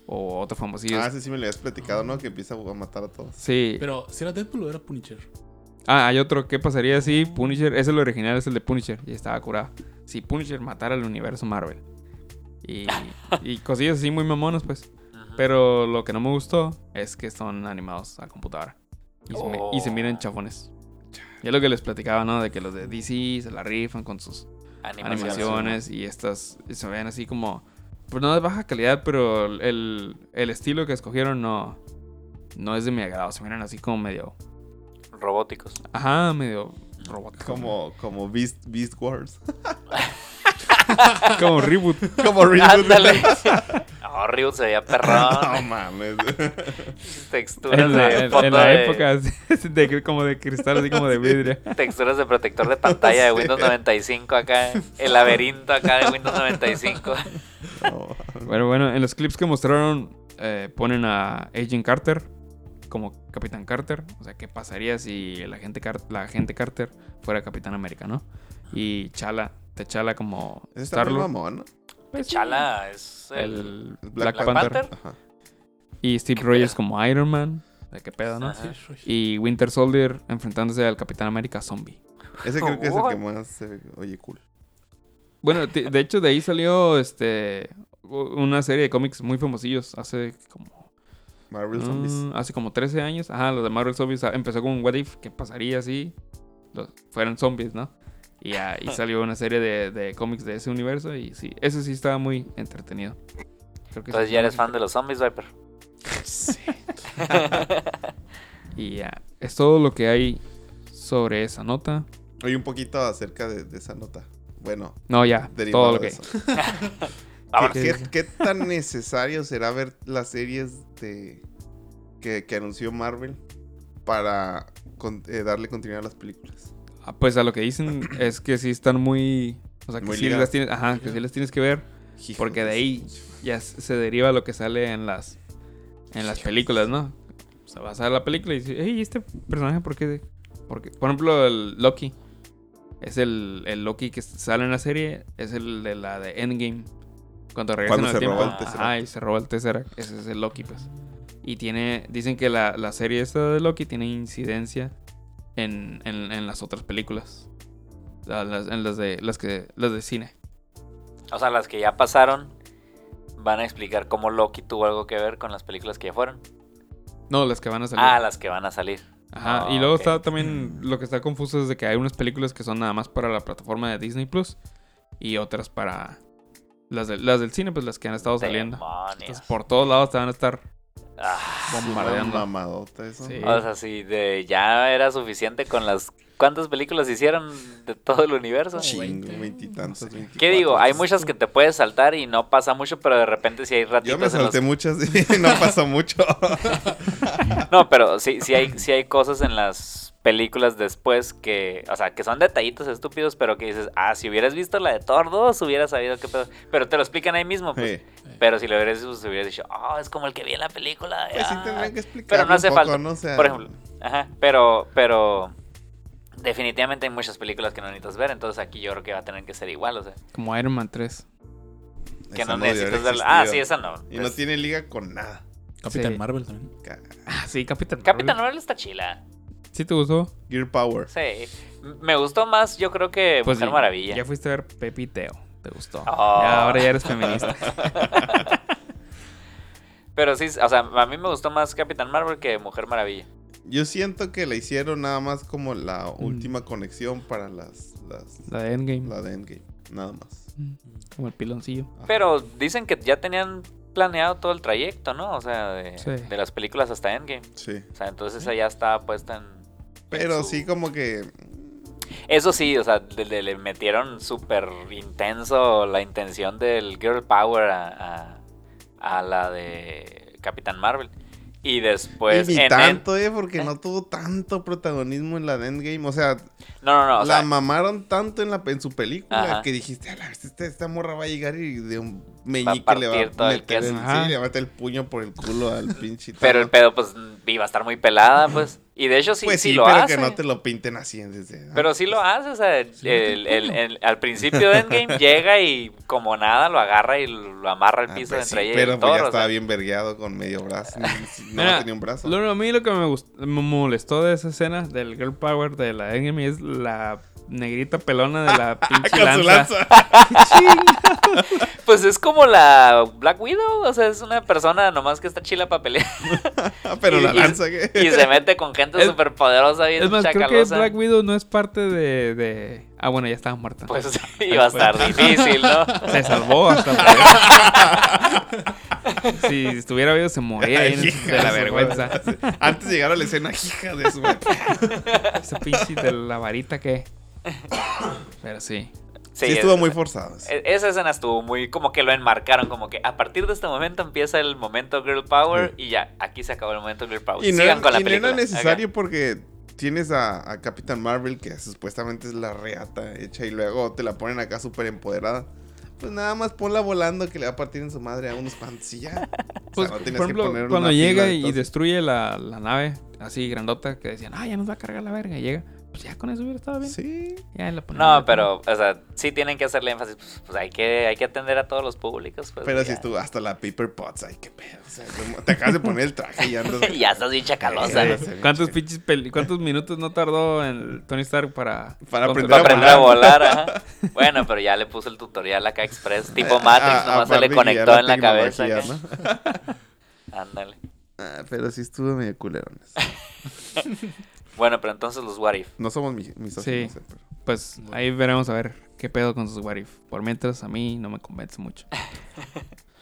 Speaker 1: O otro famosillo.
Speaker 2: Ah,
Speaker 1: es-
Speaker 2: ese sí me lo habías platicado, ¿no? Que empieza a matar a todos.
Speaker 1: sí.
Speaker 3: Pero si era Deadpool o era Punisher.
Speaker 1: Ah, hay otro. ¿Qué pasaría si Punisher? Ese es el original, es el de Punisher. Y estaba curado. Si Punisher matara al universo Marvel. Y, y cosillas así muy mamonas, pues.
Speaker 4: Ujú.
Speaker 1: Pero lo que no me gustó es que son animados a computadora. Y se, mi- y se
Speaker 4: Oh.
Speaker 1: miran chafones. Y es lo que les platicaba, ¿no? De que los de DC se la rifan con sus
Speaker 4: Animaciones.
Speaker 1: animaciones y estas y se ven así como pues no de baja calidad pero el, el estilo que escogieron no no es de mi agrado se miran así como medio
Speaker 4: Robóticos.
Speaker 1: ajá medio robot
Speaker 2: Como, como Beast, Beast Wars.
Speaker 1: como reboot
Speaker 2: como Reboot.
Speaker 4: Ándale. No, Ryu se veía
Speaker 2: No
Speaker 4: perrón.
Speaker 2: mames.
Speaker 4: texturas
Speaker 1: en la, en-
Speaker 4: de
Speaker 1: en
Speaker 4: fondo
Speaker 1: la
Speaker 4: de-
Speaker 1: época así, de- como de cristal así como de vidrio
Speaker 4: Texturas de protector de pantalla de Windows 95 acá. El laberinto acá de Windows 95.
Speaker 1: Pues
Speaker 2: No.
Speaker 1: Bueno, bueno, en los clips que mostraron eh, ponen a Agent Carter como Capitán Carter. O sea, ¿qué pasaría si la gente, la gente Carter fuera Capitán América, no? Y Chala, T'Challa como
Speaker 2: Ese está muy
Speaker 1: Star-Lord.
Speaker 2: mamón. ¿no?
Speaker 1: Pues,
Speaker 4: Chala es el.
Speaker 1: el Black,
Speaker 2: Black
Speaker 1: Panther.
Speaker 4: Panther.
Speaker 2: Ajá.
Speaker 1: Y Steve
Speaker 4: ¿Qué
Speaker 1: Rogers
Speaker 4: pedo?
Speaker 1: como Iron Man. O sea, ¿Qué pedo, no?
Speaker 4: Ajá.
Speaker 1: Y Winter Soldier enfrentándose al Capitán América zombie.
Speaker 2: Ese creo que es el
Speaker 4: What?
Speaker 2: que más se ve- Oye, cool.
Speaker 1: Bueno, te- de hecho de ahí salió este u- una serie de cómics muy famosillos hace como
Speaker 2: Marvel Zombies.
Speaker 1: Mm, hace como 13 años. Ajá, los de Marvel Zombies. ah, Empezó con un What If. ¿Qué pasaría si los, fueran zombies, no? Y ahí salió una serie de, de cómics de ese universo. Y sí, ese sí estaba muy entretenido. Creo que
Speaker 4: Entonces
Speaker 1: sí.
Speaker 4: ya eres fan de los zombies, Viper.
Speaker 1: Y ya, es todo lo que hay sobre esa nota.
Speaker 2: Oye, un poquito acerca de, de esa nota. Bueno,
Speaker 1: No, ya,
Speaker 2: derivado
Speaker 1: todo lo
Speaker 2: de
Speaker 1: que hay.
Speaker 2: eso.
Speaker 4: Vámonos.
Speaker 1: Sí,
Speaker 2: ¿Qué,
Speaker 1: sí, sí.
Speaker 2: qué tan necesario será ver las series de que, que anunció Marvel para con- eh, darle continuidad a las películas?
Speaker 1: Ah, Pues a lo que dicen es que sí están muy... O sea, que,
Speaker 2: Muy
Speaker 1: sí
Speaker 2: ligadas.
Speaker 1: las, tienes, ajá, que sí las tienes que ver.
Speaker 2: Hijo
Speaker 1: Porque de
Speaker 2: su-
Speaker 1: ahí ya se se deriva lo que sale en las en las películas, ¿no? O sea, vas a ver la película y dices, hey, este personaje por qué? por qué?". Por ejemplo, el Loki. Es el, el Loki que sale en la serie, es el de la de Endgame. Cuando regresan
Speaker 2: Cuando
Speaker 1: al
Speaker 2: se
Speaker 1: tiempo.
Speaker 2: roba el Tesseract.
Speaker 1: ajá, y se roba el Tesseract. Ese es el Loki, pues. Y tiene. Dicen que la, la serie esta de Loki tiene incidencia en, en- en las otras películas. O sea, las- en las de. Las que. Las de cine.
Speaker 4: O sea, las que ya pasaron van a explicar cómo Loki tuvo algo que ver con las películas que ya fueron.
Speaker 1: No, las que van a salir.
Speaker 4: Ah, las que van a salir.
Speaker 1: Ajá,
Speaker 4: Ah,
Speaker 1: y luego
Speaker 4: ok.
Speaker 1: está también lo que está confuso es de que hay unas películas que son nada más para la plataforma de Disney Plus y otras para las, de- las del cine, pues las que han estado saliendo.
Speaker 4: Demonios.
Speaker 1: Entonces, por todos lados te van a estar
Speaker 4: Ah,
Speaker 2: Una
Speaker 1: bombardeando.
Speaker 2: mamadota eso.
Speaker 1: Sí.
Speaker 4: o sea, si de ya era suficiente con las cuántas películas hicieron de todo el universo.
Speaker 3: Sí.
Speaker 2: Chingo,
Speaker 3: Veinte,
Speaker 2: veintitantos,
Speaker 4: ¿Qué digo? Hay
Speaker 2: muchas
Speaker 4: muchas que te puedes saltar y no pasa mucho, pero de repente si hay
Speaker 2: Yo me
Speaker 4: ratitos en los
Speaker 2: salté muchas y no pasó mucho.
Speaker 4: No, pero sí, sí, hay, sí hay cosas en las películas después que, o sea, que son detallitos estúpidos, pero que dices, ah, si hubieras visto la de Thor 2, hubieras sabido qué pedo. Pero te lo explican ahí mismo, pues.
Speaker 2: Sí.
Speaker 4: Pero si lo hubieras visto, hubieras dicho, ah, es como el que vi en la película.
Speaker 2: Pues sí
Speaker 4: ah".
Speaker 2: tendrían que explicar.
Speaker 4: Pero no hace falta.
Speaker 2: ¿no? O sea,
Speaker 4: Por ejemplo, ajá, pero, pero definitivamente hay muchas películas que no necesitas ver, entonces aquí yo creo que va a tener que ser igual, o sea,
Speaker 1: Como Iron Man 3.
Speaker 4: que
Speaker 2: esa
Speaker 4: no,
Speaker 2: debió
Speaker 4: necesitas
Speaker 2: haber
Speaker 4: verla. Ah, sí,
Speaker 2: existido.
Speaker 4: esa no.
Speaker 2: Y no
Speaker 4: Es-
Speaker 2: tiene liga con nada.
Speaker 3: Capitán
Speaker 1: Sí.
Speaker 3: Marvel también.
Speaker 2: Ca-
Speaker 1: Ah, sí, Capitán.
Speaker 4: Capitán
Speaker 1: Marvel.
Speaker 4: Marvel está chila.
Speaker 1: ¿Sí te gustó?
Speaker 2: Gear Power.
Speaker 4: Sí. M- Me gustó más, yo creo que
Speaker 1: Pues
Speaker 4: Mujer
Speaker 1: sí,
Speaker 4: Maravilla.
Speaker 1: Ya fuiste a ver Pepiteo. Te gustó.
Speaker 4: Oh.
Speaker 1: Ya, ahora ya eres feminista.
Speaker 4: Pero sí, o sea, a mí me gustó más Capitán Marvel que Mujer Maravilla.
Speaker 2: Yo siento que la hicieron nada más como la última conexión para las, las
Speaker 1: La de Endgame.
Speaker 2: la de Endgame, nada más.
Speaker 1: Mm, Como el piloncillo.
Speaker 2: Ajá.
Speaker 4: Pero dicen que ya tenían planeado todo el trayecto, ¿no? O sea, de,
Speaker 1: Sí.
Speaker 4: de las películas hasta Endgame.
Speaker 2: sí,
Speaker 4: O sea, entonces ella estaba puesta en...
Speaker 2: pero
Speaker 4: su-
Speaker 2: sí como que
Speaker 4: Eso sí, o sea, le, le- le metieron súper intenso la intención del Girl Power a, a- a la de Capitán Marvel. Y después...
Speaker 2: y ni
Speaker 4: Pues, en ¿Eh? End-
Speaker 2: tanto, eh, porque no tuvo tanto protagonismo en la de Endgame, o sea,
Speaker 4: No, no, no. O
Speaker 2: la
Speaker 4: sea,
Speaker 2: mamaron tanto en, la, en su película
Speaker 4: Ajá.
Speaker 2: que dijiste, a la vez, esta, esta morra va a llegar y de un meñique le va
Speaker 4: partir todo
Speaker 2: a
Speaker 4: el
Speaker 2: meter
Speaker 4: queso.
Speaker 2: el,
Speaker 1: Ajá.
Speaker 2: sí, le va a meter el puño por el culo al pinche.
Speaker 4: pero el
Speaker 2: Thanos.
Speaker 4: pedo, pues, iba a estar muy pelada, pues. Y de hecho, sí,
Speaker 2: Pues
Speaker 4: sí,
Speaker 2: sí,
Speaker 4: lo
Speaker 2: pero
Speaker 4: hace.
Speaker 2: que no te lo pinten así desde. ah,
Speaker 4: Pero sí lo hace, o sea, el- el- el- al principio de Endgame llega y como nada lo agarra y lo amarra al
Speaker 2: ah,
Speaker 4: piso
Speaker 2: pues
Speaker 4: entre
Speaker 2: sí,
Speaker 4: ella y
Speaker 2: Pero
Speaker 4: el
Speaker 2: pues, ya
Speaker 4: toro. o sea.
Speaker 2: estaba bien vergueado con medio brazo. ni- No
Speaker 1: Mira,
Speaker 2: tenía un brazo.
Speaker 1: Lo, a mí lo que me, gust- me molestó de esa escena del Girl Power de la Enemy es la negrita pelona de la
Speaker 2: Ah,
Speaker 1: pinche
Speaker 2: con su
Speaker 1: lanza.
Speaker 2: lanza.
Speaker 4: Pues es como la Black Widow, o sea, es una persona nomás que está chila para pelear
Speaker 2: Ah, pero
Speaker 4: Y-
Speaker 2: la
Speaker 4: y-
Speaker 2: lanza que.
Speaker 4: y se mete con gente
Speaker 1: Es-
Speaker 4: súper poderosa bien
Speaker 1: Es más, creo que
Speaker 4: chacalosa.
Speaker 1: Black Widow no es parte de, de- Ah, bueno, ya estaba muerta.
Speaker 4: Pues sí, iba a estar difícil, ¿no?
Speaker 1: Se salvó hasta por eso. Si estuviera vivo se moría ahí
Speaker 2: Hija
Speaker 1: de la
Speaker 2: su
Speaker 1: vergüenza.
Speaker 2: madre. Antes de llegar a la escena, hija de su madre.
Speaker 1: Esa pinche de la varita que... Pero sí.
Speaker 4: Sí,
Speaker 2: Sí, estuvo
Speaker 4: es-
Speaker 2: muy forzado. sí.
Speaker 4: e- Esa escena estuvo muy, como que lo enmarcaron, como que a partir de este momento empieza el momento Girl Power y ya, aquí se acabó el momento Girl Power.
Speaker 2: Y no,
Speaker 4: Sigan
Speaker 2: era-
Speaker 4: con la
Speaker 2: y no
Speaker 4: película.
Speaker 2: era necesario porque tienes a, a Capitán Marvel, que supuestamente es la reata hecha, y luego te la ponen acá súper empoderada. Pues nada más ponla volando que le va a partir en su madre a unos fans y ya. O
Speaker 1: Pues,
Speaker 2: sea, no
Speaker 1: por
Speaker 2: tienes que
Speaker 1: ejemplo,
Speaker 2: poner una
Speaker 1: cuando
Speaker 2: fila
Speaker 1: llega
Speaker 2: de
Speaker 1: y
Speaker 2: todos.
Speaker 1: destruye la, la nave, así grandota, que decían, ah, ya nos va a cargar la verga, y llega. Pues ya con eso hubiera estado bien.
Speaker 2: Sí.
Speaker 1: Ya la
Speaker 4: Acá.
Speaker 1: ponemos
Speaker 4: No,
Speaker 1: acá.
Speaker 4: pero, o sea, sí tienen que hacerle énfasis, pues, pues, hay, que, hay que atender a todos los públicos. Pues,
Speaker 2: Pero
Speaker 4: ya.
Speaker 2: si estuvo hasta la Paper Pots, ay, qué pedo. O sea, como- te acabas de poner el traje y ya andas.
Speaker 4: ya estás bien chacalosa.
Speaker 2: Eh,
Speaker 4: ¿no?
Speaker 2: sí,
Speaker 1: ¿Cuántos
Speaker 2: sí.
Speaker 1: pinches peli- cuántos minutos no tardó el Tony Stark para...
Speaker 2: Para
Speaker 1: contra-
Speaker 4: Para aprender a
Speaker 2: volar.
Speaker 4: volar, ajá. Bueno, pero ya le puso el tutorial acá express, tipo
Speaker 2: Eh, A-
Speaker 4: Matrix,
Speaker 2: a
Speaker 4: nomás se le
Speaker 2: Barbie y a
Speaker 4: conectó en la cabeza.
Speaker 2: tecnología,
Speaker 4: acá.
Speaker 2: ¿no?
Speaker 4: Ándale.
Speaker 2: Ah, pero sí estuvo medio culerones.
Speaker 4: Bueno, pero entonces los What If.
Speaker 2: No somos mi- misóginos,
Speaker 1: Sí.
Speaker 2: eh, pero-
Speaker 1: Pues ahí veremos a ver qué pedo con sus what if. Por mientras, a mí no me convence mucho.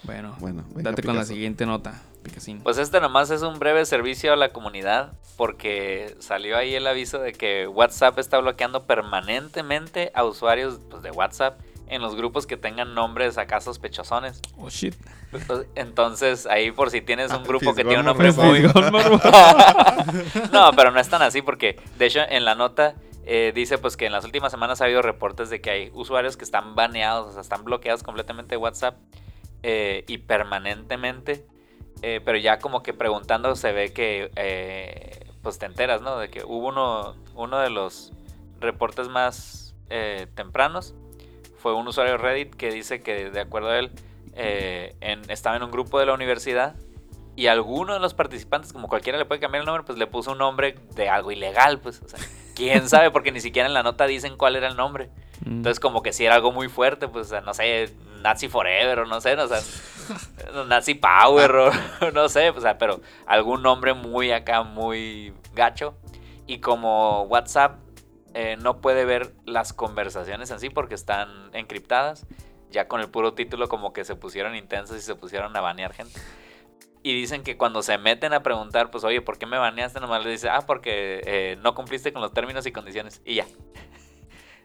Speaker 1: Bueno,
Speaker 2: Bueno, venga,
Speaker 1: date con la
Speaker 2: Picasso.
Speaker 1: siguiente nota, Picasín.
Speaker 4: Pues este nomás es un breve servicio a la comunidad porque salió ahí el aviso de que WhatsApp está bloqueando permanentemente a usuarios pues, de WhatsApp en los grupos que tengan nombres acá sospechosones.
Speaker 1: Oh, shit.
Speaker 4: pues, Entonces- Entonces ahí por si tienes
Speaker 2: Ah,
Speaker 4: un grupo que
Speaker 2: fisgón
Speaker 4: tiene un nombre
Speaker 2: morboso.
Speaker 4: muy...
Speaker 1: Fisgón morboso.
Speaker 4: No, pero no es tan así porque de hecho en la nota eh, dice pues que en las últimas semanas ha habido reportes de que hay usuarios que están baneados, o sea, están bloqueados completamente de WhatsApp eh, y permanentemente. eh, pero ya como que preguntando se ve que eh, pues te enteras, ¿no? De que hubo uno, uno de los reportes más eh, tempranos. Fue un usuario de Reddit que dice que de acuerdo a él eh, en- estaba en un grupo de la universidad y alguno de los participantes, como cualquiera le puede cambiar el nombre, pues le puso un nombre de algo ilegal, pues, o sea, quién sabe, porque ni siquiera en la nota dicen cuál era el nombre. Entonces, como que si era algo muy fuerte, pues, o sea, no sé, Nazi Forever, o no sé, no, o sea, Nazi Power, o no sé, o sea, pero algún nombre muy acá, muy gacho. Y como WhatsApp eh, no puede ver las conversaciones en sí porque están encriptadas, ya con el puro título como que se pusieron intensos y se pusieron a banear gente. Y dicen que cuando se meten a preguntar, pues, oye, ¿por qué me baneaste? Nomás le dice, ah, porque eh, no cumpliste con los términos y condiciones. Y ya.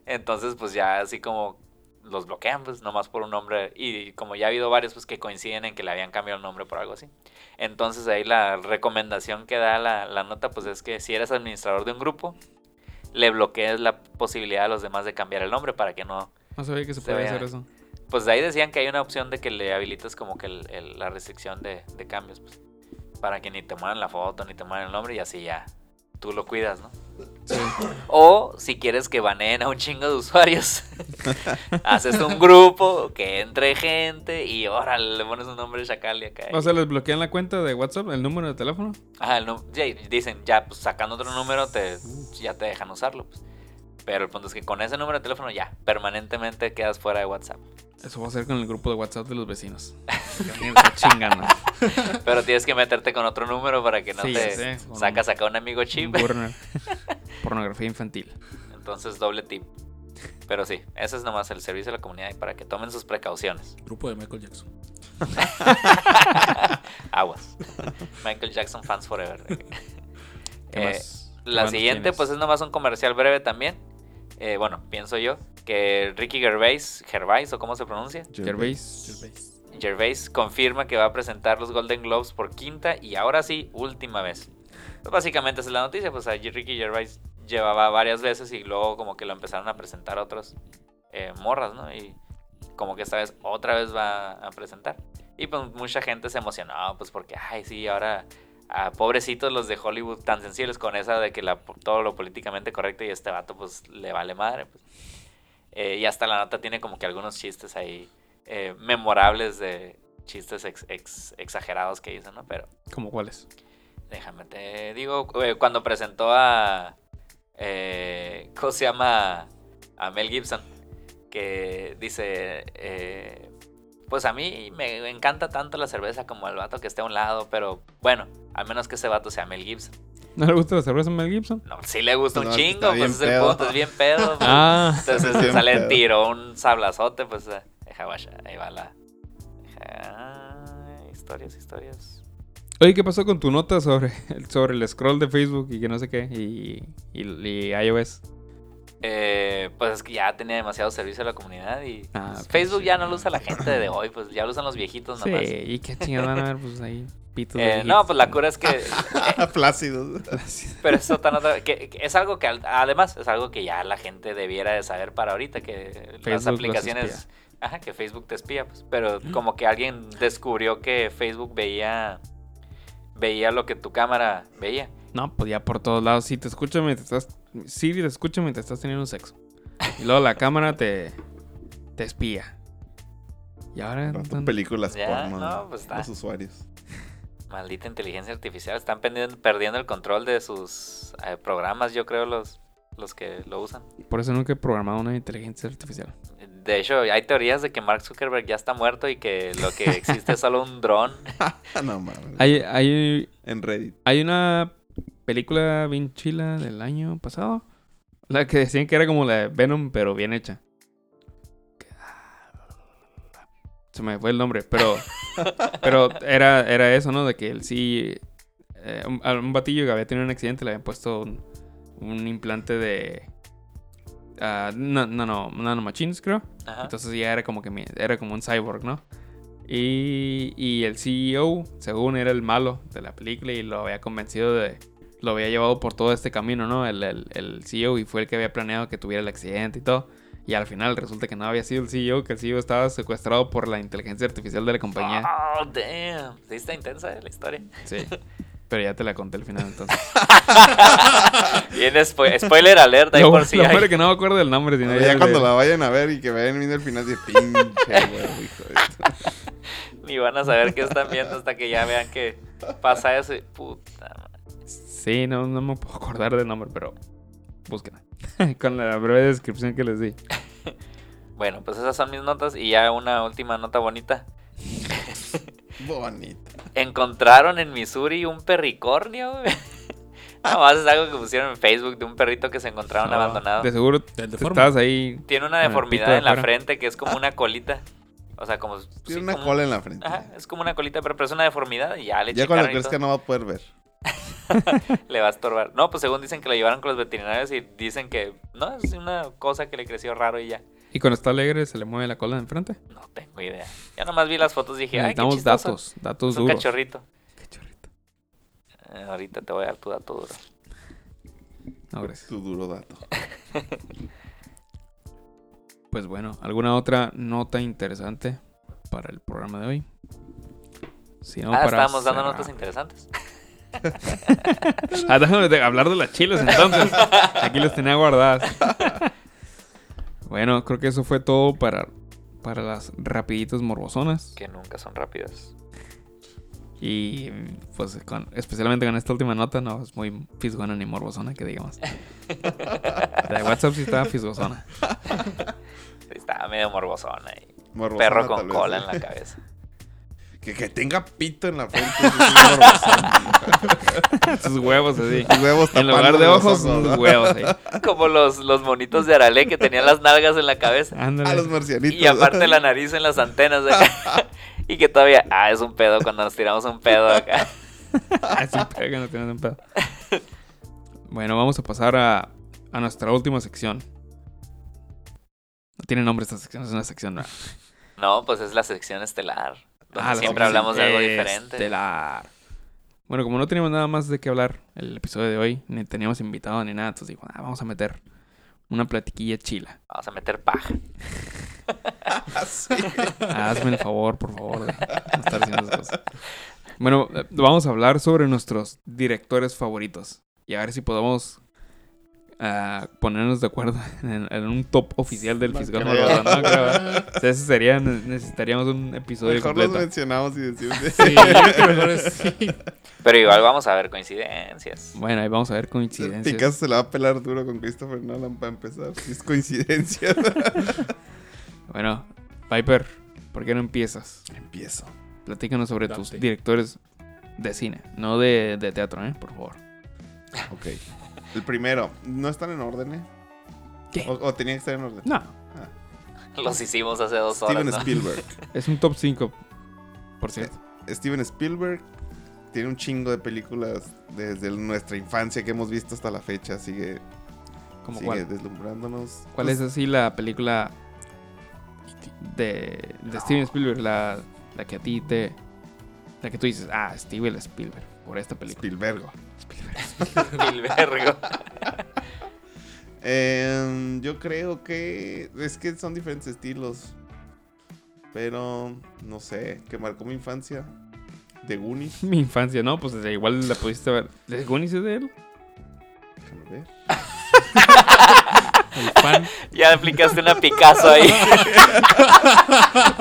Speaker 4: Entonces, pues ya así como los bloquean, pues nomás por un nombre. Y como ya ha habido varios, pues que coinciden en que le habían cambiado el nombre por algo así. Entonces ahí la recomendación que da la, la nota, pues es que si eres administrador de un grupo, le bloquees la posibilidad a los demás de cambiar el nombre para que no...
Speaker 1: No sabía que se
Speaker 4: Se
Speaker 1: podía
Speaker 4: vea.
Speaker 1: hacer eso.
Speaker 4: Pues de ahí decían que hay una opción de que le habilitas como que el- el- la restricción de, de cambios, pues, para que ni te muevan la foto, ni te muevan el nombre y así ya tú lo cuidas, ¿no?
Speaker 1: Sí.
Speaker 4: O si quieres que baneen a un chingo de usuarios, haces un grupo que entre gente y órale, le pones un nombre chacal y acá.
Speaker 1: O sea, les bloquean la cuenta de WhatsApp, el número de teléfono.
Speaker 4: Ajá, el nu- sí, dicen, ya, pues sacando otro número te, ya te dejan usarlo. pues. Pero el punto es que con ese número de teléfono ya, permanentemente quedas fuera de WhatsApp.
Speaker 1: Eso va a ser con el grupo de WhatsApp de los vecinos. Que está chingando.
Speaker 4: Pero tienes que meterte con otro número para que no
Speaker 1: Sí, ya
Speaker 4: te
Speaker 1: sé, con
Speaker 4: sacas acá un amigo chip.
Speaker 1: Porno- Pornografía infantil.
Speaker 4: Entonces, doble tip. Pero sí, ese es nomás el servicio a la comunidad y para que tomen sus precauciones.
Speaker 3: Grupo de Michael Jackson.
Speaker 4: Aguas. Michael Jackson fans forever.
Speaker 1: ¿Qué
Speaker 4: Eh,
Speaker 1: más? ¿Qué
Speaker 4: La
Speaker 1: más
Speaker 4: siguiente,
Speaker 1: tienes?
Speaker 4: pues es nomás un comercial breve también. Eh, bueno, pienso yo que Ricky Gervais, Gervais o cómo se pronuncia,
Speaker 1: Gervais.
Speaker 4: Gervais confirma que va a presentar los Golden Globes por quinta y ahora sí, última vez. Pues, básicamente esa es la noticia, pues a Ricky Gervais llevaba varias veces y luego como que lo empezaron a presentar otros eh, morras, ¿no? Y como que esta vez otra vez va a presentar. Y pues mucha gente se emocionó, pues porque, ay, sí, ahora a pobrecitos los de Hollywood tan sensibles con esa de que la- todo lo políticamente correcto y este vato pues le vale madre. pues. Eh, y hasta la nota tiene como que algunos chistes ahí eh, memorables de chistes ex- ex- exagerados que hizo, ¿no? Pero
Speaker 1: ¿Cómo cuáles?
Speaker 4: déjame te digo, eh, cuando presentó a... eh, ¿Cómo se llama? A Mel Gibson, que dice... eh, pues a mí me encanta tanto la cerveza como el vato que esté a un lado, pero bueno, al menos que ese vato sea Mel Gibson.
Speaker 1: ¿No le gusta la cerveza a Mel Gibson?
Speaker 4: No, sí le gusta
Speaker 2: No,
Speaker 4: un
Speaker 2: es que
Speaker 4: chingo,
Speaker 2: está
Speaker 4: pues
Speaker 2: bien
Speaker 4: es el
Speaker 2: pedo.
Speaker 4: punto, es bien pedo. pues.
Speaker 1: Ah,
Speaker 4: Entonces se
Speaker 2: Bien
Speaker 4: sale el
Speaker 2: pedo.
Speaker 4: tiro, un sablazote, pues eh, deja guacha, ahí va la... Ay, historias, historias.
Speaker 1: oye, ¿qué pasó con tu nota sobre, sobre el scroll de Facebook y que no sé qué? Y, y- y iOS.
Speaker 4: Eh, pues es que ya tenía demasiado servicio a la comunidad y
Speaker 1: Ah,
Speaker 4: pues,
Speaker 1: ok,
Speaker 4: Facebook
Speaker 1: sí.
Speaker 4: ya no lo usa la gente de hoy, pues ya lo usan los viejitos
Speaker 1: Sí,
Speaker 4: nomás.
Speaker 1: y qué chingados van a ver, pues ahí, pitos. de
Speaker 4: Eh,
Speaker 1: hits.
Speaker 4: no, pues la cura es que...
Speaker 2: Plácidos.
Speaker 4: Pero es otra nota que, que es algo que al- además es algo que ya la gente debiera de saber para ahorita que las
Speaker 1: los
Speaker 4: aplicaciones, ajá, que Facebook te espía, pues, pero como que alguien descubrió que Facebook veía veía lo que tu cámara veía.
Speaker 1: No, pues ya por todos lados. Si te escucha mientras estás. Siri te escucha mientras estás teniendo sexo. Y luego la cámara te. te espía. Y ahora.
Speaker 2: Tanto
Speaker 1: tan-
Speaker 2: películas
Speaker 4: Ya,
Speaker 2: porno.
Speaker 4: no, pues, está.
Speaker 2: Los usuarios.
Speaker 4: Maldita inteligencia artificial, están perdiendo, perdiendo el control de sus eh, programas, yo creo los los que lo usan.
Speaker 1: Por eso nunca he programado una inteligencia artificial.
Speaker 4: De hecho, hay teorías de que Mark Zuckerberg ya está muerto y que lo que existe es solo un dron.
Speaker 2: Ah, no mames.
Speaker 1: Hay, hay,
Speaker 2: En Reddit.
Speaker 1: hay una película bien chila del año pasado. La que decían que era como la de Venom, pero bien hecha. ah, Se me fue el nombre, pero. pero era, era eso, ¿no? De que él sí. eh, un, a un batillo que había tenido un accidente le habían puesto un, un implante de. ah, no, no, no, nanomachines, creo.
Speaker 4: Ajá.
Speaker 1: Entonces ya era como que mi- era como un cyborg, ¿no? Y, y el CEO, según era el malo de la película y lo había convencido de... Lo había llevado por todo este camino, ¿no? El, el, el CEO y fue el que había planeado que tuviera el accidente y todo. Y al final resulta que no había sido el CEO, que el CEO estaba secuestrado por la inteligencia artificial de la compañía.
Speaker 4: Oh, damn. Sí, está intensa eh, la historia.
Speaker 1: Sí. Pero ya te la conté al final, entonces.
Speaker 4: Bien, spo- spoiler alert ahí
Speaker 1: lo
Speaker 4: por si
Speaker 1: lo
Speaker 4: hay.
Speaker 1: peor es que no me acuerdo del nombre. si no,
Speaker 2: Pero
Speaker 1: ya
Speaker 2: ya
Speaker 1: le-
Speaker 2: cuando la vayan a ver y que vayan viendo el final, de pinche, güey, hijo de tu-
Speaker 4: Ni van a saber qué están viendo hasta que ya vean que pasa eso. y- Puta madre.
Speaker 1: Sí, no, no me puedo acordar del nombre, pero búsquenla. Con la breve descripción que les di.
Speaker 4: Bueno, pues esas son mis notas y ya una última nota bonita.
Speaker 2: Bonito.
Speaker 4: Encontraron en Missouri un perricornio. güey. Nada más es algo que pusieron en Facebook de un perrito que se encontraron
Speaker 1: No,
Speaker 4: abandonado.
Speaker 1: Ah, De seguro
Speaker 3: Del
Speaker 1: tú
Speaker 3: deforme.
Speaker 1: estabas ahí.
Speaker 4: Tiene una
Speaker 1: Con el pito
Speaker 4: deformidad
Speaker 1: de
Speaker 4: en la
Speaker 1: fuera.
Speaker 4: frente que es como una colita. O sea, como. sí,
Speaker 2: Tiene una
Speaker 4: como-
Speaker 2: cola en la frente.
Speaker 4: Ajá, es como una colita, pero pero es una deformidad y ya le
Speaker 2: Ya
Speaker 4: checaron
Speaker 2: cuando
Speaker 4: y
Speaker 2: crezca
Speaker 4: todo.
Speaker 2: no va a poder ver.
Speaker 4: le va a estorbar. No, pues según dicen que lo llevaron con los veterinarios y dicen que no, es una cosa que le creció raro y ya.
Speaker 1: Y cuando está alegre se le mueve la cola de enfrente.
Speaker 4: No tengo idea. Ya nomás vi las fotos y dije, ay, qué
Speaker 1: Necesitamos
Speaker 4: chistoso.
Speaker 1: datos, datos
Speaker 4: Es un
Speaker 1: duros.
Speaker 4: cachorrito.
Speaker 1: Cachorrito.
Speaker 4: Eh, ahorita te voy a dar tu dato duro.
Speaker 1: No, gracias.
Speaker 2: Tu duro dato.
Speaker 1: Pues bueno, ¿alguna otra nota interesante para el programa de hoy? Si no,
Speaker 4: ah,
Speaker 1: para
Speaker 4: estábamos dando
Speaker 1: cerrar.
Speaker 4: notas interesantes.
Speaker 1: Ah, déjame de hablar de las chiles entonces. Aquí las tenía guardadas. Bueno, creo que eso fue todo para, para las rapiditas morbosonas.
Speaker 4: Que nunca son rápidas.
Speaker 1: Y pues con- especialmente con esta última nota no es muy fisgona ni morbosona que digamos. La de WhatsApp sí estaba fisgosona.
Speaker 4: Sí, Estaba medio morbosona y
Speaker 2: Morbosona,
Speaker 4: perro
Speaker 2: tal
Speaker 4: con
Speaker 2: vez,
Speaker 4: cola
Speaker 2: ¿eh?
Speaker 4: en la cabeza.
Speaker 2: Que, que tenga pito en la frente. es morbosona.
Speaker 1: Sus huevos así.
Speaker 2: Tus huevos
Speaker 1: En lugar de
Speaker 2: tapando los
Speaker 1: ojos, sus
Speaker 2: ¿no?
Speaker 1: huevos ahí.
Speaker 4: Como los, los monitos de Arale que tenían las nalgas en la cabeza.
Speaker 2: A los
Speaker 1: Ándale.
Speaker 2: marcianitos.
Speaker 4: Y aparte la nariz en las antenas. acá. y que todavía, ah, es un pedo cuando nos tiramos un pedo acá.
Speaker 1: Ah, es un pedo que no tienes un pedo. Bueno, vamos a pasar a, a nuestra última sección. No tiene nombre esta sección, es una sección nueva.
Speaker 4: No, pues es la sección estelar. Donde
Speaker 1: Ah, la
Speaker 4: siempre
Speaker 1: sección
Speaker 4: hablamos de algo
Speaker 1: estelar.
Speaker 4: diferente.
Speaker 1: este, Bueno, como no teníamos nada más de qué hablar el episodio de hoy, ni teníamos invitado ni nada, entonces dijo, ah, vamos a meter una platiquilla chila.
Speaker 4: Vamos a meter paja.
Speaker 1: Hazme el favor, por favor, de no estar haciendo esas cosas. Bueno, eh, vamos a hablar sobre nuestros directores favoritos. Y a ver si podemos ah, ponernos de acuerdo en, en un top oficial del fiscal.
Speaker 2: creo.
Speaker 1: Morrón, ¿no? Creo, ¿verdad? O sea, ese sería, necesitaríamos un episodio
Speaker 2: Mejor los
Speaker 1: completo.
Speaker 2: mencionamos y decimos.
Speaker 3: Sí, yo creo que mejor es- sí.
Speaker 4: Pero igual vamos a ver coincidencias.
Speaker 1: Bueno, ahí vamos a ver coincidencias.
Speaker 2: Picasso se la va a pelar duro con Christopher Nolan para empezar. Si es coincidencia.
Speaker 1: Bueno, Piper, ¿por qué no empiezas?
Speaker 2: Empiezo.
Speaker 1: Platícanos sobre tus
Speaker 3: Date.
Speaker 1: directores de cine, no de, de teatro, ¿eh? Por favor.
Speaker 2: Ok. El primero. ¿No están en orden, eh?
Speaker 1: ¿Qué?
Speaker 2: O, o tenían que estar en orden.
Speaker 1: No,
Speaker 4: Los hicimos hace dos horas.
Speaker 2: Steven
Speaker 4: ¿no?
Speaker 2: Spielberg.
Speaker 1: es un top 5, por cierto.
Speaker 2: Steven Spielberg tiene un chingo de películas desde nuestra infancia que hemos visto hasta la fecha. Sigue,
Speaker 1: ¿Cómo
Speaker 2: sigue
Speaker 1: cuál?
Speaker 2: deslumbrándonos.
Speaker 1: ¿Cuál es así la película de, de Steven Spielberg? La, la que a ti te... La que tú dices, ah, Steven Spielberg, por esta película.
Speaker 2: Spielberg.
Speaker 4: Spielberg.
Speaker 2: Em, yo creo que es que son diferentes estilos. Pero no sé, que marcó mi infancia. De Goonies,
Speaker 1: Mi infancia, ¿no? Pues de igual la pudiste ver. ¿De Goonies es de él?
Speaker 2: déjame ver.
Speaker 3: El fan.
Speaker 4: Ya aplicaste una Picasso ahí.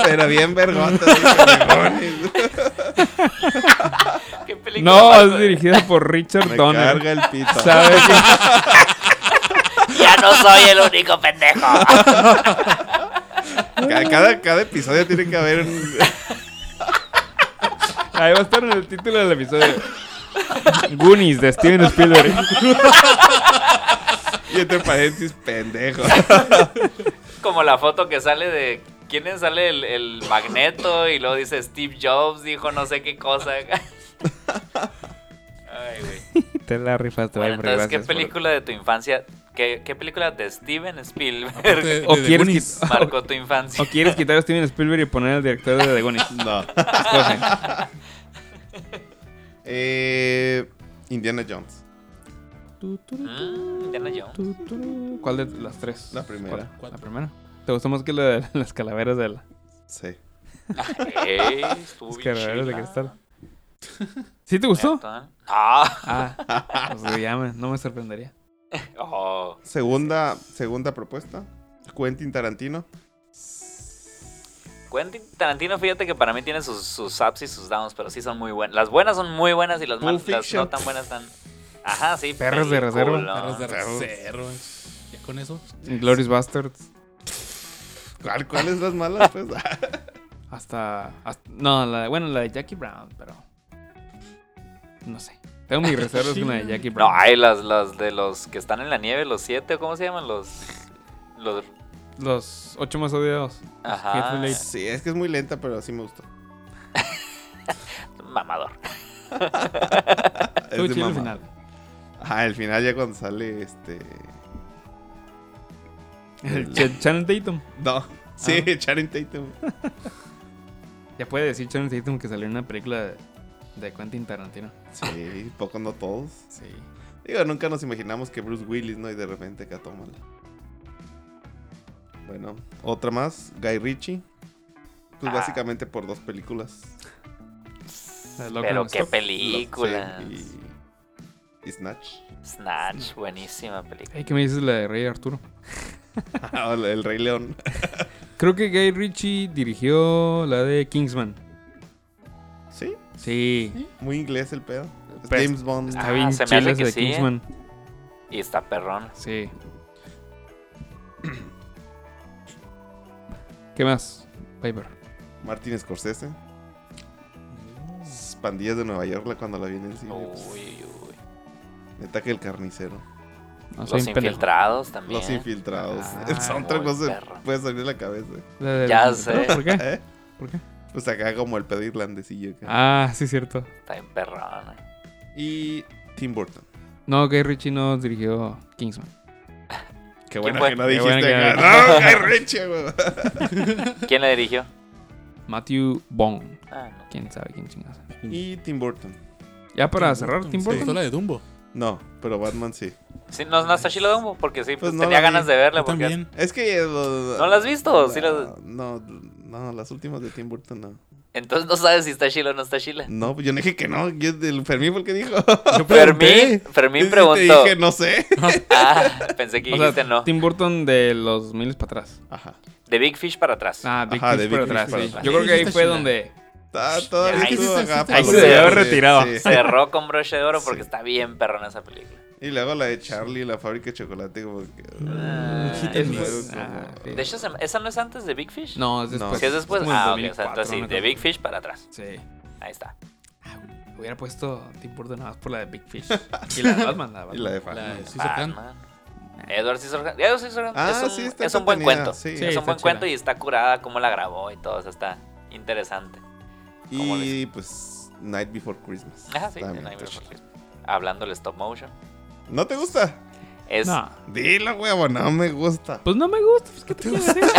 Speaker 2: Pero bien vergota. de Goonies.
Speaker 4: ¿Qué película
Speaker 1: No,
Speaker 4: más-
Speaker 1: es dirigida por Richard
Speaker 2: Me
Speaker 1: Donner.
Speaker 2: carga el pito.
Speaker 1: ¿Sabe qué?
Speaker 4: Ya no soy el único pendejo.
Speaker 2: Ca- Cada, cada episodio tiene que haber un,
Speaker 1: Ahí va a estar en el título del episodio. Goonies de Steven Spielberg.
Speaker 2: y entre paréntesis pendejo.
Speaker 4: Como la foto que sale de. ¿Quién es? Sale el, el magneto y luego dice Steve Jobs, dijo no sé qué cosa. Ay, güey.
Speaker 1: Te la rifaste,
Speaker 4: Bueno,
Speaker 1: Viper,
Speaker 4: entonces, ¿qué
Speaker 1: gracias por-
Speaker 4: película de tu infancia? ¿Qué, qué película de Steven Spielberg
Speaker 3: Aparte
Speaker 1: Er, ¿O
Speaker 3: este de The
Speaker 1: quieres
Speaker 3: Goonies.
Speaker 1: que-
Speaker 4: marcó tu infancia?
Speaker 1: ¿O quieres quitar a Steven Spielberg y poner al director de The Goonies?
Speaker 2: No.
Speaker 1: Escoge.
Speaker 2: Eh, Indiana Jones,
Speaker 4: Mm, Indiana Jones.
Speaker 1: ¿Cuál de las tres?
Speaker 2: La primera.
Speaker 1: ¿Cuál? ¿La primera? ¿Te gustó más que la de las calaveras de, la-
Speaker 2: sí.
Speaker 4: Ey, estuvo
Speaker 1: las
Speaker 4: bien
Speaker 1: calaveras de
Speaker 4: chila.
Speaker 1: cristal? ¿Sí te gustó?
Speaker 4: Neta. Ah,
Speaker 1: Ah, pues ya me- no me sorprendería.
Speaker 4: oh,
Speaker 2: Segunda, segunda propuesta, Quentin Tarantino.
Speaker 4: Quentin Tarantino, fíjate que para mí tiene sus, sus ups y sus downs, pero sí son muy buenas. Las buenas son muy buenas y las, mal-
Speaker 2: Pulp
Speaker 4: las no
Speaker 2: Fiction.
Speaker 4: tan buenas están. Ajá, sí.
Speaker 1: Perros de reserva.
Speaker 4: peliculón.
Speaker 3: Perros de reserva. Ya con eso.
Speaker 1: Glorious Bastards.
Speaker 2: ¿Cuál, cuál es las malas? Pues?
Speaker 1: Hasta, hasta- No, la de- bueno, la de Jackie Brown, pero. No sé. Tengo mis reservas con la de Jackie
Speaker 4: No,
Speaker 1: Brown.
Speaker 4: hay las, las de los que están en la nieve, los siete, ¿cómo se llaman? Los. Los.
Speaker 1: Los ocho más odiados.
Speaker 4: Ajá.
Speaker 1: Hateful Eight.
Speaker 2: Sí, es que es muy lenta, pero sí me gustó.
Speaker 4: Mamador.
Speaker 2: Es
Speaker 1: Estuvo
Speaker 2: de
Speaker 1: chido el
Speaker 2: mamá.
Speaker 1: final.
Speaker 2: Ah, el final ya cuando sale este.
Speaker 1: El Ch- Channing Tatum.
Speaker 2: No. Sí,
Speaker 1: Ah.
Speaker 2: Sharon Tatum.
Speaker 1: Ya puede decir Channing Tatum que salió en una película de, de Quentin Tarantino.
Speaker 2: Sí, poco no todos.
Speaker 1: Sí.
Speaker 2: Digo, nunca nos imaginamos que Bruce Willis, ¿no? Y de repente acá tómala. Bueno, otra más, Guy Ritchie. Pues
Speaker 4: Ah.
Speaker 2: básicamente por dos películas.
Speaker 1: La de Loco
Speaker 4: Pero
Speaker 1: and
Speaker 4: qué
Speaker 1: Stock.
Speaker 4: película.
Speaker 2: Sí, y, y Snatch.
Speaker 4: Snatch, buenísima película.
Speaker 1: Ey, ¿Qué me dices la de Rey Arturo?
Speaker 2: Ah, el- el Rey León.
Speaker 1: Creo que Guy Ritchie dirigió la de Kingsman.
Speaker 2: Sí,
Speaker 1: Sí.
Speaker 2: muy inglés el pedo. Es
Speaker 1: Pues,
Speaker 2: James Bond.
Speaker 1: Está
Speaker 4: Ah,
Speaker 1: bien
Speaker 4: se me
Speaker 1: chila
Speaker 4: hace
Speaker 1: esa
Speaker 4: que
Speaker 1: de
Speaker 4: sí, ¿eh?
Speaker 1: Kingsman.
Speaker 4: Y está perrón.
Speaker 1: Sí. ¿Qué más? Piper.
Speaker 2: Martin Scorsese. Pandillas de Nueva York la- cuando la vi en el
Speaker 4: Uy,
Speaker 2: cine. pues,
Speaker 4: uy, uy.
Speaker 2: neta que el carnicero.
Speaker 1: No soy
Speaker 4: Los
Speaker 1: un pendejo.
Speaker 4: infiltrados también.
Speaker 2: Los infiltrados.
Speaker 1: Ah,
Speaker 2: el soundtrack
Speaker 4: muy
Speaker 2: no se
Speaker 4: perro.
Speaker 2: puede salir de la cabeza.
Speaker 1: La de
Speaker 4: Ya
Speaker 1: los
Speaker 4: sé.
Speaker 1: infiltrados, ¿Por qué?
Speaker 2: ¿Eh?
Speaker 1: ¿Por qué?
Speaker 2: Pues acá como el pedo irlandesillo. acá.
Speaker 1: Ah, sí, cierto.
Speaker 4: Está bien perrón. eh.
Speaker 2: Ah. Y Tim Burton.
Speaker 1: No, Guy Ritchie no dirigió Kingsman.
Speaker 2: Qué
Speaker 4: ¿Quién
Speaker 2: bueno
Speaker 4: fue?
Speaker 2: que no
Speaker 1: Qué
Speaker 2: dijiste
Speaker 1: bueno que no
Speaker 2: acá. No, qué reche, güey.
Speaker 4: ¿Quién la dirigió?
Speaker 1: Matthew Bond.
Speaker 4: Ah, no.
Speaker 1: ¿Quién sabe quién chingas?
Speaker 2: Y Tim Burton.
Speaker 1: Ya para cerrar, ¿te
Speaker 3: Sí.
Speaker 1: importa?
Speaker 3: Pistola de Dumbo.
Speaker 2: No, pero Batman sí.
Speaker 4: Sí, no, no está chilo Dumbo, porque sí, pues,
Speaker 2: Pues no
Speaker 4: tenía
Speaker 2: la vi.
Speaker 4: ganas de verla.
Speaker 3: Yo
Speaker 4: Porque...
Speaker 3: también.
Speaker 2: Es que. eh, lo-
Speaker 4: ¿No la has visto? Sí
Speaker 2: la-
Speaker 4: la-
Speaker 2: No, no, las últimas de Tim Burton no.
Speaker 4: Entonces no sabes si está chilo o no está chila.
Speaker 2: No, yo no dije que no. Yo, el Fermín fue el que dijo.
Speaker 4: Fermín, Fermín
Speaker 2: Y
Speaker 4: preguntó.
Speaker 2: Te dije, no sé.
Speaker 4: Ah, pensé que
Speaker 1: O
Speaker 4: dijiste
Speaker 1: sea,
Speaker 4: no.
Speaker 1: Tim Burton de los miles para atrás.
Speaker 2: Ajá.
Speaker 4: De Big Fish para atrás.
Speaker 1: Ah, Big
Speaker 2: Ajá,
Speaker 1: Fish
Speaker 2: de Big
Speaker 1: para
Speaker 2: Fish
Speaker 1: atrás.
Speaker 2: para
Speaker 1: sí.
Speaker 2: atrás.
Speaker 1: Yo creo que ahí
Speaker 3: Sí, está
Speaker 1: fue
Speaker 3: chida.
Speaker 1: donde.
Speaker 2: Está todavía
Speaker 4: Ahí sí
Speaker 2: estuvo
Speaker 3: se-
Speaker 2: acá.
Speaker 3: ahí
Speaker 1: se
Speaker 2: palomeado,
Speaker 1: debió haber
Speaker 2: sí,
Speaker 1: retirado.
Speaker 2: sí.
Speaker 4: Cerró con broche de oro porque
Speaker 2: Sí.
Speaker 4: está bien perro en esa película.
Speaker 2: Y luego la de Charlie, la fábrica de chocolate. Como que,
Speaker 4: Ah,
Speaker 3: Hit
Speaker 2: es
Speaker 3: and
Speaker 1: Eso
Speaker 3: miss.
Speaker 2: luego
Speaker 1: fue-
Speaker 2: como-
Speaker 1: ah, sí.
Speaker 4: De hecho, se- ¿esa no es antes de Big Fish?
Speaker 1: No, pues, es
Speaker 2: No.
Speaker 1: después.
Speaker 4: Si es después.
Speaker 1: como en
Speaker 4: Ah, ok. O sea, entonces
Speaker 1: 2004,
Speaker 4: sí,
Speaker 1: una
Speaker 4: de
Speaker 1: cosa
Speaker 4: Big Fish para atrás.
Speaker 1: así. Sí. Ah,
Speaker 4: Ahí está.
Speaker 1: Hubiera puesto Tim Burton nada más por la de Big Fish. Y la de Batman, la de
Speaker 4: ah,
Speaker 2: Y
Speaker 1: Batman.
Speaker 2: la de
Speaker 3: La
Speaker 2: Batman.
Speaker 3: de Caesar Khan.
Speaker 4: Batman. Ah, Edward Scissorhands. Edward Scissorhands
Speaker 2: Ah,
Speaker 4: es un,
Speaker 2: sí, está
Speaker 4: es un buen
Speaker 2: entretenida,
Speaker 4: cuento.
Speaker 2: sí.
Speaker 1: Sí,
Speaker 4: es
Speaker 1: está
Speaker 4: un buen
Speaker 1: chida.
Speaker 4: cuento y está curada cómo la grabó y todo. O sea, está interesante. ¿Cómo le
Speaker 2: Y pues Night Before Christmas.
Speaker 4: Ajá, sí.
Speaker 2: También
Speaker 4: en
Speaker 2: está
Speaker 4: Nightmare
Speaker 2: chido.
Speaker 4: Before Christmas. Hablando del stop motion.
Speaker 2: ¿No te gusta?
Speaker 4: Es,
Speaker 1: No.
Speaker 2: Dilo, huevo, no me gusta.
Speaker 1: Pues no me gusta. Pues, ¿Qué te quiero decir?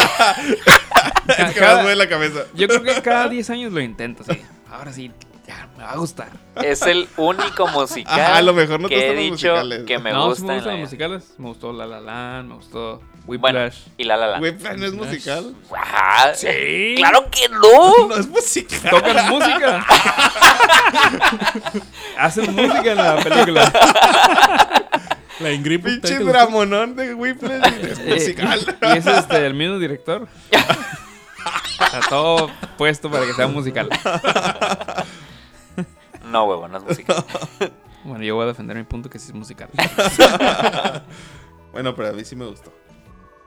Speaker 4: Pues,
Speaker 2: Es que me duele la cabeza.
Speaker 1: Yo creo que cada 10 años lo intento, sí. Ahora sí, ya me va a gustar.
Speaker 4: es el único musical
Speaker 2: Ajá, a lo mejor no te
Speaker 4: que
Speaker 2: gustan
Speaker 4: he
Speaker 2: los
Speaker 4: dicho
Speaker 2: musicales.
Speaker 4: que me
Speaker 1: no, sí
Speaker 4: gusta.
Speaker 1: me gustan
Speaker 4: en la
Speaker 1: los
Speaker 4: vida.
Speaker 1: musicales. Me gustó La La Land, me gustó
Speaker 4: Bueno,
Speaker 1: Whiplash.
Speaker 4: y la la la.
Speaker 2: Güey, pero no es musical.
Speaker 4: Ajá,
Speaker 1: Sí.
Speaker 4: Claro que no.
Speaker 2: No es musical.
Speaker 1: Tocan música. Hacen música en la película.
Speaker 3: La Ingrid
Speaker 2: Pinche
Speaker 3: Buttenko.
Speaker 2: dramonón de Whiplash. no Es
Speaker 1: Eh,
Speaker 2: musical.
Speaker 1: Y es este, el mismo director. Está todo puesto para que sea musical.
Speaker 4: No, huevo, no es musical.
Speaker 1: Bueno, yo voy a defender mi punto que sí es musical.
Speaker 2: Bueno, pero a mí sí me gustó.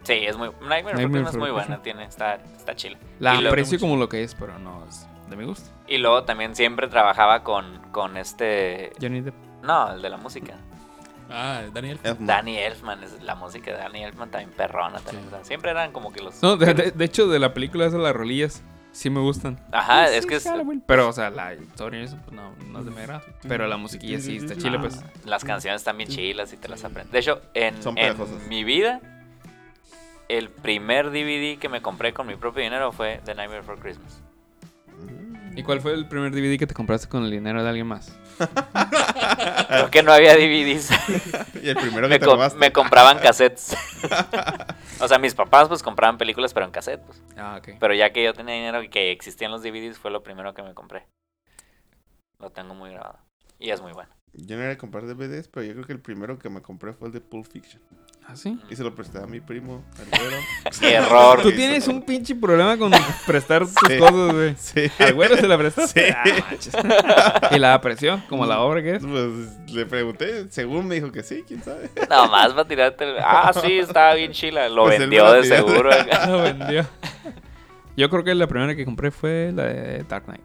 Speaker 4: Sí, es muy. Nightmare, Before
Speaker 1: Nightmare
Speaker 4: Christmas es
Speaker 1: Before
Speaker 4: muy buena,
Speaker 1: Christmas.
Speaker 4: tiene, está, está chila.
Speaker 1: La
Speaker 4: y, luego,
Speaker 1: aprecio como lo que es, pero no es de mi gusto.
Speaker 4: y luego también siempre trabajaba con, con este.
Speaker 1: Johnny Depp.
Speaker 4: No, el de la música.
Speaker 3: Ah, Daniel.
Speaker 2: Elfman.
Speaker 4: Danny Elfman, es la música de Danny Elfman también perrona. También,
Speaker 3: Sí.
Speaker 4: o sea, siempre eran como que los.
Speaker 1: No, de, de- de hecho, de la película esas las rolillas sí me gustan.
Speaker 4: Ajá,
Speaker 1: Pues Sí,
Speaker 4: Ah, es que es-
Speaker 1: Halloween. Mm. Pero, o sea, la historia y eso, pues, no, no es de mi agrado. Pero la musiquilla sí está chile, pues.
Speaker 4: las canciones están bien chilas y te las aprendes. De hecho, en,
Speaker 2: Son
Speaker 4: en
Speaker 2: pegajosas.
Speaker 4: mi vida, el primer DVD que me compré con mi propio dinero fue The Nightmare Before Christmas.
Speaker 1: ¿Y cuál fue el primer DVD que te compraste con el dinero de alguien más?
Speaker 4: Creo que no había DVDs.
Speaker 2: Y el primero que
Speaker 4: me,
Speaker 2: te
Speaker 4: com-
Speaker 2: robaste.
Speaker 4: me compraban cassettes. o sea, mis papás pues compraban películas pero en cassette. pues.
Speaker 1: Ah, ok.
Speaker 4: Pero ya que yo tenía dinero y que existían los DVDs fue lo primero que me compré. Lo tengo muy grabado. Y es muy bueno.
Speaker 2: Yo no era de comprar DVDs, pero yo creo que el primero que me compré fue el de Pulp Fiction.
Speaker 1: ¿Ah, sí?
Speaker 2: Y se lo presté a mi primo, al güero.
Speaker 4: Error.
Speaker 1: Tú tienes un pinche problema con prestar tus
Speaker 2: Sí.
Speaker 1: cosas, güey.
Speaker 2: Sí.
Speaker 1: ¿Al güero se la prestaste?
Speaker 2: Sí.
Speaker 1: Ah, manches. ¿Y la apreció? Como la obra que es.
Speaker 2: Pues le pregunté, según me dijo que sí, quién sabe.
Speaker 4: Nada más para tirarte. el- Ah, sí, estaba bien chila. Lo
Speaker 2: Pues él me
Speaker 4: vendió
Speaker 2: la
Speaker 4: de
Speaker 2: pidió.
Speaker 4: seguro.
Speaker 1: La vendió. Yo creo que la primera que compré fue la de Dark Knight.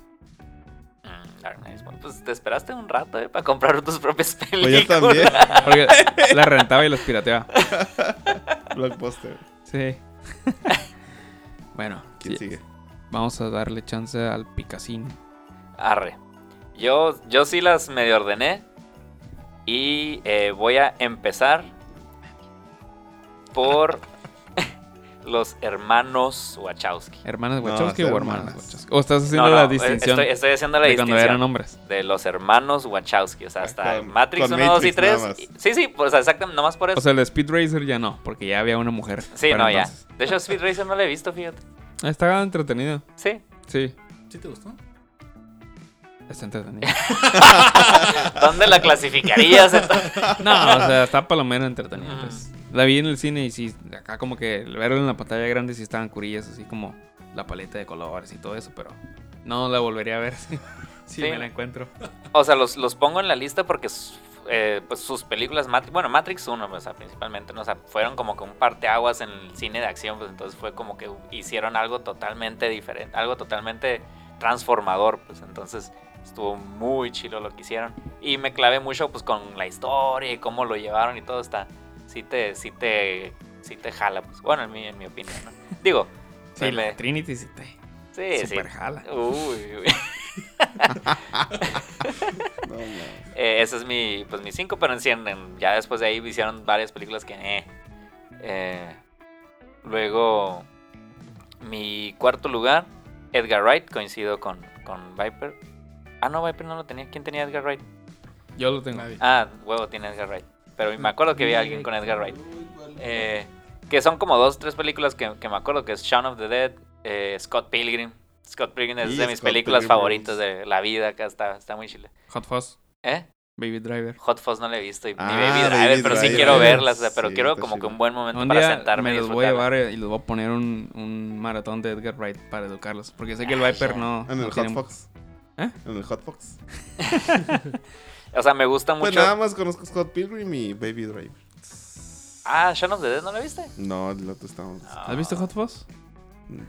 Speaker 4: Mm, Dark Knight. Bueno, Pues te esperaste un rato eh, para comprar tus propias películas.
Speaker 2: Pues yo también,
Speaker 1: Porque la rentaba y las pirateaba.
Speaker 2: Blockbuster.
Speaker 1: Sí. bueno,
Speaker 2: ¿Quién
Speaker 1: sí,
Speaker 2: sigue?
Speaker 1: vamos a darle chance al Picasín.
Speaker 4: Arre. Yo, yo sí las medio ordené. Y eh, voy a empezar por los hermanos Wachowski.
Speaker 1: ¿Hermanas
Speaker 2: No,
Speaker 1: Wachowski
Speaker 2: ser
Speaker 1: o hermanas
Speaker 2: hermanas.
Speaker 1: Wachowski? ¿O estás haciendo
Speaker 4: No, no,
Speaker 1: la
Speaker 4: eh,
Speaker 1: distinción
Speaker 4: Estoy, estoy haciendo la
Speaker 1: de cuando eran
Speaker 4: distinción
Speaker 1: hombres?
Speaker 4: de los hermanos Wachowski. O sea,
Speaker 2: Ah,
Speaker 4: hasta
Speaker 2: con-
Speaker 4: Matrix
Speaker 2: con
Speaker 4: 1, 2 y
Speaker 2: Matrix nada
Speaker 4: 3. Sí, sí, pues exactamente, nomás por eso.
Speaker 1: O sea, el Speed Racer ya no, porque ya había una mujer.
Speaker 4: sí,
Speaker 1: para
Speaker 4: no,
Speaker 1: entonces.
Speaker 4: ya. De hecho, Speed Racer no la he visto, fíjate.
Speaker 1: Está entretenido.
Speaker 4: Sí.
Speaker 1: Sí,
Speaker 3: ¿Sí te gustó?
Speaker 1: está entretenido.
Speaker 4: ¿Dónde la clasificarías? entonces?
Speaker 1: no, o sea, está palomero entretenido.
Speaker 4: Ah.
Speaker 1: pues. La vi en el cine y sí, acá como que el verlo en la pantalla grande sí estaban curillas, así como la paleta de colores y todo eso, pero no la volvería a ver si, si
Speaker 4: Sí.
Speaker 1: me la encuentro.
Speaker 4: O sea, los, los pongo en la lista porque s- eh, pues sus películas, Matrix, bueno, Matrix 1, o sea, principalmente, ¿no? o sea, fueron como que un parteaguas en el cine de acción, pues entonces fue como que hicieron algo totalmente diferente, algo totalmente transformador, pues entonces estuvo muy chilo lo que hicieron. Y me clavé mucho pues con la historia y cómo lo llevaron y todo está, sí te, sí te, sí te jala, pues bueno, en mi, en mi opinión, ¿no? Digo,
Speaker 1: Sí,
Speaker 4: sí, le-
Speaker 1: Trinity sí te
Speaker 4: sí, sí.
Speaker 1: super jala.
Speaker 4: Uy, uy.
Speaker 2: No, no.
Speaker 4: Eh, ese es mi, pues, mi 5, pero en 100. en- ya después de ahí hicieron varias películas que... eh. Eh, luego, mi cuarto lugar, Edgar Wright, coincido con, con Viper. Ah, no, Viper no lo tenía. ¿Quién tenía Edgar Wright?
Speaker 1: Yo lo tengo.
Speaker 3: Nadie.
Speaker 4: Ah, huevo, tiene Edgar Wright. Pero me acuerdo que vi a alguien con Edgar Wright. Eh, que son como dos, tres películas que, que me acuerdo que es Shaun of the Dead, eh, Scott Pilgrim. Scott Pilgrim es
Speaker 2: Y
Speaker 4: de mis
Speaker 2: Scott
Speaker 4: películas
Speaker 2: Pilgrim
Speaker 4: favoritas
Speaker 2: es-
Speaker 4: de la vida, acá está, está muy chile.
Speaker 1: Hot Fuzz,
Speaker 4: ¿Eh?
Speaker 1: Baby Driver.
Speaker 4: Hot Fuzz no la he visto y
Speaker 2: Ah,
Speaker 4: ni Baby
Speaker 2: Baby
Speaker 4: Driver, pero sí
Speaker 2: Driver.
Speaker 4: quiero verlas, o sea, pero
Speaker 2: Sí, pues.
Speaker 4: quiero
Speaker 2: está
Speaker 4: como que
Speaker 2: chila.
Speaker 4: un buen momento
Speaker 1: Un
Speaker 4: para
Speaker 1: día
Speaker 4: sentarme
Speaker 1: me
Speaker 4: y
Speaker 1: los voy a
Speaker 4: disfrutarla.
Speaker 1: llevar eh, y les voy a poner un, un maratón de Edgar Wright para educarlos. Porque sé que el
Speaker 4: Ay,
Speaker 1: Viper
Speaker 4: ya.
Speaker 1: no.
Speaker 2: En
Speaker 1: no
Speaker 2: el
Speaker 1: tiene-
Speaker 2: Hot Fox.
Speaker 1: ¿Eh?
Speaker 2: En el Hot Fox.
Speaker 4: O sea, me gusta
Speaker 2: Pues
Speaker 4: mucho.
Speaker 2: nada más conozco Scott Pilgrim y Baby Driver.
Speaker 4: ah, Shaun of the Dead, ¿no la viste?
Speaker 2: No, el otro estamos.
Speaker 1: ¿Has visto Hot Fuzz?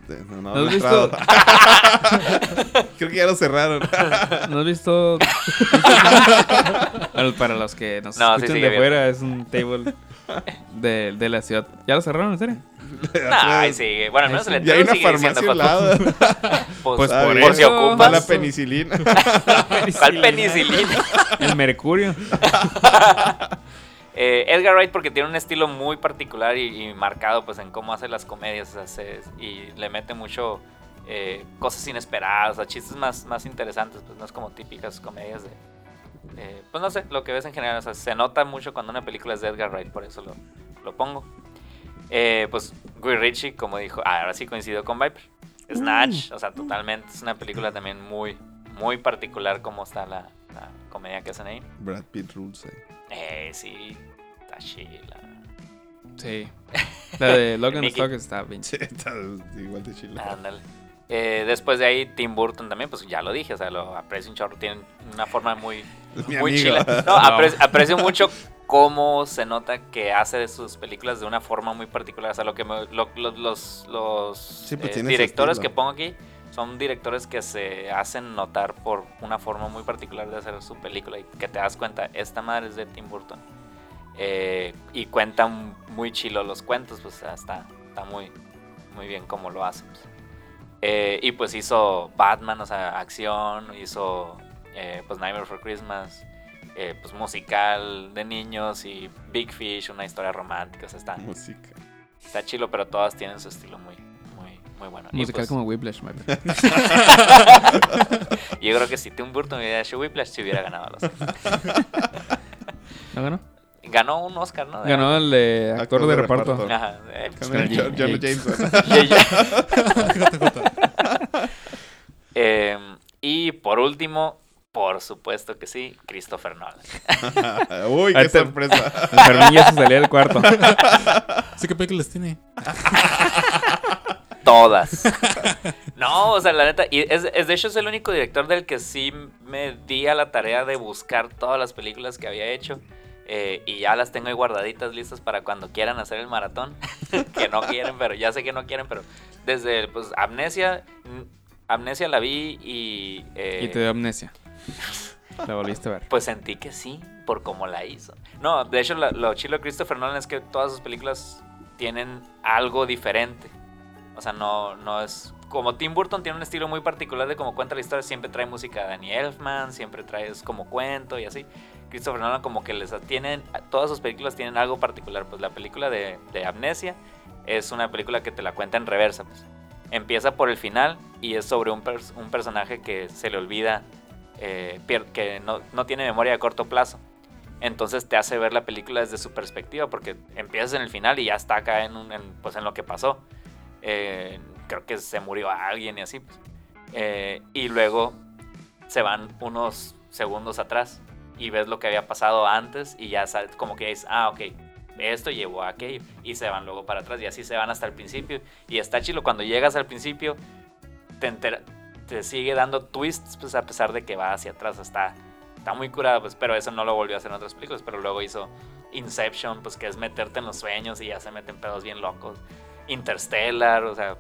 Speaker 2: de- No, no,
Speaker 1: ¿No has
Speaker 2: he
Speaker 1: visto,
Speaker 2: entrado. Creo que ya lo cerraron.
Speaker 1: ¿No has visto? Bueno, para los que nos
Speaker 4: No, sí,
Speaker 1: escuchan de
Speaker 4: sigue viendo.
Speaker 1: fuera, es un table de, de la ciudad. ¿Ya lo cerraron, en serio?
Speaker 4: Nah, ahí sigue. Bueno,
Speaker 1: Ahí
Speaker 4: al menos el
Speaker 1: sigue.
Speaker 2: Y hay
Speaker 4: letrero
Speaker 2: una
Speaker 4: sigue diciendo
Speaker 2: farmacia al
Speaker 4: Hot Fuzz.
Speaker 2: lado.
Speaker 4: Pues,
Speaker 1: Pues
Speaker 2: Ah,
Speaker 1: por
Speaker 2: bien.
Speaker 4: por si
Speaker 1: eso.
Speaker 2: Está
Speaker 4: ocupas.
Speaker 2: la penicilina.
Speaker 4: ¿Cuál penicilina?
Speaker 1: El mercurio.
Speaker 4: Eh, Edgar Wright porque tiene un estilo muy particular y, y marcado pues en cómo hace las comedias o sea, se- y le mete mucho eh, cosas inesperadas, o sea, chistes más, más interesantes, pues no es como típicas comedias de... eh, pues no sé, lo que ves en general, o sea, se nota mucho cuando una película es de Edgar Wright, por eso lo, lo pongo. Eh, pues Guy Ritchie, como dijo, ah, ahora sí coincido con Viper. Snatch, o sea, totalmente, es una película también muy, muy particular como está la, la comedia que hacen ahí.
Speaker 2: Brad Pitt rules. eh.
Speaker 4: Eh, sí, está chila.
Speaker 1: Sí. La de Logan
Speaker 4: Mickey.
Speaker 1: Stock está bien.
Speaker 2: Sí, está igual de chile.
Speaker 4: Ándale. Eh, después de ahí, Tim Burton también, pues ya lo dije, o sea, lo aprecio un chorro. Tiene una forma muy,
Speaker 2: Es mi
Speaker 4: muy
Speaker 2: amigo.
Speaker 4: chila. No, apre- aprecio mucho cómo se nota que hace de sus películas de una forma muy particular. O sea, lo que me- lo- lo- los, los eh,
Speaker 2: Sí, pues, tiene su
Speaker 4: directores
Speaker 2: estilo.
Speaker 4: que pongo aquí son directores que se hacen notar por una forma muy particular de hacer su película y que te das cuenta, esta madre es de Tim Burton. Eh, y cuentan muy chilo los cuentos, pues o sea, está, está muy, muy bien como lo hacen. pues. Eh, y pues hizo Batman, o sea, acción, hizo eh, pues Nightmare for Christmas, eh, pues musical de niños y Big Fish, una historia romántica, o sea, está,
Speaker 2: Música.
Speaker 4: está chilo, pero todas tienen su estilo muy, muy, muy bueno. Y,
Speaker 1: Musical
Speaker 4: pues,
Speaker 1: como Whiplash, Marta.
Speaker 4: Yo creo que si Tim Burton hubiera hecho Whiplash, se hubiera ganado los Oscars.
Speaker 1: ¿No ganó?
Speaker 4: Ganó un Oscar, ¿no?
Speaker 1: Ganó el de actor, de, reparto.
Speaker 4: Ajá, eh, pues,
Speaker 2: Con el
Speaker 1: Con
Speaker 2: John- John
Speaker 1: James.
Speaker 2: Jameson.
Speaker 4: Y ya. Em, y por último, por supuesto que sí, Christopher Nolan.
Speaker 2: Uy, qué
Speaker 1: Ahorita-
Speaker 2: sorpresa.
Speaker 1: Fermín ya se salía del cuarto.
Speaker 3: Así que películas tiene.
Speaker 4: Todas. No, o sea, la neta, y es, es- de hecho es el único director del que sí me di a la tarea de buscar todas las películas que había hecho. eh, y ya las tengo ahí guardaditas listas para cuando quieran hacer el maratón. que no quieren, pero ya sé que no quieren, pero desde pues Amnesia, mm, Amnesia la vi y... eh,
Speaker 1: Y te dio amnesia. La volviste a ver.
Speaker 4: Pues sentí que sí, por cómo la hizo. No, de hecho, la- lo chilo de Christopher Nolan es que todas sus películas tienen algo diferente. O sea, no, no es. Como Tim Burton tiene un estilo muy particular de cómo cuenta la historia, siempre trae música de Danny Elfman, siempre trae es como cuento y así. Christopher Nolan, como que les tienen. Todas sus películas tienen algo particular. Pues la película de, de Amnesia es una película que te la cuenta en reversa. Pues. Empieza por el final y es sobre un, pers- un personaje que se le olvida eh, pier- que no, no tiene memoria a corto plazo. Entonces te hace ver la película desde su perspectiva, porque empiezas en el final y ya está acá en, un, en, pues en lo que pasó. Eh, creo que se murió alguien y así. pues. Eh, y luego se van unos segundos atrás y ves lo que había pasado antes y ya sabes, como que dices, ah, ok, esto llevó a aquello. Y se van luego para atrás y así se van hasta el principio. Y está chilo, cuando llegas al principio, te entera- te sigue dando twists, pues a pesar de que va hacia atrás, está, está muy curada, pues, pero eso no lo volvió a hacer en otras películas, pero luego hizo Inception, pues que es meterte en los sueños y ya se meten pedos bien locos. Interstellar, o sea,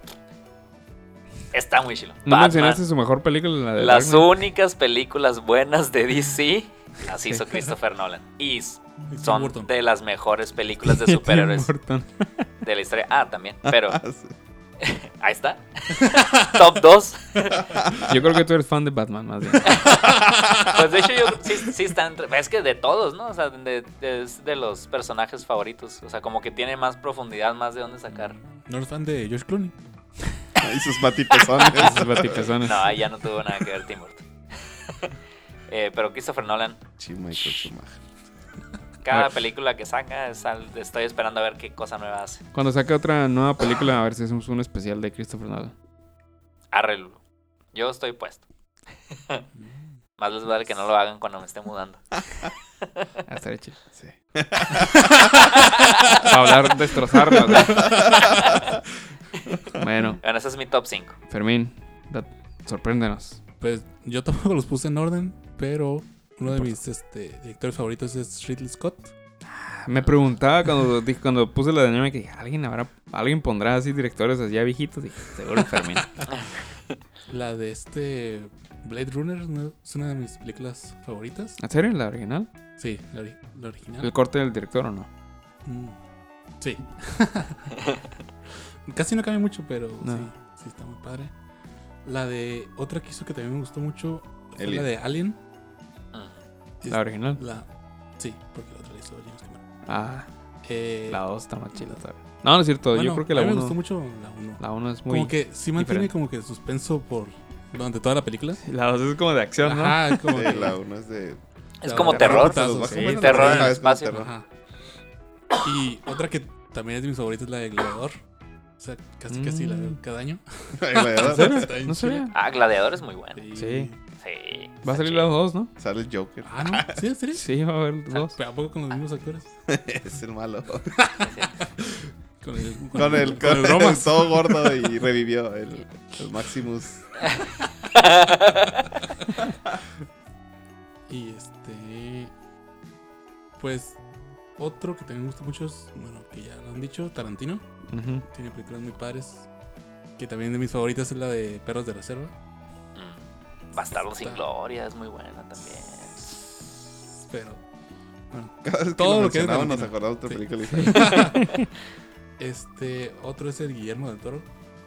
Speaker 4: está muy chilo.
Speaker 1: ¿No
Speaker 4: Batman.
Speaker 1: mencionaste su mejor película? La de
Speaker 4: Las
Speaker 1: Dark Knight?
Speaker 4: únicas películas buenas de DC las hizo Christopher Nolan. Y s-
Speaker 3: Y Tim
Speaker 4: son
Speaker 3: Burton.
Speaker 4: de las mejores películas de superhéroes de la historia. Ah, también. Pero ahí está. Top 2.
Speaker 1: Yo creo que tú eres fan de Batman, más bien.
Speaker 4: Pues de hecho yo sí, sí están... entre- Es que de todos, ¿no? O sea, de, de- es de los personajes favoritos. O sea, como que tiene más profundidad, más de dónde sacar.
Speaker 3: No eres fan de George Clooney.
Speaker 2: Y sus matipezones.
Speaker 1: Esos batipezones.
Speaker 4: No, ahí ya no tuvo nada que ver Tim Burton. Eh, pero Christopher Nolan,
Speaker 2: Pinche Michael Schumacher.
Speaker 4: Cada película que saca, es al- estoy esperando a ver qué cosa nueva hace.
Speaker 1: Cuando saque otra nueva película, a ver si hacemos un especial de Christopher Nolan.
Speaker 4: Arrelo. Yo estoy puesto. Más les vale que no lo hagan cuando me esté mudando.
Speaker 1: Ah, estaría chido.
Speaker 2: Sí.
Speaker 1: Para hablar, destrozarla. güey. Bueno,
Speaker 4: Bueno, ese es mi top 5.
Speaker 1: Fermín, da- sorpréndenos.
Speaker 3: Pues yo tampoco los puse en orden, pero uno de mis este, directores favoritos es Ridley Scott.
Speaker 1: Ah, Me preguntaba cuando, dije- cuando puse la dinámica, dije, ¿alguien, habrá, alguien pondrá así directores así ya viejitos? Dije, seguro Fermín.
Speaker 3: La de este Blade Runner ¿no? es una de mis películas favoritas.
Speaker 1: ¿En serio? ¿La original?
Speaker 3: Sí, la, ori- la original.
Speaker 1: ¿El corte del director o no?
Speaker 3: Mm, Sí. Casi no cambia mucho, pero
Speaker 1: No.
Speaker 3: sí, sí está muy padre. La de otra que hizo que también me gustó mucho fue la
Speaker 2: Alien.
Speaker 3: de Alien. Es-
Speaker 1: Mm. ¿La original?
Speaker 3: la- sí, porque la otra la hizo James Cameron.
Speaker 1: Ah,
Speaker 3: Eh,
Speaker 1: la 2 está más chila todavía. No, no es cierto.
Speaker 3: bueno,
Speaker 1: yo creo que
Speaker 3: a
Speaker 1: la
Speaker 3: mí me gustó
Speaker 1: 1
Speaker 3: mucho la 1.
Speaker 1: la uno es muy...
Speaker 3: Como que sí mantiene
Speaker 1: diferente.
Speaker 3: como que suspenso por durante toda la película.
Speaker 1: La 2 es como de acción, ¿no?
Speaker 3: Ajá, como
Speaker 2: Sí,
Speaker 3: que-
Speaker 2: la uno es de.
Speaker 4: Es
Speaker 3: La
Speaker 4: como
Speaker 3: de
Speaker 4: terror.
Speaker 3: putazos,
Speaker 2: Los va a
Speaker 3: sí,
Speaker 2: comer la
Speaker 4: terror en el
Speaker 2: verga, es como
Speaker 4: espacio.
Speaker 2: terror.
Speaker 3: Ajá. Y otra que también es de mis favoritas, la de Gladiador. O sea, casi casi la
Speaker 1: Mm.
Speaker 3: veo cada año.
Speaker 2: Ahí la
Speaker 1: ¿En
Speaker 2: verdad,
Speaker 1: serio?
Speaker 3: Está bien
Speaker 1: No sabía.
Speaker 4: Ah, Gladiador es muy bueno.
Speaker 1: Sí.
Speaker 4: Sí.
Speaker 1: Va a salir la 2, ¿no?
Speaker 2: Sale el Joker.
Speaker 3: Ah, no. ¿Sí? ¿En serio?
Speaker 1: Sí, va a haber dos.
Speaker 3: ¿Pero a poco con los mismos actores?
Speaker 2: Es el malo.
Speaker 3: Con el, con
Speaker 2: Con el, con el
Speaker 3: Romas.
Speaker 2: todo gordo y revivió el, el Maximus.
Speaker 3: Y este. Pues. Otro que también me gusta mucho es. Bueno, que ya lo han dicho, Tarantino.
Speaker 1: Ujú.
Speaker 3: Tiene películas muy padres. Que también de mis favoritas es la de Perros de Reserva.
Speaker 4: Mm. Bastardo sin
Speaker 3: Está-
Speaker 4: gloria es muy buena también.
Speaker 3: Pero. Bueno,
Speaker 2: Cada vez que
Speaker 3: Todo
Speaker 2: lo
Speaker 3: lo que es
Speaker 2: mencionamos nos
Speaker 3: Tarantino.
Speaker 2: acordamos de otra
Speaker 3: Sí.
Speaker 2: película.
Speaker 3: Este, otro es el Guillermo del Toro.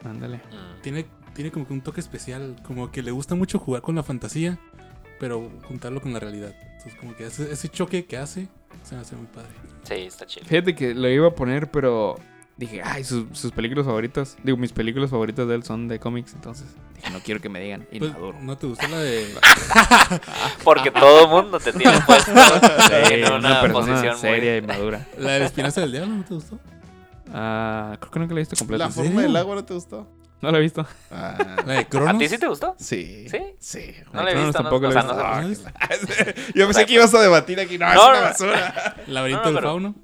Speaker 1: Ándale.
Speaker 4: Mm.
Speaker 3: Tiene, tiene como que un toque especial, como que le gusta mucho jugar con la fantasía, pero juntarlo con la realidad. Entonces, como que ese, ese choque que hace se me hace muy padre.
Speaker 4: Sí, está chido.
Speaker 1: Fíjate que lo iba a poner, pero dije, ay, sus, sus películas favoritas. Digo, mis películas favoritas de él son de cómics, entonces dije, no quiero que me digan
Speaker 3: Pues,
Speaker 1: inmaduro.
Speaker 3: ¿No te gustó la de.?
Speaker 4: Porque todo mundo te tiene puesto
Speaker 1: Ah. Sí,
Speaker 4: en una,
Speaker 1: una persona
Speaker 4: posición
Speaker 1: seria
Speaker 4: muy...
Speaker 1: y madura.
Speaker 3: La de la Espinaza del Diablo, ¿no te gustó?
Speaker 1: Ah, creo que nunca la he visto completa.
Speaker 2: ¿La forma
Speaker 3: serio?
Speaker 2: del agua no te gustó?
Speaker 1: No la he visto.
Speaker 2: Ah,
Speaker 3: La de
Speaker 4: ¿A
Speaker 3: Cronos.
Speaker 4: ti sí te gustó?
Speaker 2: sí.
Speaker 4: ¿Sí?
Speaker 2: Sí.
Speaker 4: No la he
Speaker 1: Cronos
Speaker 4: visto, no,
Speaker 1: tampoco
Speaker 4: o
Speaker 1: la he
Speaker 4: sea, no
Speaker 1: visto.
Speaker 4: sé.
Speaker 3: Ah, ¿no viste?
Speaker 2: Yo pensé que ibas a debatir aquí. No, es
Speaker 4: No,
Speaker 2: una
Speaker 4: no.
Speaker 2: basura.
Speaker 3: Laberinto
Speaker 4: No, no,
Speaker 3: del
Speaker 4: pero-
Speaker 3: Fauno.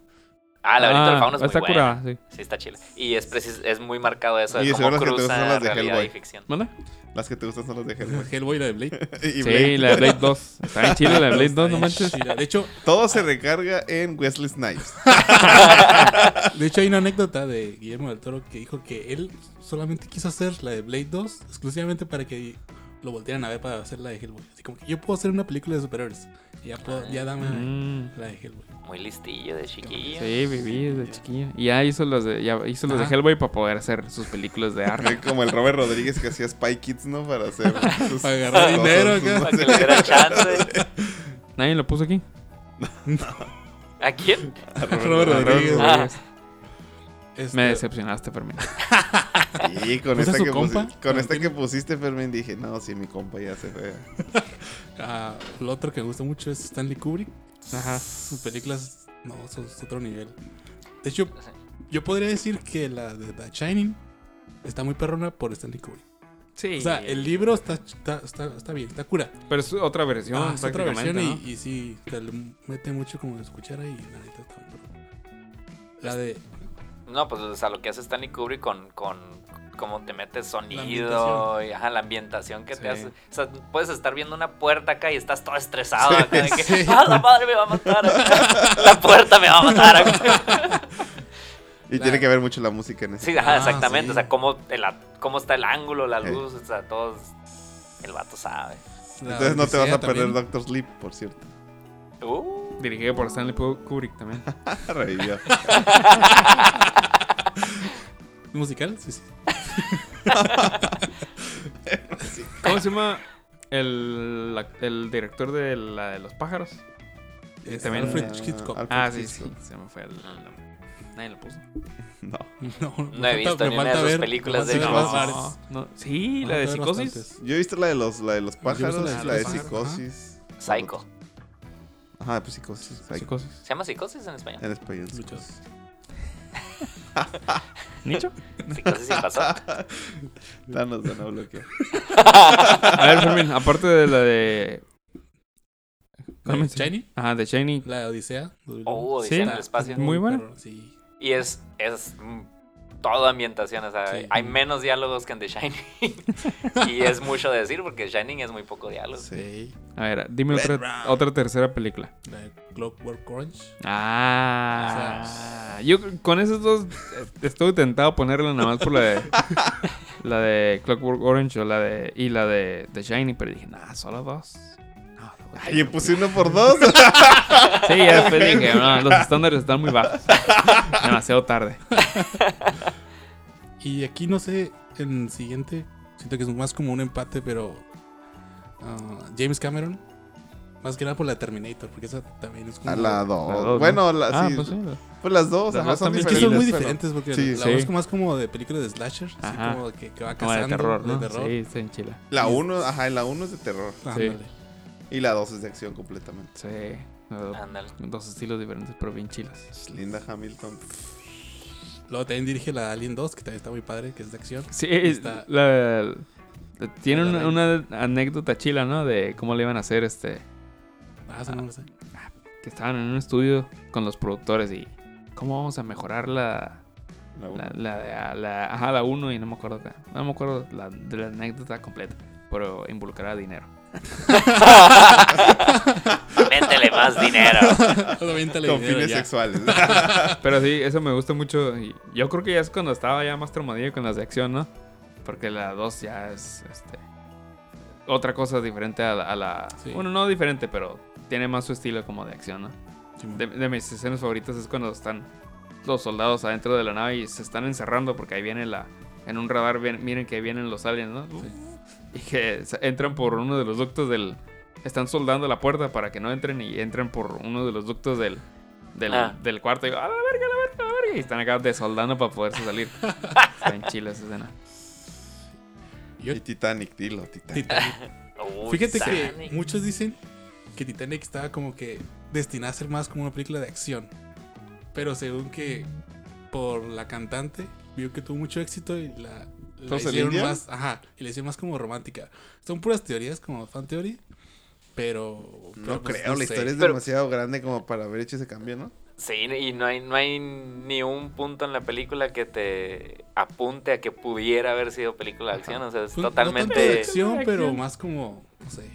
Speaker 4: Ah, Laberinto del Fauno es muy
Speaker 1: Está
Speaker 4: buena.
Speaker 1: curada, sí.
Speaker 4: Sí, está chila. Y es, precis- es muy marcado eso
Speaker 2: Y de
Speaker 4: de cómo
Speaker 2: seguro las que te gustan son
Speaker 4: cruza
Speaker 2: las de
Speaker 4: realidad
Speaker 2: Hellboy.
Speaker 4: y ficción.
Speaker 1: ¿Manda?
Speaker 2: Las que te gustan son las de Hellboy.
Speaker 3: Hellboy, la de Blade.
Speaker 2: Y
Speaker 1: Sí,
Speaker 2: Blade.
Speaker 1: la de Blade 2. Está en Chile la de Blade 2, no
Speaker 3: Ay,
Speaker 1: manches.
Speaker 3: chila. De hecho,
Speaker 2: Todo se recarga en Wesley Snipes.
Speaker 3: de hecho, hay una anécdota de Guillermo del Toro que dijo que él solamente quiso hacer la de Blade 2 exclusivamente para que lo voltearan a ver para hacer la de Hellboy. Así como que yo puedo hacer una película de superhéroes. Y Ya, puedo- ya dame
Speaker 1: Mm.
Speaker 3: la de Hellboy.
Speaker 4: Muy listillo de chiquillo.
Speaker 1: Sí, viví desde chiquilla. Y ya hizo los de, ya hizo los de
Speaker 3: Ajá.
Speaker 1: Hellboy para poder hacer sus películas de Arnold.
Speaker 2: eh, Como el Robert Rodríguez que hacía Spy Kids, ¿no? Para hacer sus.
Speaker 3: Para agarrar
Speaker 2: sus-
Speaker 3: dinero
Speaker 2: sus-
Speaker 3: acá.
Speaker 4: Para que le diera chance.
Speaker 1: ¿Nadie lo puso aquí?
Speaker 4: ¿A quién?
Speaker 3: Robert Rodríguez.
Speaker 4: Ah.
Speaker 1: Robert Rodríguez.
Speaker 3: Este,
Speaker 1: Me decepcionaste, Fermín.
Speaker 2: Sí, con
Speaker 3: ¿Puse
Speaker 2: esta,
Speaker 3: su
Speaker 2: que
Speaker 3: compa?
Speaker 2: pusiste, con esta que pusiste, Fermín, dije, no, sí, mi compa ya se fue.
Speaker 3: ah, lo otro que me gusta mucho es Stanley Kubrick.
Speaker 1: Ajá.
Speaker 3: Sus películas, no, son es otro nivel. De hecho, yo podría decir que la de The Shining está muy perrona por Stanley Kubrick.
Speaker 1: Sí.
Speaker 3: O sea, el libro está, está, está, está bien, está cura.
Speaker 1: Pero es otra versión,
Speaker 3: Ah, es otra versión
Speaker 1: prácticamente,
Speaker 3: y, y sí, te le mete mucho como de escuchar ahí. La, neta está muy perrona. la de.
Speaker 4: No, pues o sea, lo que hace Stanley Kubrick con, con cómo te metes sonido
Speaker 3: ambientación.
Speaker 4: y ajá, la ambientación que
Speaker 1: Sí.
Speaker 4: te hace. O sea, puedes estar viendo una puerta acá y estás todo estresado acá de que,
Speaker 3: sí.
Speaker 4: ah, la madre me va a matar. acá. la puerta me va a matar. acá".
Speaker 2: Y
Speaker 3: La-
Speaker 2: tiene que ver mucho la música en eso.
Speaker 4: sí, ajá,
Speaker 3: Ah,
Speaker 4: exactamente.
Speaker 3: sí.
Speaker 4: O sea, cómo, el a- cómo está el ángulo, la
Speaker 2: Sí.
Speaker 4: luz, o sea, todos. El vato sabe.
Speaker 3: la
Speaker 2: Entonces no te vas
Speaker 3: Odisea
Speaker 2: a perder
Speaker 3: Ah, también.
Speaker 2: Doctor Sleep, por cierto.
Speaker 4: Uh,
Speaker 1: ¿no? Dirigido por Stanley Kubrick también.
Speaker 2: Revivió.
Speaker 3: ¿Musical? Sí, sí.
Speaker 1: ¿Cómo se llama el, la- el director de la de los pájaros?
Speaker 3: Es
Speaker 1: también-
Speaker 3: Este, Alfred
Speaker 4: eh,
Speaker 3: Hitchcock.
Speaker 2: Ah, Alfred
Speaker 1: Ah, sí, sí.
Speaker 2: Hitchcock.
Speaker 1: Se me fue el nombre. Nadie lo puso.
Speaker 2: No.
Speaker 3: No,
Speaker 4: No he visto ni una de sus películas de
Speaker 3: Sí,
Speaker 4: No.
Speaker 3: vas- vas-
Speaker 1: No, Sí,
Speaker 3: vas
Speaker 1: la
Speaker 3: a
Speaker 1: de
Speaker 3: ver
Speaker 1: psicosis.
Speaker 3: Ah, bastantes.
Speaker 2: Yo he visto la de los, la de los
Speaker 3: Yo he visto
Speaker 2: pájaros,
Speaker 3: la de
Speaker 2: la de
Speaker 3: los pájaros,
Speaker 2: psicosis.
Speaker 4: psycho.
Speaker 2: Ajá, pues psicosis. ahí,
Speaker 1: Psicosis.
Speaker 4: ¿Se llama psicosis en español?
Speaker 2: En español.
Speaker 3: Muchos.
Speaker 1: ¿Nicho?
Speaker 4: Psicosis sin pasar.
Speaker 2: Danos, danos a bloquear.
Speaker 1: A ver, Fermín, aparte de la de. ¿Cómo se-
Speaker 3: Shiny,
Speaker 1: Ajá, de Shiny.
Speaker 3: la Odisea.
Speaker 4: Oh, Odisea
Speaker 1: Sí.
Speaker 4: en el espacio.
Speaker 1: Muy bueno.
Speaker 3: Pero Sí.
Speaker 4: Y es, es mm, todo ambientación, o sea,
Speaker 3: Sí.
Speaker 4: hay menos diálogos que en The Shining. y es mucho decir porque Shining es muy poco diálogo.
Speaker 3: Sí.
Speaker 1: A ver, dime
Speaker 3: Red
Speaker 1: otra,
Speaker 3: Round.
Speaker 1: otra tercera película.
Speaker 3: La de Clockwork Orange.
Speaker 1: Ah, yo con esos dos eh, estuve tentado a ponerla nada más por la de la de Clockwork Orange o la de y la de The Shiny, pero dije, nah, solo dos. No, luego-
Speaker 2: Ay, yo puse uno por dos.
Speaker 1: Sí, ya después dije, no, los estándares están muy bajos. Demasiado tarde.
Speaker 3: Y aquí no sé, en el siguiente, siento que es más como un empate, pero ah, James Cameron, más que nada por la Terminator, porque esa también es como...
Speaker 2: A la
Speaker 1: La dos, ¿no?
Speaker 2: dos. Oh, Bueno, la,
Speaker 1: Ah,
Speaker 2: sí,
Speaker 1: pues sí. la-
Speaker 2: pues las dos.
Speaker 1: Las
Speaker 2: ajá,
Speaker 1: dos
Speaker 2: son
Speaker 1: también
Speaker 3: Es que son muy
Speaker 2: pero-
Speaker 3: diferentes, porque
Speaker 2: Sí.
Speaker 3: la
Speaker 1: Sí.
Speaker 3: voz como más como de películas de slasher, así
Speaker 1: Ajá.
Speaker 3: como que, que va
Speaker 1: Como de
Speaker 3: cazando,
Speaker 1: terror, ¿no?
Speaker 3: de terror. Ah,
Speaker 1: Sí, está en Chile.
Speaker 2: La uno, ajá, y la uno es de terror.
Speaker 3: Ándale.
Speaker 2: Y la dos es de acción completamente.
Speaker 1: Sí. Los dos-
Speaker 4: Ándale.
Speaker 1: Dos estilos diferentes, pero bien chilas.
Speaker 2: Linda Hamilton.
Speaker 3: Luego también dirige la Alien 2, que también está muy padre, que es de acción.
Speaker 1: Sí, es-
Speaker 3: Está-
Speaker 1: la- la- tiene
Speaker 3: la
Speaker 1: una, una anécdota chila, ¿no? De cómo le iban a hacer este.
Speaker 3: Ah, eso no lo sé.
Speaker 1: que estaban en un estudio con los productores y cómo vamos a mejorar la
Speaker 2: La uno.
Speaker 1: la la, la, la- ajá, la 1 y no me acuerdo acá. no me acuerdo la, de la anécdota completa pero involucrará dinero
Speaker 4: Métele más dinero.
Speaker 3: Aviéntale
Speaker 2: Con
Speaker 3: dinero
Speaker 2: fines
Speaker 3: ya.
Speaker 2: sexuales.
Speaker 1: pero sí eso me gusta mucho y yo creo que ya es cuando estaba ya más traumadillo con las de acción no porque la 2 ya es este otra cosa diferente a la, a la-
Speaker 3: Sí.
Speaker 1: bueno no diferente pero tiene más su estilo como de acción no
Speaker 3: Simón.
Speaker 1: De, de mis escenas favoritas es cuando están los soldados adentro de la nave y se están encerrando porque ahí viene la... En un radar ven- miren que vienen los aliens, ¿no? Y que se- entran por uno de los ductos del... Están soldando la puerta para que no entren y entran por uno de los ductos del... Del,
Speaker 4: Ah.
Speaker 1: del cuarto y digo, "A la verga, a la verga, a la verga", Y están acá desoldando para poderse salir. Está en chile esa escena.
Speaker 3: Yo-
Speaker 2: y Titanic, dilo, Titanic.
Speaker 3: Titanic.
Speaker 4: Uy,
Speaker 3: Fíjate que
Speaker 4: Sonic.
Speaker 3: muchos dicen que Titanic estaba como que destinada a ser más como una película de acción. Pero según que por la cantante vio que tuvo mucho éxito y la, la
Speaker 2: ¿Todos en
Speaker 3: hicieron
Speaker 2: India?
Speaker 3: más, ajá, y la hicieron más como romántica. Son puras teorías como fan theory, pero, pero,
Speaker 2: No
Speaker 3: pues,
Speaker 2: creo, la
Speaker 3: sé.
Speaker 2: historia es
Speaker 4: Pero-
Speaker 2: demasiado grande como para haber hecho ese cambio, ¿no?
Speaker 4: Sí, y no hay, no hay ni un punto en la película que te apunte a que pudiera haber sido película de acción. O sea, es
Speaker 3: Fue un- no tanto de
Speaker 4: totalmente.
Speaker 3: acción,
Speaker 1: Acción.
Speaker 3: pero más como no sé,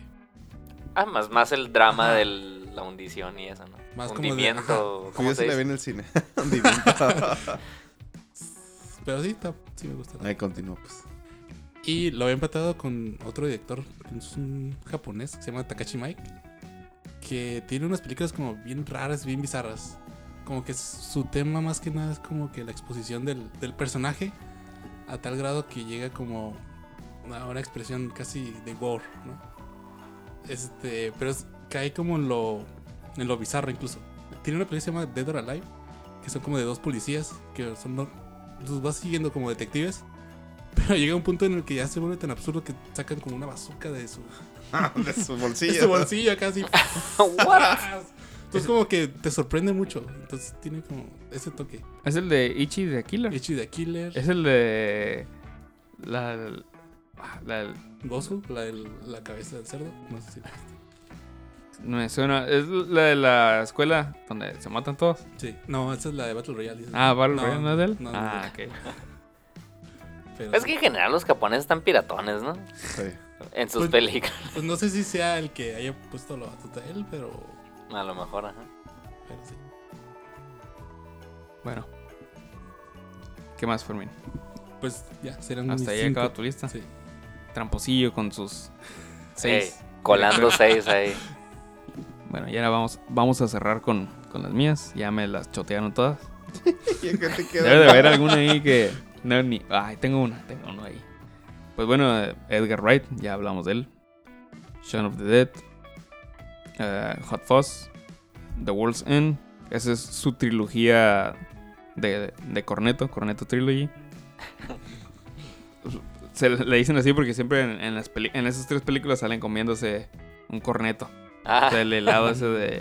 Speaker 4: Ah, más, más el drama de la hundición y eso, ¿no?
Speaker 3: Más como de-
Speaker 4: Hundimiento.
Speaker 2: Pues
Speaker 4: ¿cómo
Speaker 2: Yo
Speaker 4: se
Speaker 2: se la vi
Speaker 4: dice?
Speaker 2: en el cine. Divino.
Speaker 3: pero sí, está- sí me gusta.
Speaker 2: Ahí continúa, pues.
Speaker 3: Y lo había empatado con otro director, que es un japonés, que se llama Takashi Mike, que tiene unas películas como bien raras, bien bizarras. Como que su tema más que nada es como que la exposición del, del personaje a tal grado que llega como a una expresión casi de gore, ¿no? Este, pero es- cae como en lo, en lo bizarro incluso. Tiene una película que se llama Dead or Alive, que son como de dos policías, que son... no- Los vas siguiendo como detectives pero llega un punto en el que ya se vuelve tan absurdo que sacan como una bazooka de su,
Speaker 2: Ah, De su
Speaker 3: de
Speaker 2: bolsillo.
Speaker 3: su bolsillo casi.
Speaker 4: What?
Speaker 3: Entonces como que te sorprende mucho. Entonces tiene como ese toque.
Speaker 1: Es el de Ichi de Killer.
Speaker 3: Ichi de Killer,
Speaker 1: Es el de... La... La...
Speaker 3: Gozu, la, del- la cabeza del cerdo. No sé si la viste.
Speaker 1: Me suena... Es la de la escuela donde se matan todos.
Speaker 3: Sí. No, esa es la de Battle Royale. dices.
Speaker 1: Ah, Battle
Speaker 3: No,
Speaker 1: Royale, ¿no es de él?
Speaker 3: no, no es
Speaker 1: ah,
Speaker 3: de
Speaker 1: ok.
Speaker 3: Pero-
Speaker 4: Es que en general los japoneses están piratones, ¿no?
Speaker 2: Sí.
Speaker 4: En sus
Speaker 3: Pues-
Speaker 4: películas.
Speaker 3: Pues no sé si sea el que haya puesto la batuta de él, pero...
Speaker 4: A lo mejor, ajá.
Speaker 3: pero sí.
Speaker 1: Bueno. ¿Qué más, Fermín?
Speaker 3: Pues ya, serán mis
Speaker 1: Hasta ahí
Speaker 3: cinco.
Speaker 1: acaba tu lista.
Speaker 3: Sí.
Speaker 1: Tramposillo con sus
Speaker 4: Sí,
Speaker 1: seis.
Speaker 4: colando seis ahí.
Speaker 1: Bueno, y ahora vamos, vamos a cerrar con, con las mías. Ya me las chotearon todas.
Speaker 2: ¿Y en qué te queda?
Speaker 1: Debe de haber alguna ahí que... No, ni... Ay, tengo una, tengo una ahí. Pues bueno, eh, Edgar Wright, ya hablamos de él. Shaun of the Dead. eh, Hot Fuzz. The World's End. Esa es su trilogía de, de Corneto, Corneto Trilogy. Se le le dicen así porque siempre en, en las peli- en esas tres películas salen comiéndose un corneto. O
Speaker 4: Ah,
Speaker 1: sea, el helado ese de,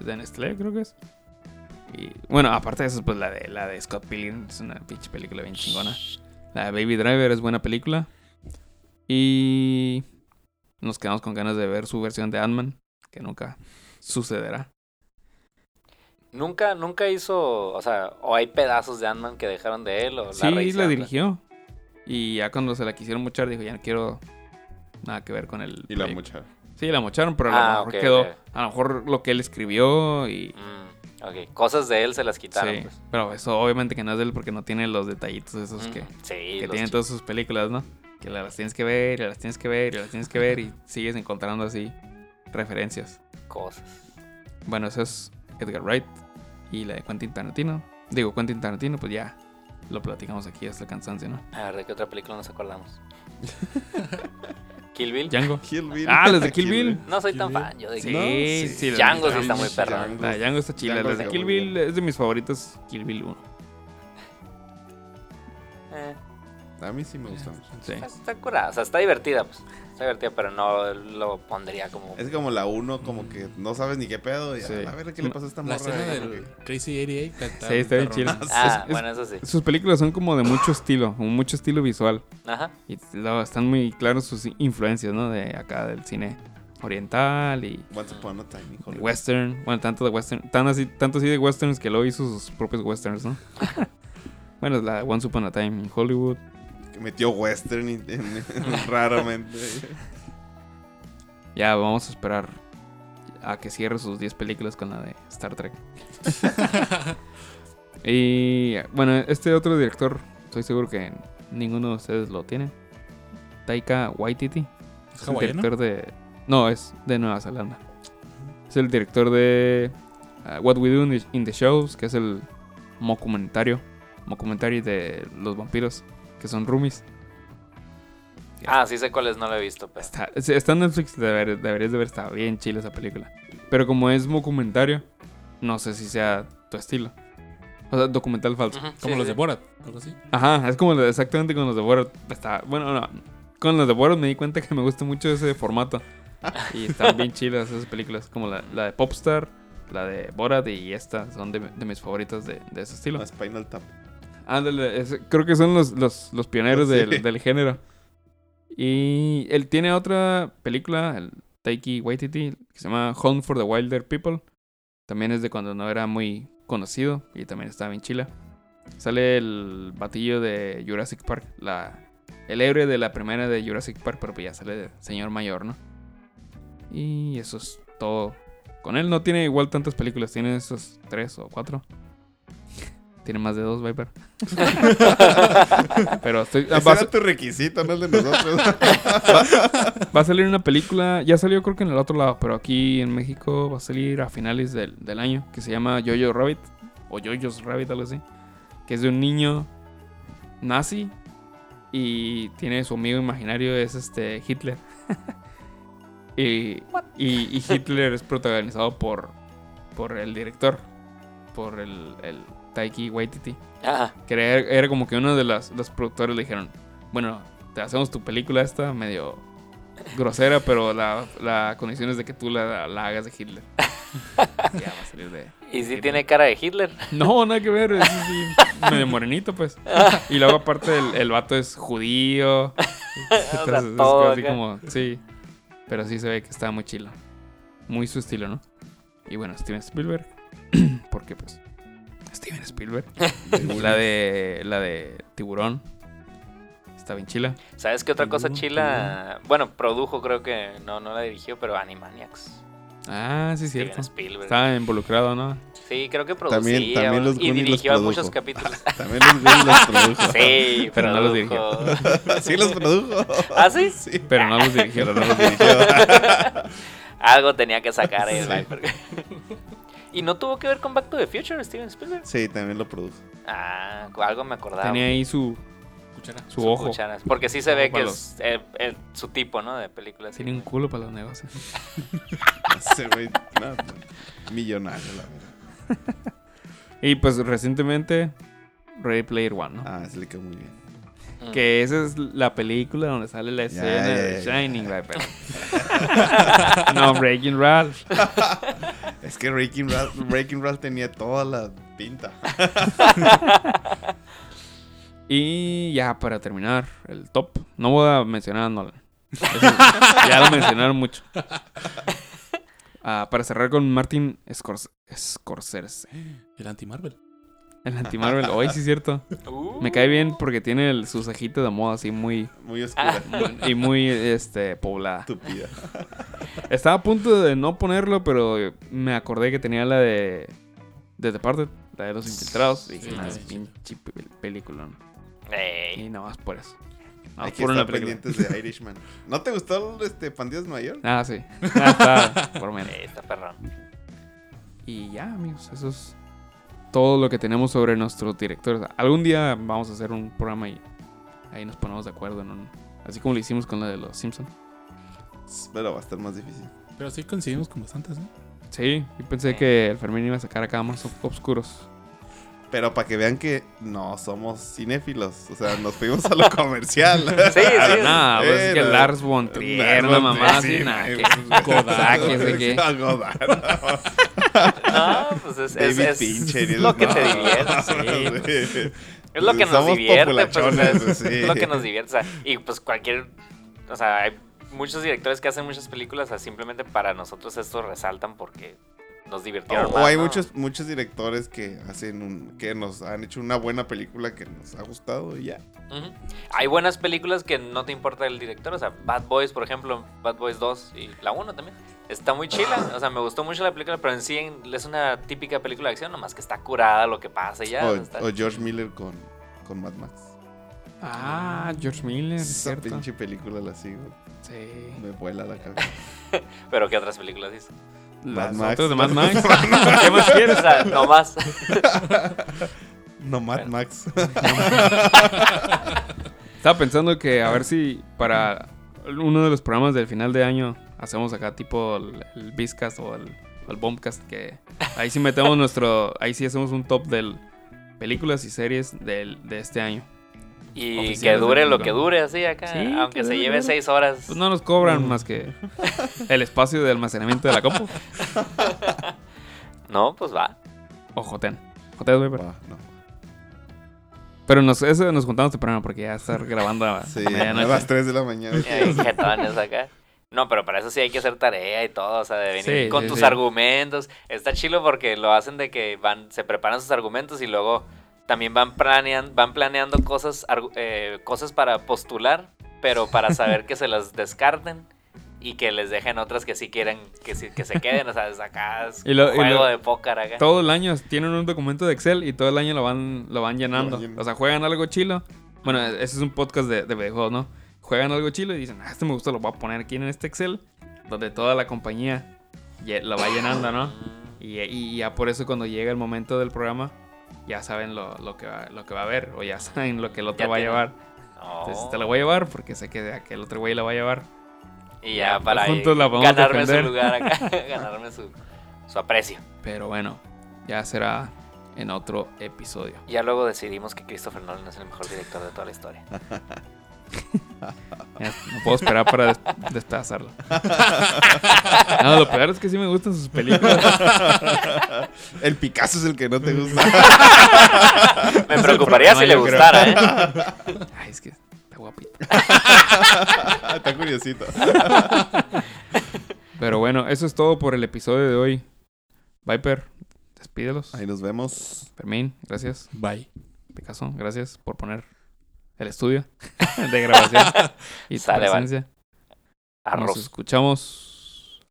Speaker 1: Es de Nestlé, creo que es. Y bueno, aparte de eso, pues la de, la de Scott Pilgrim es una pinche película bien chingona. La de Baby Driver es buena película. Y nos quedamos con ganas de ver su versión de Ant-Man, que nunca sucederá.
Speaker 4: Nunca, nunca hizo, o sea, o hay pedazos de Ant-Man que dejaron de él o la
Speaker 1: sí,
Speaker 4: rehicieron,
Speaker 1: la
Speaker 4: ¿no?
Speaker 1: dirigió. Y ya cuando se la quisieron mochar, dijo, ya no quiero nada que ver con el...
Speaker 2: Y la
Speaker 1: proyecto".
Speaker 2: mucha.
Speaker 1: Sí, la mocharon, pero a
Speaker 4: Ah,
Speaker 1: lo mejor
Speaker 4: ok,
Speaker 1: quedó...
Speaker 4: ok.
Speaker 1: A lo mejor lo que él escribió y...
Speaker 4: Mm, ok, cosas de él se las quitaron.
Speaker 1: sí,
Speaker 4: pues.
Speaker 1: pero eso obviamente que no es de él porque no tiene los detallitos esos
Speaker 4: Mm,
Speaker 1: que,
Speaker 4: sí,
Speaker 1: que
Speaker 4: los
Speaker 1: tienen
Speaker 4: chi-
Speaker 1: todas sus películas, ¿no? Que las tienes que ver, y las tienes que ver, y las tienes que ver y sigues encontrando así referencias.
Speaker 4: cosas.
Speaker 1: Bueno, eso es Edgar Wright y la de Quentin Tarantino. Digo, Quentin Tarantino, pues ya lo platicamos aquí hasta el cansancio, ¿no?
Speaker 4: A ver, ¿de qué otra película nos acordamos? ¿Kill Bill?
Speaker 1: Django.
Speaker 2: Kill Bill.
Speaker 1: Ah, los de Kill Bill.
Speaker 4: No soy
Speaker 3: Kill
Speaker 4: tan
Speaker 3: Bill.
Speaker 4: fan, yo de
Speaker 1: Sí,
Speaker 4: Kill
Speaker 1: sí,
Speaker 4: Bill.
Speaker 2: sí,
Speaker 1: la
Speaker 4: Django sí
Speaker 1: de
Speaker 4: está
Speaker 1: Django.
Speaker 4: muy perro.
Speaker 2: Django.
Speaker 1: La de Django está chila.
Speaker 2: Django
Speaker 1: La de
Speaker 2: está
Speaker 1: Kill
Speaker 2: muy
Speaker 1: Bill es de mis favoritos. Kill Bill 1.
Speaker 4: Eh, pues,
Speaker 2: A mí sí me gusta mucho.
Speaker 1: Sí.
Speaker 4: está curada, o sea, está divertida, pues. Está divertida, pero no lo pondría como.
Speaker 2: Es como la uno, como que no sabes ni qué pedo. Y,
Speaker 1: Sí.
Speaker 2: A ver qué le pasó a esta morra.
Speaker 3: La escena
Speaker 2: Y como
Speaker 3: del Crazy 88. que
Speaker 1: Sí, está bien
Speaker 3: perrona.
Speaker 1: chila.
Speaker 4: Ah,
Speaker 1: Es- es-
Speaker 4: bueno, eso sí.
Speaker 1: Sus películas son como de mucho estilo, como mucho estilo visual.
Speaker 4: Ajá.
Speaker 1: Y luego están muy claros sus influencias, ¿no? De acá del cine oriental y
Speaker 2: que Once upon a time,
Speaker 1: de
Speaker 2: híjole.
Speaker 1: western. Bueno, tanto de western, tan así, tanto así de westerns que luego hizo sus propios westerns, ¿no? bueno, la de Once Upon a Time in Hollywood.
Speaker 2: Que metió western y- en- raramente.
Speaker 1: Ya vamos a esperar a que cierre sus 10 películas con la de Star Trek. y bueno, este otro director, estoy seguro que ninguno de ustedes lo tiene. Taika Waititi.
Speaker 3: ¿Es
Speaker 1: Es el
Speaker 3: hawaiano?
Speaker 1: director de. No, es de Nueva Zelanda. Es el director de uh, What We Do in the, in the Shows, que es el mockumentario. Mockumentary de los vampiros, que son roomies.
Speaker 4: Ah, sí sé cuáles no lo he visto, pero.
Speaker 1: Está, sí, está en Netflix, deber- deberías de ver, está bien chila esa película. Pero como es mockumentario, no sé si sea tu estilo. O sea, documental falso.
Speaker 4: Ujú,
Speaker 3: Como
Speaker 4: sí,
Speaker 3: los
Speaker 4: sí.
Speaker 3: de Borat, algo así.
Speaker 1: Ajá, es como lo- exactamente con los de Borat. Está, bueno, no. Con los de Borat me di cuenta que me gusta mucho ese formato. Y están bien chidas esas películas, como la, la de Popstar, la de Borat y esta. Son de, de mis favoritas de, de ese estilo.
Speaker 2: No, Spinal Tap.
Speaker 1: Ándale, ese- creo que son los, los, los pioneros
Speaker 2: Sí.
Speaker 1: del, del género. Y él tiene otra película, el Taiki Waititi, que se llama Home for the Wilder People. También es de cuando no era muy conocido y también estaba en Chile. Sale el batillo de Jurassic Park, la, el héroe de la primera de Jurassic Park, pero pues ya sale de señor mayor, ¿no? Y eso es todo. Con él no tiene igual tantas películas, tiene esos tres o cuatro. Tiene más de dos, Viper. Pero estoy,
Speaker 2: Ese
Speaker 1: va, a-
Speaker 2: era tu requisito, no el de nosotros.
Speaker 1: va a salir una película, ya salió creo que en el otro lado, pero aquí en México va a salir a finales del, del año, que se llama Jojo Rabbit, o Jojo's Rabbit, algo así, que es de un niño nazi y tiene su amigo imaginario, es este Hitler. y, y- y Hitler es protagonizado por, por el director, por el, el Taiki Waititi
Speaker 4: Ajá.
Speaker 1: que era, era como que uno de las, los productores le dijeron, bueno, te hacemos tu película esta medio grosera, pero la, la condición es de que tú la, la hagas de Hitler. ya va a salir de...
Speaker 4: Y sí tiene cara de Hitler.
Speaker 1: No, nada que ver, es así, medio morenito pues. Y luego aparte el, el vato es judío.
Speaker 4: sea,
Speaker 1: Entonces es
Speaker 4: todo
Speaker 1: así
Speaker 4: acá.
Speaker 1: como, sí. Pero sí se ve que está muy chilo. Muy su estilo, ¿no? Y bueno, Steven Spielberg. Porque pues... Steven Spielberg. La de. La de tiburón. Está bien chila.
Speaker 4: ¿Sabes qué otra cosa
Speaker 3: Tiburón,
Speaker 4: chila? Bueno, produjo, creo que no, no la dirigió, pero Animaniacs.
Speaker 1: Ah, sí,
Speaker 4: Steven
Speaker 1: cierto.
Speaker 4: Spielberg.
Speaker 1: Está involucrado, ¿no?
Speaker 4: Sí, creo que producía
Speaker 2: También- también
Speaker 4: o-
Speaker 2: los
Speaker 4: y
Speaker 2: Goonies los
Speaker 4: dirigió
Speaker 2: produjo.
Speaker 4: muchos capítulos.
Speaker 2: También los Goonies los produjo.
Speaker 4: Sí,
Speaker 1: Pero no los
Speaker 4: produjo.
Speaker 2: Sí, los produjo.
Speaker 4: ¿Ah, sí?
Speaker 2: Sí.
Speaker 1: Pero no los dirigió.
Speaker 2: Pero no los dirigió.
Speaker 4: Algo tenía que sacar ahí el Viper. ¿Y no tuvo que ver con Back to the Future, Steven Spielberg?
Speaker 2: Sí, también lo produjo.
Speaker 4: Ah, algo me acordaba.
Speaker 1: Tenía ahí su,
Speaker 3: Cuchara.
Speaker 1: su ojo.
Speaker 4: cucharas. Porque sí se ve
Speaker 1: Ojo
Speaker 4: que
Speaker 1: para
Speaker 4: es eh, el- su tipo, ¿no? De películas.
Speaker 1: Tenía un culo para los negocios.
Speaker 2: Ese güey, no, millonario, la verdad.
Speaker 1: Y pues recientemente, Ready Player One, ¿no?
Speaker 2: Ah, se le quedó muy bien.
Speaker 1: Que esa es la película donde sale la escena
Speaker 2: ya,
Speaker 1: de
Speaker 2: ya, ya.
Speaker 1: Shining, güey, pero- No, Breaking Ralph.
Speaker 2: Es que Breaking Ralph, Breaking Ralph tenía toda la pinta.
Speaker 1: Y ya para terminar, el top. No voy a mencionar a Nolan. Eso- ya lo mencionaron mucho. Ah, para cerrar con Martin Scors- Scorsese.
Speaker 3: El anti-Marvel.
Speaker 1: El anti-Marvel. Hoy sí es cierto.
Speaker 4: Uh,
Speaker 1: Me cae bien porque tiene el, su cejita de moda así muy...
Speaker 2: Muy oscura,
Speaker 1: Y muy este, poblada.
Speaker 2: estúpida.
Speaker 1: Estaba a punto de no ponerlo, pero me acordé que tenía la de... De The Parted, la de los infiltrados. Y dije,
Speaker 3: Sí,
Speaker 1: "Nah,
Speaker 3: sí,
Speaker 1: es
Speaker 3: sí. Eh.
Speaker 1: pinche pel- película.
Speaker 4: ey.
Speaker 1: Y nada más por eso. Nada
Speaker 2: Hay
Speaker 1: más
Speaker 2: que
Speaker 1: por Ah, una
Speaker 2: estar
Speaker 1: película.
Speaker 2: pendientes de Irishman. ¿No te gustó el, este Pandillas Nueva York?
Speaker 1: Ah, sí. Ah, está, por menos.
Speaker 4: Sí, está perrón.
Speaker 1: Y ya, amigos, eso es todo lo que tenemos sobre nuestros directores. Algún día vamos a hacer un programa y ahí nos ponemos de acuerdo en un- Así como lo hicimos con la de los Simpsons.
Speaker 2: Pero va a estar más difícil.
Speaker 3: Pero sí coincidimos con bastantes, ¿eh?
Speaker 1: Sí, yo pensé que el Fermín iba a sacar acá más ob- obscuros.
Speaker 2: Pero para que vean que no somos cinéfilos. O sea, nos fuimos a lo comercial.
Speaker 4: Sí, sí.
Speaker 1: Nada, pues es que
Speaker 2: Bueno.
Speaker 1: Lars von Trier, una mamá así, nada, que Godard, que sé qué.
Speaker 2: A Godard.
Speaker 4: No, pues es, es,
Speaker 2: David
Speaker 4: es
Speaker 2: Fincher,
Speaker 4: lo que te
Speaker 2: no.
Speaker 4: divierte. sí.
Speaker 2: Sí.
Speaker 4: Es lo que nos
Speaker 2: Somos
Speaker 4: divierte, pues, o sea, es,
Speaker 2: populachones, sí.
Speaker 4: es lo que nos divierte. o sea, y pues cualquier, o sea, hay muchos directores que hacen muchas películas, o sea, simplemente para nosotros esto resaltan porque nos divirtieron.
Speaker 2: O
Speaker 4: más,
Speaker 2: hay
Speaker 4: ¿no?
Speaker 2: muchos, muchos directores que hacen un, que nos han hecho una buena película que nos ha gustado y ya.
Speaker 4: Ujú. Hay buenas películas que no te importa el director, o sea, Bad Boys, por ejemplo, Bad Boys 2 y la 1 también. Está muy chila, o sea, me gustó mucho la película, pero en sí en- es una típica película de acción, nomás que está curada lo que pasa y ya.
Speaker 2: o,
Speaker 4: o sea, está-
Speaker 2: o George Miller con, con Mad Max.
Speaker 1: Ah, George Miller, es
Speaker 2: Esa
Speaker 1: cierto.
Speaker 2: pinche película la sigo.
Speaker 1: Sí.
Speaker 2: Me vuela la cabeza.
Speaker 4: Pero ¿qué otras películas hizo?
Speaker 1: Las
Speaker 2: Max.
Speaker 1: otras de Mad Max. ¿Qué más
Speaker 4: O
Speaker 1: quieres?
Speaker 4: sea, nomás.
Speaker 2: No, Mad Max.
Speaker 1: Estaba pensando que a ver si para uno de los programas del final de año hacemos acá tipo el, el Bizcast o el, o el Bombcast que ahí sí metemos nuestro, ahí sí hacemos un top del películas y series del, de este año.
Speaker 4: Y
Speaker 1: Oficiales
Speaker 4: que
Speaker 1: de
Speaker 4: dure lo
Speaker 1: película.
Speaker 4: que dure, así acá.
Speaker 1: Sí, que
Speaker 4: aunque se
Speaker 1: dure,
Speaker 4: lleve
Speaker 1: dure.
Speaker 4: seis horas.
Speaker 1: Pues no nos cobran más que el espacio de almacenamiento de la compu
Speaker 4: No, pues va.
Speaker 1: o Jotean. Jotean, güey, pero-
Speaker 2: Va, no.
Speaker 1: Pero nos, eso nos juntamos temprano porque ya estar grabando a
Speaker 2: Sí,
Speaker 1: medianoche.
Speaker 2: a las 3 de la mañana.
Speaker 4: Ay, jetones acá. No, pero para eso sí hay que hacer tarea y todo, o sea, de venir
Speaker 1: Sí,
Speaker 4: con
Speaker 1: sí,
Speaker 4: tus
Speaker 1: sí.
Speaker 4: argumentos. Está chilo porque lo hacen de que van, se preparan sus argumentos y luego también van planeando, van planeando cosas, argu- eh, cosas para postular, pero para saber que se las descarten y que les dejen otras que sí quieran que, sí- que se queden, o sea, es acá es
Speaker 1: Y lo- y
Speaker 4: juego
Speaker 1: lo-
Speaker 4: de póker acá.
Speaker 1: todo el año tienen un documento de Excel y todo el año lo van, lo van llenando.
Speaker 2: Lo llenan.
Speaker 1: O sea, juegan algo chilo. Bueno, ese es un podcast de, de videojuegos, ¿no? Juegan algo chilo y dicen, ah, este me gusta, lo voy a poner aquí en este Excel, donde toda la compañía lle- lo va llenando, ¿no? Y, y ya por eso cuando llega el momento del programa, ya saben lo, lo que, va, lo que va a haber o ya saben lo que el otro
Speaker 4: Ya
Speaker 1: va a
Speaker 4: tienen.
Speaker 1: llevar.
Speaker 4: No.
Speaker 1: Entonces, te lo voy a llevar porque sé que aquel otro güey la va a llevar.
Speaker 4: Y ya
Speaker 1: Ya,
Speaker 4: para ahí
Speaker 1: juntos la podemos
Speaker 4: ganarme su
Speaker 1: defender.
Speaker 4: lugar acá, ganarme su, su aprecio.
Speaker 1: Pero bueno, ya será en otro episodio.
Speaker 4: Ya luego decidimos que Christopher Nolan es el mejor director de toda la historia.
Speaker 1: Ya, No puedo esperar para des- despedazarlo. No, lo peor es que sí me gustan sus películas.
Speaker 2: El Picasso es el que no te gusta.
Speaker 4: Me preocuparía
Speaker 1: problema,
Speaker 4: si le
Speaker 1: yo creo.
Speaker 4: gustara, ¿eh?
Speaker 1: Ay, es que está guapito.
Speaker 2: Está curiosito.
Speaker 1: Pero bueno, eso es todo por el episodio de hoy. Viper, despídelos.
Speaker 2: Ahí nos vemos.
Speaker 1: Fermín, gracias.
Speaker 3: Bye.
Speaker 1: Picasso, gracias por poner el estudio de grabación y tu
Speaker 4: Sale, vale.
Speaker 1: presencia. Nos
Speaker 4: Arroz.
Speaker 1: escuchamos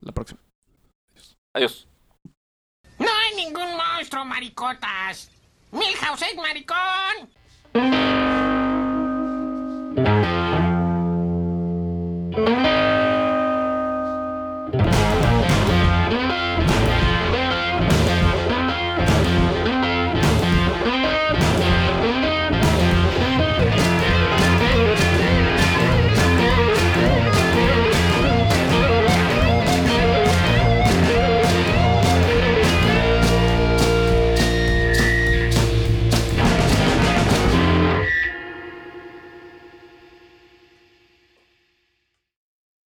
Speaker 1: la próxima.
Speaker 4: Adiós.
Speaker 5: No hay ningún monstruo, maricotas. Milhouse es maricón.